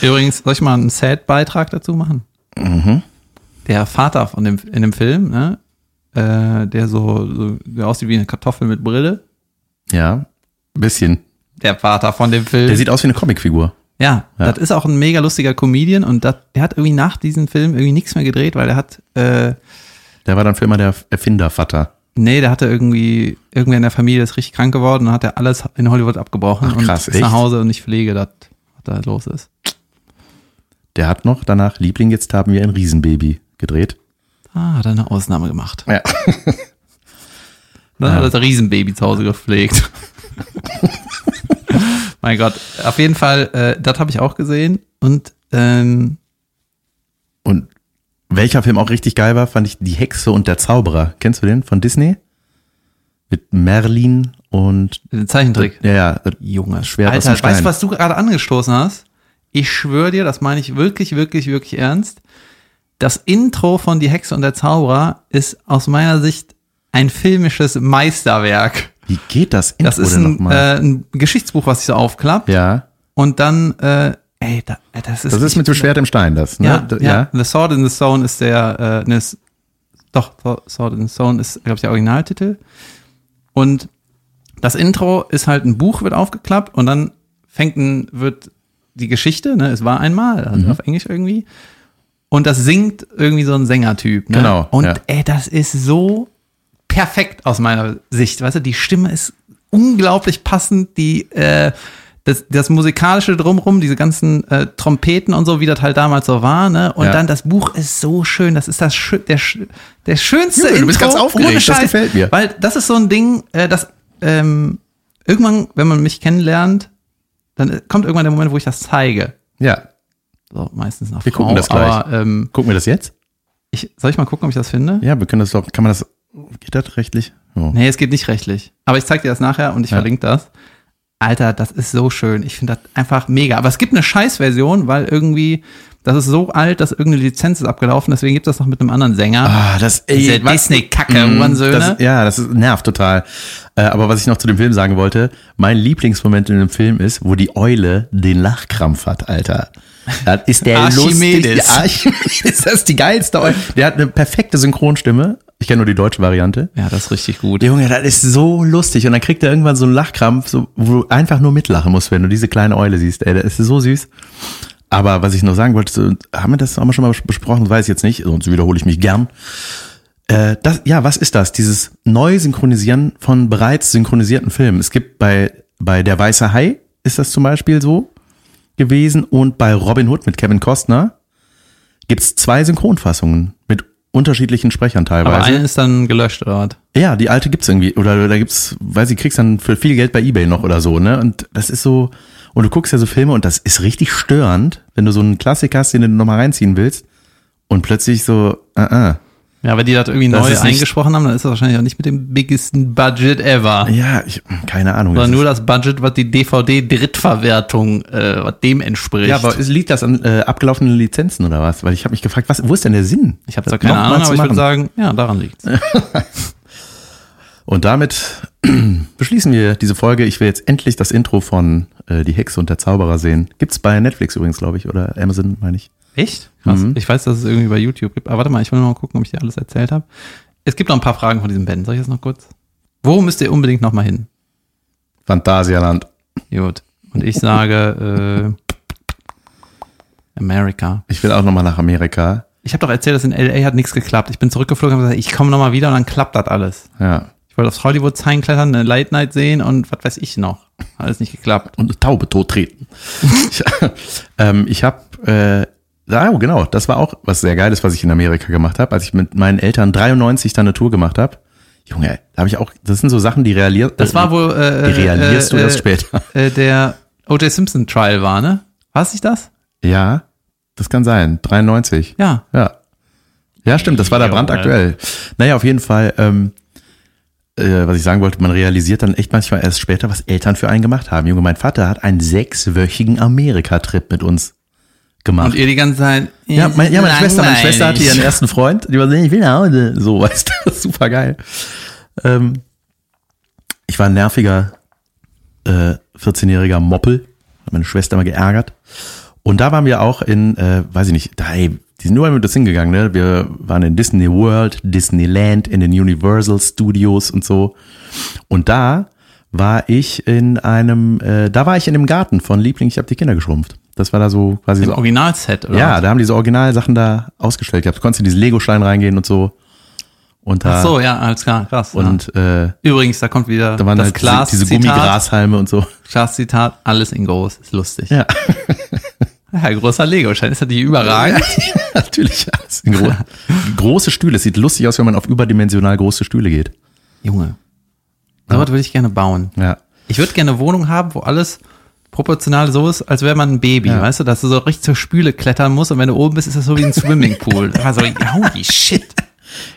[SPEAKER 2] Übrigens, soll ich mal
[SPEAKER 1] Mhm.
[SPEAKER 2] einen Sad-Beitrag dazu machen? Der Vater von dem, in dem Film, ne, äh, der so, so der aussieht wie eine Kartoffel mit Brille.
[SPEAKER 1] Ja. Bisschen.
[SPEAKER 2] Der Vater von dem Film.
[SPEAKER 1] Der sieht aus wie eine Comicfigur.
[SPEAKER 2] Ja, das ist auch ein mega lustiger Comedian und das, der hat irgendwie nach diesem Film irgendwie nichts mehr gedreht, weil der hat, äh,
[SPEAKER 1] Der war dann für immer der Erfindervater.
[SPEAKER 2] nee, der hatte irgendwie, irgendwer in der Familie ist richtig krank geworden und hat er alles in Hollywood abgebrochen
[SPEAKER 1] krass,
[SPEAKER 2] und ist nach
[SPEAKER 1] echt?
[SPEAKER 2] Hause und ich pflege, das, was da los ist.
[SPEAKER 1] Der hat noch danach Liebling, jetzt haben wir ein Riesenbaby gedreht.
[SPEAKER 2] Ah, hat er eine Ausnahme gemacht.
[SPEAKER 1] Ja.
[SPEAKER 2] Dann hat er das Riesenbaby zu Hause gepflegt. mein Gott, auf jeden Fall, äh, das habe ich auch gesehen und ähm,
[SPEAKER 1] Und welcher Film auch richtig geil war, fand ich Die Hexe und der Zauberer. Kennst du den von Disney? Mit Merlin und
[SPEAKER 2] den Zeichentrick.
[SPEAKER 1] ja, ja,
[SPEAKER 2] Junge,
[SPEAKER 1] Schwert aus
[SPEAKER 2] Alter,
[SPEAKER 1] dem Stein.
[SPEAKER 2] weißt du, was du gerade angestoßen hast? Ich schwöre dir, das meine ich wirklich, wirklich, wirklich ernst. Das Intro von Die Hexe und der Zauberer ist aus meiner Sicht ein filmisches Meisterwerk.
[SPEAKER 1] wie geht das Intro
[SPEAKER 2] Das ist
[SPEAKER 1] denn
[SPEAKER 2] ein,
[SPEAKER 1] nochmal?
[SPEAKER 2] äh, ein Geschichtsbuch, was sich so aufklappt.
[SPEAKER 1] ja,
[SPEAKER 2] Und dann, äh, ey, da, äh, das ist.
[SPEAKER 1] das ist mit dem Schwert im Stein, das. Ne?
[SPEAKER 2] ja,
[SPEAKER 1] Da-
[SPEAKER 2] ja, The Sword in the Stone ist der, äh, ne, ist, doch, The Sword in the Stone ist, glaube ich, der Originaltitel. Und das Intro ist halt ein Buch, wird aufgeklappt und dann fängt ein, wird die Geschichte, ne, es war einmal, also
[SPEAKER 1] Mhm.
[SPEAKER 2] auf Englisch irgendwie. Und das singt irgendwie so ein Sängertyp, ne?
[SPEAKER 1] Genau,
[SPEAKER 2] Und
[SPEAKER 1] ja.
[SPEAKER 2] ey, das ist so perfekt aus meiner Sicht, weißt du, die Stimme ist unglaublich passend, die, äh, das, das musikalische drumrum, diese ganzen äh, Trompeten und so, wie das halt damals so war, ne? Und
[SPEAKER 1] Ja.
[SPEAKER 2] dann das Buch ist so schön, das ist das schö der, sch- der schönste
[SPEAKER 1] Junge,
[SPEAKER 2] Intro.
[SPEAKER 1] du bist ganz aufgeregt,
[SPEAKER 2] ohne
[SPEAKER 1] das
[SPEAKER 2] Scheiß.
[SPEAKER 1] gefällt mir.
[SPEAKER 2] Weil das ist so ein Ding, äh, das ähm, irgendwann, wenn man mich kennenlernt, dann äh, kommt irgendwann der Moment, wo ich das zeige.
[SPEAKER 1] ja.
[SPEAKER 2] So, meistens nach
[SPEAKER 1] Wir gucken das gleich.
[SPEAKER 2] Aber ähm,
[SPEAKER 1] Gucken wir das jetzt?
[SPEAKER 2] ich, soll ich mal gucken, ob ich das finde?
[SPEAKER 1] Ja, wir können das doch, kann man das, geht das rechtlich? Oh.
[SPEAKER 2] Nee, es geht nicht rechtlich. Aber ich zeig dir das nachher und ich verlinke das. Alter, das ist so schön. Ich finde das einfach mega. Aber es gibt eine Scheißversion, weil irgendwie, das ist so alt, dass irgendeine Lizenz ist abgelaufen. Deswegen gibt es das noch mit einem anderen Sänger.
[SPEAKER 1] Ah, das, ey,
[SPEAKER 2] Diese
[SPEAKER 1] was-
[SPEAKER 2] Disney-Kacke,
[SPEAKER 1] Mm,
[SPEAKER 2] Hurensöhne.
[SPEAKER 1] das- Ja, das ist, nervt total. Äh, aber was ich noch zu dem Film sagen wollte, mein Lieblingsmoment in dem Film ist, wo die Eule den Lachkrampf hat, Alter. Das ist der
[SPEAKER 2] Archimedes.
[SPEAKER 1] lustigste- Ja, Archimedes, das ist die geilste Eule. Der hat eine perfekte Synchronstimme. Ich kenne nur die deutsche Variante.
[SPEAKER 2] ja, das ist richtig gut.
[SPEAKER 1] Junge, das ist so lustig. Und dann kriegt er irgendwann so einen Lachkrampf, so, wo du einfach nur mitlachen musst, wenn du diese kleine Eule siehst. Ey, das ist so süß. Aber was ich noch sagen wollte, so, haben wir das auch mal schon mal bes- besprochen? Das Weiß ich jetzt nicht, sonst wiederhole ich mich gern. Äh, das, ja, was ist das? Dieses Neu-Synchronisieren von bereits synchronisierten Filmen. Es gibt bei, bei Der Weiße Hai ist das zum Beispiel so gewesen und bei Robin Hood mit Kevin Costner gibt's zwei Synchronfassungen mit unterschiedlichen Sprechern teilweise.
[SPEAKER 2] Aber eine ist dann gelöscht, oder was?
[SPEAKER 1] Ja, die alte gibt's irgendwie. Oder da gibt's, weiß ich, kriegst dann für viel Geld bei Ebay noch oder so, ne? Und das ist so, und du guckst ja so Filme und das ist richtig störend, wenn du so einen Klassiker hast, den du nochmal reinziehen willst und plötzlich so, äh, äh.
[SPEAKER 2] Ja, wenn die das irgendwie
[SPEAKER 1] Das
[SPEAKER 2] neu
[SPEAKER 1] ist nicht-
[SPEAKER 2] eingesprochen haben, dann ist das wahrscheinlich auch nicht mit dem biggesten Budget ever.
[SPEAKER 1] Ja, ich, keine Ahnung.
[SPEAKER 2] Sondern
[SPEAKER 1] Das
[SPEAKER 2] nur das Budget, was die DVD-Drittverwertung, äh, was dem entspricht.
[SPEAKER 1] ist, ja, aber ist, liegt das an äh, abgelaufenen Lizenzen oder was? Weil ich habe mich gefragt, was, wo ist denn der Sinn?
[SPEAKER 2] ich habe
[SPEAKER 1] das
[SPEAKER 2] zwar keine
[SPEAKER 1] noch mal
[SPEAKER 2] Ahnung,
[SPEAKER 1] zu
[SPEAKER 2] aber ich würde
[SPEAKER 1] machen?
[SPEAKER 2] sagen, ja, daran liegt's.
[SPEAKER 1] Und damit beschließen wir diese Folge. Ich will jetzt endlich das Intro von äh, Die Hexe und der Zauberer sehen. Gibt's bei Netflix übrigens, glaube ich, oder Amazon, meine ich.
[SPEAKER 2] Echt? Krass.
[SPEAKER 1] Mhm.
[SPEAKER 2] Ich weiß, dass es irgendwie bei YouTube gibt. Aber warte mal, ich will noch mal gucken, ob ich dir alles erzählt habe. Es gibt noch ein paar Fragen von diesem Ben. Soll ich das noch kurz? Wo müsst ihr unbedingt noch mal hin?
[SPEAKER 1] Phantasialand.
[SPEAKER 2] Gut. Und ich sage äh, America.
[SPEAKER 1] Ich will auch nochmal nach Amerika.
[SPEAKER 2] Ich habe doch erzählt, dass in LA hat nichts geklappt. Ich bin zurückgeflogen und gesagt, ich komme noch mal wieder und dann klappt das alles.
[SPEAKER 1] Ja.
[SPEAKER 2] Ich wollte aufs Hollywood Sign klettern, eine Late Night sehen und was weiß ich noch. Hat Alles nicht geklappt.
[SPEAKER 1] Und eine Taube tot treten. ich ähm, ich habe, äh, ah, oh, genau, das war auch was sehr Geiles, was ich in Amerika gemacht habe, als ich mit meinen Eltern 93 dann eine Tour gemacht habe. Junge, da habe ich auch, das sind so Sachen, die realierst
[SPEAKER 2] Das war wohl äh,
[SPEAKER 1] Die realierst
[SPEAKER 2] äh,
[SPEAKER 1] du erst
[SPEAKER 2] äh,
[SPEAKER 1] später.
[SPEAKER 2] äh, der O.J. Simpson Trial war, ne? War es nicht das?
[SPEAKER 1] Ja, das kann sein. 93.
[SPEAKER 2] Ja.
[SPEAKER 1] Ja. Ja, stimmt, das war der
[SPEAKER 2] Junge.
[SPEAKER 1] Brand aktuell. Naja, auf jeden Fall, ähm, äh, was ich sagen wollte, man realisiert dann echt manchmal erst später, was Eltern für einen gemacht haben. Junge, mein Vater hat einen sechswöchigen Amerika-Trip mit uns gemacht.
[SPEAKER 2] Und ihr die ganze Zeit.
[SPEAKER 1] ja, mein, ja, meine
[SPEAKER 2] Langweilig.
[SPEAKER 1] Schwester, meine Schwester hatte ihren ersten Freund. Die war so, ich will nach Hause. So, weißt du, super geil. Ähm, ich war ein nerviger äh, 14-jähriger Moppel. Hat meine Schwester immer geärgert. Und da waren wir auch in, äh, weiß ich nicht, da, ey, Die sind überall mit uns hingegangen, ne? Wir waren in Disney World, Disneyland, in den Universal Studios und so. Und da war ich in einem, äh, da war ich in dem Garten von Liebling, ich habe die Kinder geschrumpft. Das war da so quasi
[SPEAKER 2] Im
[SPEAKER 1] so
[SPEAKER 2] Originalset, oder?
[SPEAKER 1] ja,
[SPEAKER 2] was?
[SPEAKER 1] da haben diese Originalsachen da ausgestellt gehabt. Du konntest in diesen Lego-Stein reingehen und so. Und da,
[SPEAKER 2] Ach so, ja, alles klar, krass.
[SPEAKER 1] und äh,
[SPEAKER 2] ja. Übrigens, da kommt wieder
[SPEAKER 1] da waren
[SPEAKER 2] das
[SPEAKER 1] halt diese,
[SPEAKER 2] Klaas
[SPEAKER 1] diese
[SPEAKER 2] Zitat.
[SPEAKER 1] Gummigrashalme und so.
[SPEAKER 2] Klaas Zitat, alles in groß, ist lustig.
[SPEAKER 1] Ja.
[SPEAKER 2] Ja, großer Lego-Schein, ist natürlich überragend.
[SPEAKER 1] Natürlich alles. in Gro große Stühle. Es sieht lustig aus, wenn man auf überdimensional große Stühle geht.
[SPEAKER 2] Junge, sowas würde ich gerne bauen.
[SPEAKER 1] Ja.
[SPEAKER 2] Ich würde gerne eine Wohnung haben, wo alles proportional so ist, als wäre man ein Baby,
[SPEAKER 1] Ja.
[SPEAKER 2] weißt du, dass du so richtig zur Spüle klettern musst und wenn du oben bist, ist das so wie ein Swimmingpool. Also, holy shit.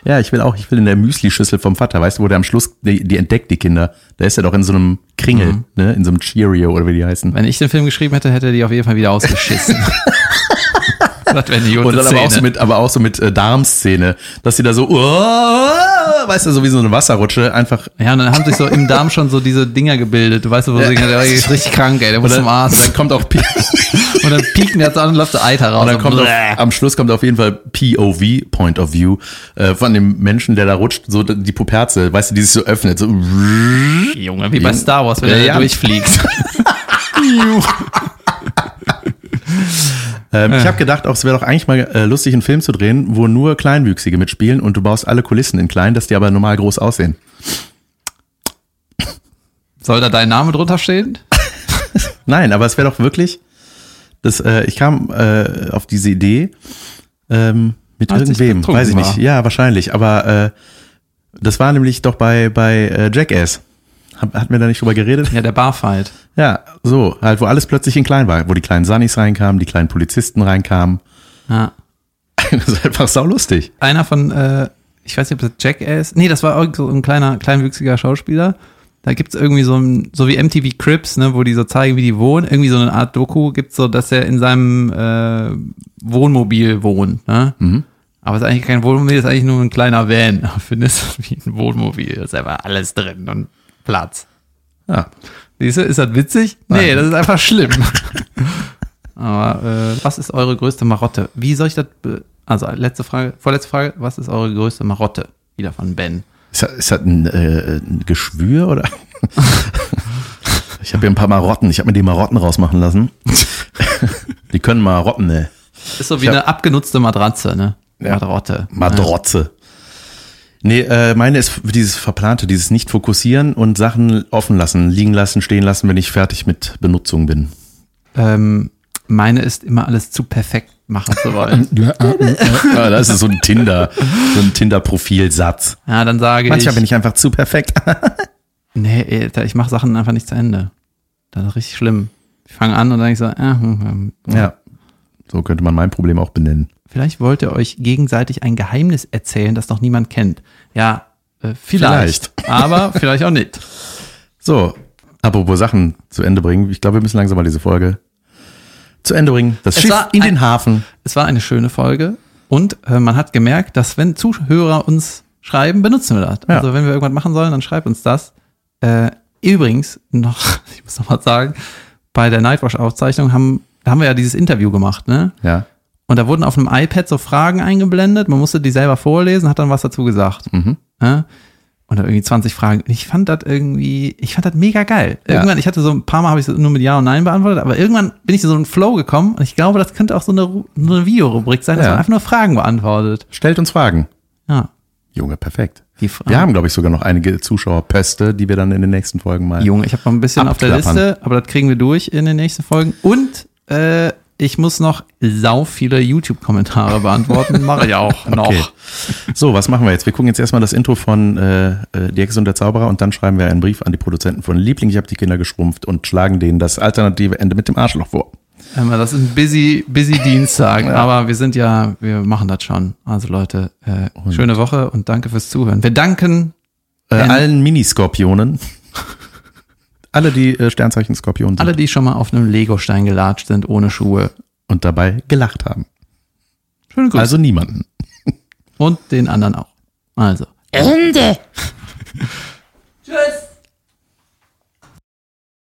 [SPEAKER 1] Ja, ich will auch, ich will in der Müsli-Schüssel vom Vater, weißt du, wo der am Schluss, die, die entdeckt die Kinder. Da ist er doch in so einem Kringel,
[SPEAKER 2] Mhm.
[SPEAKER 1] ne? In so einem Cheerio oder wie die heißen.
[SPEAKER 2] Wenn ich den Film geschrieben hätte, hätte er die auf jeden Fall wieder ausgeschissen. das wäre eine gute
[SPEAKER 1] Und dann aber auch so
[SPEAKER 2] Szene.
[SPEAKER 1] mit, aber auch so mit äh, Darmszene, dass sie da so, uah, weißt du, so wie so eine Wasserrutsche, einfach
[SPEAKER 2] Ja, und dann haben sich so im Darm schon so diese Dinger gebildet. Du weißt, wo sie der ist richtig krank, ey, der muss zum
[SPEAKER 1] Ne? Und
[SPEAKER 2] Arzt.
[SPEAKER 1] dann kommt auch P
[SPEAKER 2] Und dann pieken die jetzt an und läuft der Eiter raus.
[SPEAKER 1] und dann kommt
[SPEAKER 2] Also Bläh.
[SPEAKER 1] auf, am Schluss kommt auf jeden Fall POV, Point of View, äh, von dem Menschen, der da rutscht, so die Puperze, weißt du, die sich so öffnet, so ähm,
[SPEAKER 2] Junge, wie bei Star Wars, wenn
[SPEAKER 1] Ja,
[SPEAKER 2] er
[SPEAKER 1] ja.
[SPEAKER 2] da durchfliegt.
[SPEAKER 1] Ähm, Ich habe gedacht, auch es wäre doch eigentlich mal äh, lustig, einen Film zu drehen, wo nur Kleinwüchsige mitspielen und du baust alle Kulissen in klein, dass die aber normal groß aussehen.
[SPEAKER 2] Soll da dein Name drunter stehen?
[SPEAKER 1] Nein, aber es wäre doch wirklich, das, äh, ich kam äh, auf diese Idee ähm, mit
[SPEAKER 2] Als ich
[SPEAKER 1] irgendwem,
[SPEAKER 2] betrunken
[SPEAKER 1] weiß ich nicht.
[SPEAKER 2] war.
[SPEAKER 1] Ja, wahrscheinlich, aber äh, das war nämlich doch bei, bei äh, Jackass. Hab, hatten wir da nicht drüber geredet?
[SPEAKER 2] Ja, der Barfight.
[SPEAKER 1] Ja, so, halt, wo alles plötzlich in klein war, wo die kleinen Sunnies reinkamen, die kleinen Polizisten reinkamen.
[SPEAKER 2] Ja.
[SPEAKER 1] Das ist einfach saulustig.
[SPEAKER 2] Einer von, äh, ich weiß nicht, ob das Jackass, nee, das war irgend so ein kleiner, kleinwüchsiger Schauspieler. Da gibt's irgendwie so ein, so wie MTV Crips, ne, wo die so zeigen, wie die wohnen. Irgendwie so eine Art Doku gibt's so, dass er in seinem äh, Wohnmobil wohnt, ne? Aber es ist eigentlich kein Wohnmobil, es ist eigentlich nur ein kleiner Van. Findest du wie ein Wohnmobil? Da ist einfach alles drin und Platz.
[SPEAKER 1] Ja.
[SPEAKER 2] Siehst du, ist das witzig? Nee, das ist einfach schlimm. Aber äh, was ist eure größte Marotte? Wie soll ich das. Be also, letzte Frage, vorletzte Frage. Was ist eure größte Marotte? Wieder von Ben.
[SPEAKER 1] Ist das, ist das ein, äh, ein Geschwür oder? ich habe hier ein paar Marotten. Ich habe mir die Marotten rausmachen lassen. die können Marotten, ne?
[SPEAKER 2] Ist so wie eine abgenutzte Matratze, ne? Marotte.
[SPEAKER 1] Madrotze. Nee, äh, meine ist dieses Verplante, dieses Nicht-Fokussieren und Sachen offen lassen, liegen lassen, stehen lassen, wenn ich fertig mit Benutzung bin.
[SPEAKER 2] Ähm, meine ist immer alles zu perfekt machen zu wollen.
[SPEAKER 1] Ja, Ah, das ist so ein Tinder, so ein Tinder-Profilsatz.
[SPEAKER 2] ja, dann sage
[SPEAKER 1] Manchmal
[SPEAKER 2] ich.
[SPEAKER 1] bin ich einfach zu perfekt.
[SPEAKER 2] Nee, Alter, ich mache Sachen einfach nicht zu Ende. Das ist richtig schlimm. Ich fange an und dann denk ich so, äh, hm, hm,
[SPEAKER 1] ja. So könnte man mein Problem auch benennen.
[SPEAKER 2] Vielleicht wollt ihr euch gegenseitig ein Geheimnis erzählen, das noch niemand kennt. Ja, äh, vielleicht, Aber vielleicht auch nicht.
[SPEAKER 1] So, apropos Sachen zu Ende bringen. Ich glaube, wir müssen langsam mal diese Folge zu Ende bringen. Das
[SPEAKER 2] Es
[SPEAKER 1] Schiff
[SPEAKER 2] war
[SPEAKER 1] in
[SPEAKER 2] ein-
[SPEAKER 1] den Hafen.
[SPEAKER 2] Es war eine schöne Folge und äh, man hat gemerkt, dass wenn Zuhörer uns schreiben, benutzen wir das.
[SPEAKER 1] Ja.
[SPEAKER 2] Also wenn wir irgendwas machen sollen, dann schreibt uns das. Äh, übrigens noch, ich muss noch mal sagen, bei der Nightwatch-Aufzeichnung haben, da haben wir ja dieses Interview gemacht, ne?
[SPEAKER 1] Ja.
[SPEAKER 2] Und da wurden auf einem iPad so Fragen eingeblendet. Man musste die selber vorlesen, hat dann was dazu gesagt.
[SPEAKER 1] Mhm.
[SPEAKER 2] Ja? Und dann irgendwie 20 Fragen. Ich fand das irgendwie, ich fand das mega geil. Irgendwann, ich hatte so ein paar Mal, habe ich so nur mit Ja und Nein beantwortet, aber irgendwann bin ich in so einen Flow gekommen und ich glaube, das könnte auch so eine, Ru- so eine Videorubrik sein, dass
[SPEAKER 1] Ja.
[SPEAKER 2] man einfach nur Fragen beantwortet.
[SPEAKER 1] Stellt uns Fragen.
[SPEAKER 2] Ja,
[SPEAKER 1] Junge, perfekt.
[SPEAKER 2] die Fragen.
[SPEAKER 1] Wir haben, glaube ich, sogar noch einige Zuschauerpöste, die wir dann in den nächsten Folgen mal.
[SPEAKER 2] Junge, ich habe noch ein bisschen auf der
[SPEAKER 1] Abklappern.
[SPEAKER 2] Liste, aber das kriegen wir durch in den nächsten Folgen. Und äh, ich muss noch sau viele YouTube-Kommentare beantworten. Mache ich auch noch.
[SPEAKER 1] Okay. So, was machen wir jetzt? Wir gucken jetzt erstmal das Intro von äh, äh, Die Hexe und der Zauberer und dann schreiben wir einen Brief an die Produzenten von Liebling, ich habe die Kinder geschrumpft und schlagen denen das alternative Ende mit dem Arschloch vor.
[SPEAKER 2] Hör mal, Ähm, Das ist ein busy, busy Dienstag, aber wir sind ja, wir machen das schon. Also Leute, äh, schöne Woche und danke fürs Zuhören. Wir danken,
[SPEAKER 1] Äh,
[SPEAKER 2] Ähm.
[SPEAKER 1] allen Miniskorpionen. Alle, die äh, Sternzeichen Skorpion sind
[SPEAKER 2] alle, die schon mal auf einem Legostein gelatscht sind, ohne Schuhe.
[SPEAKER 1] und dabei gelacht haben.
[SPEAKER 2] Schöne Grüße.
[SPEAKER 1] Also niemanden.
[SPEAKER 2] Und den anderen auch. Also.
[SPEAKER 7] Ende. Tschüss.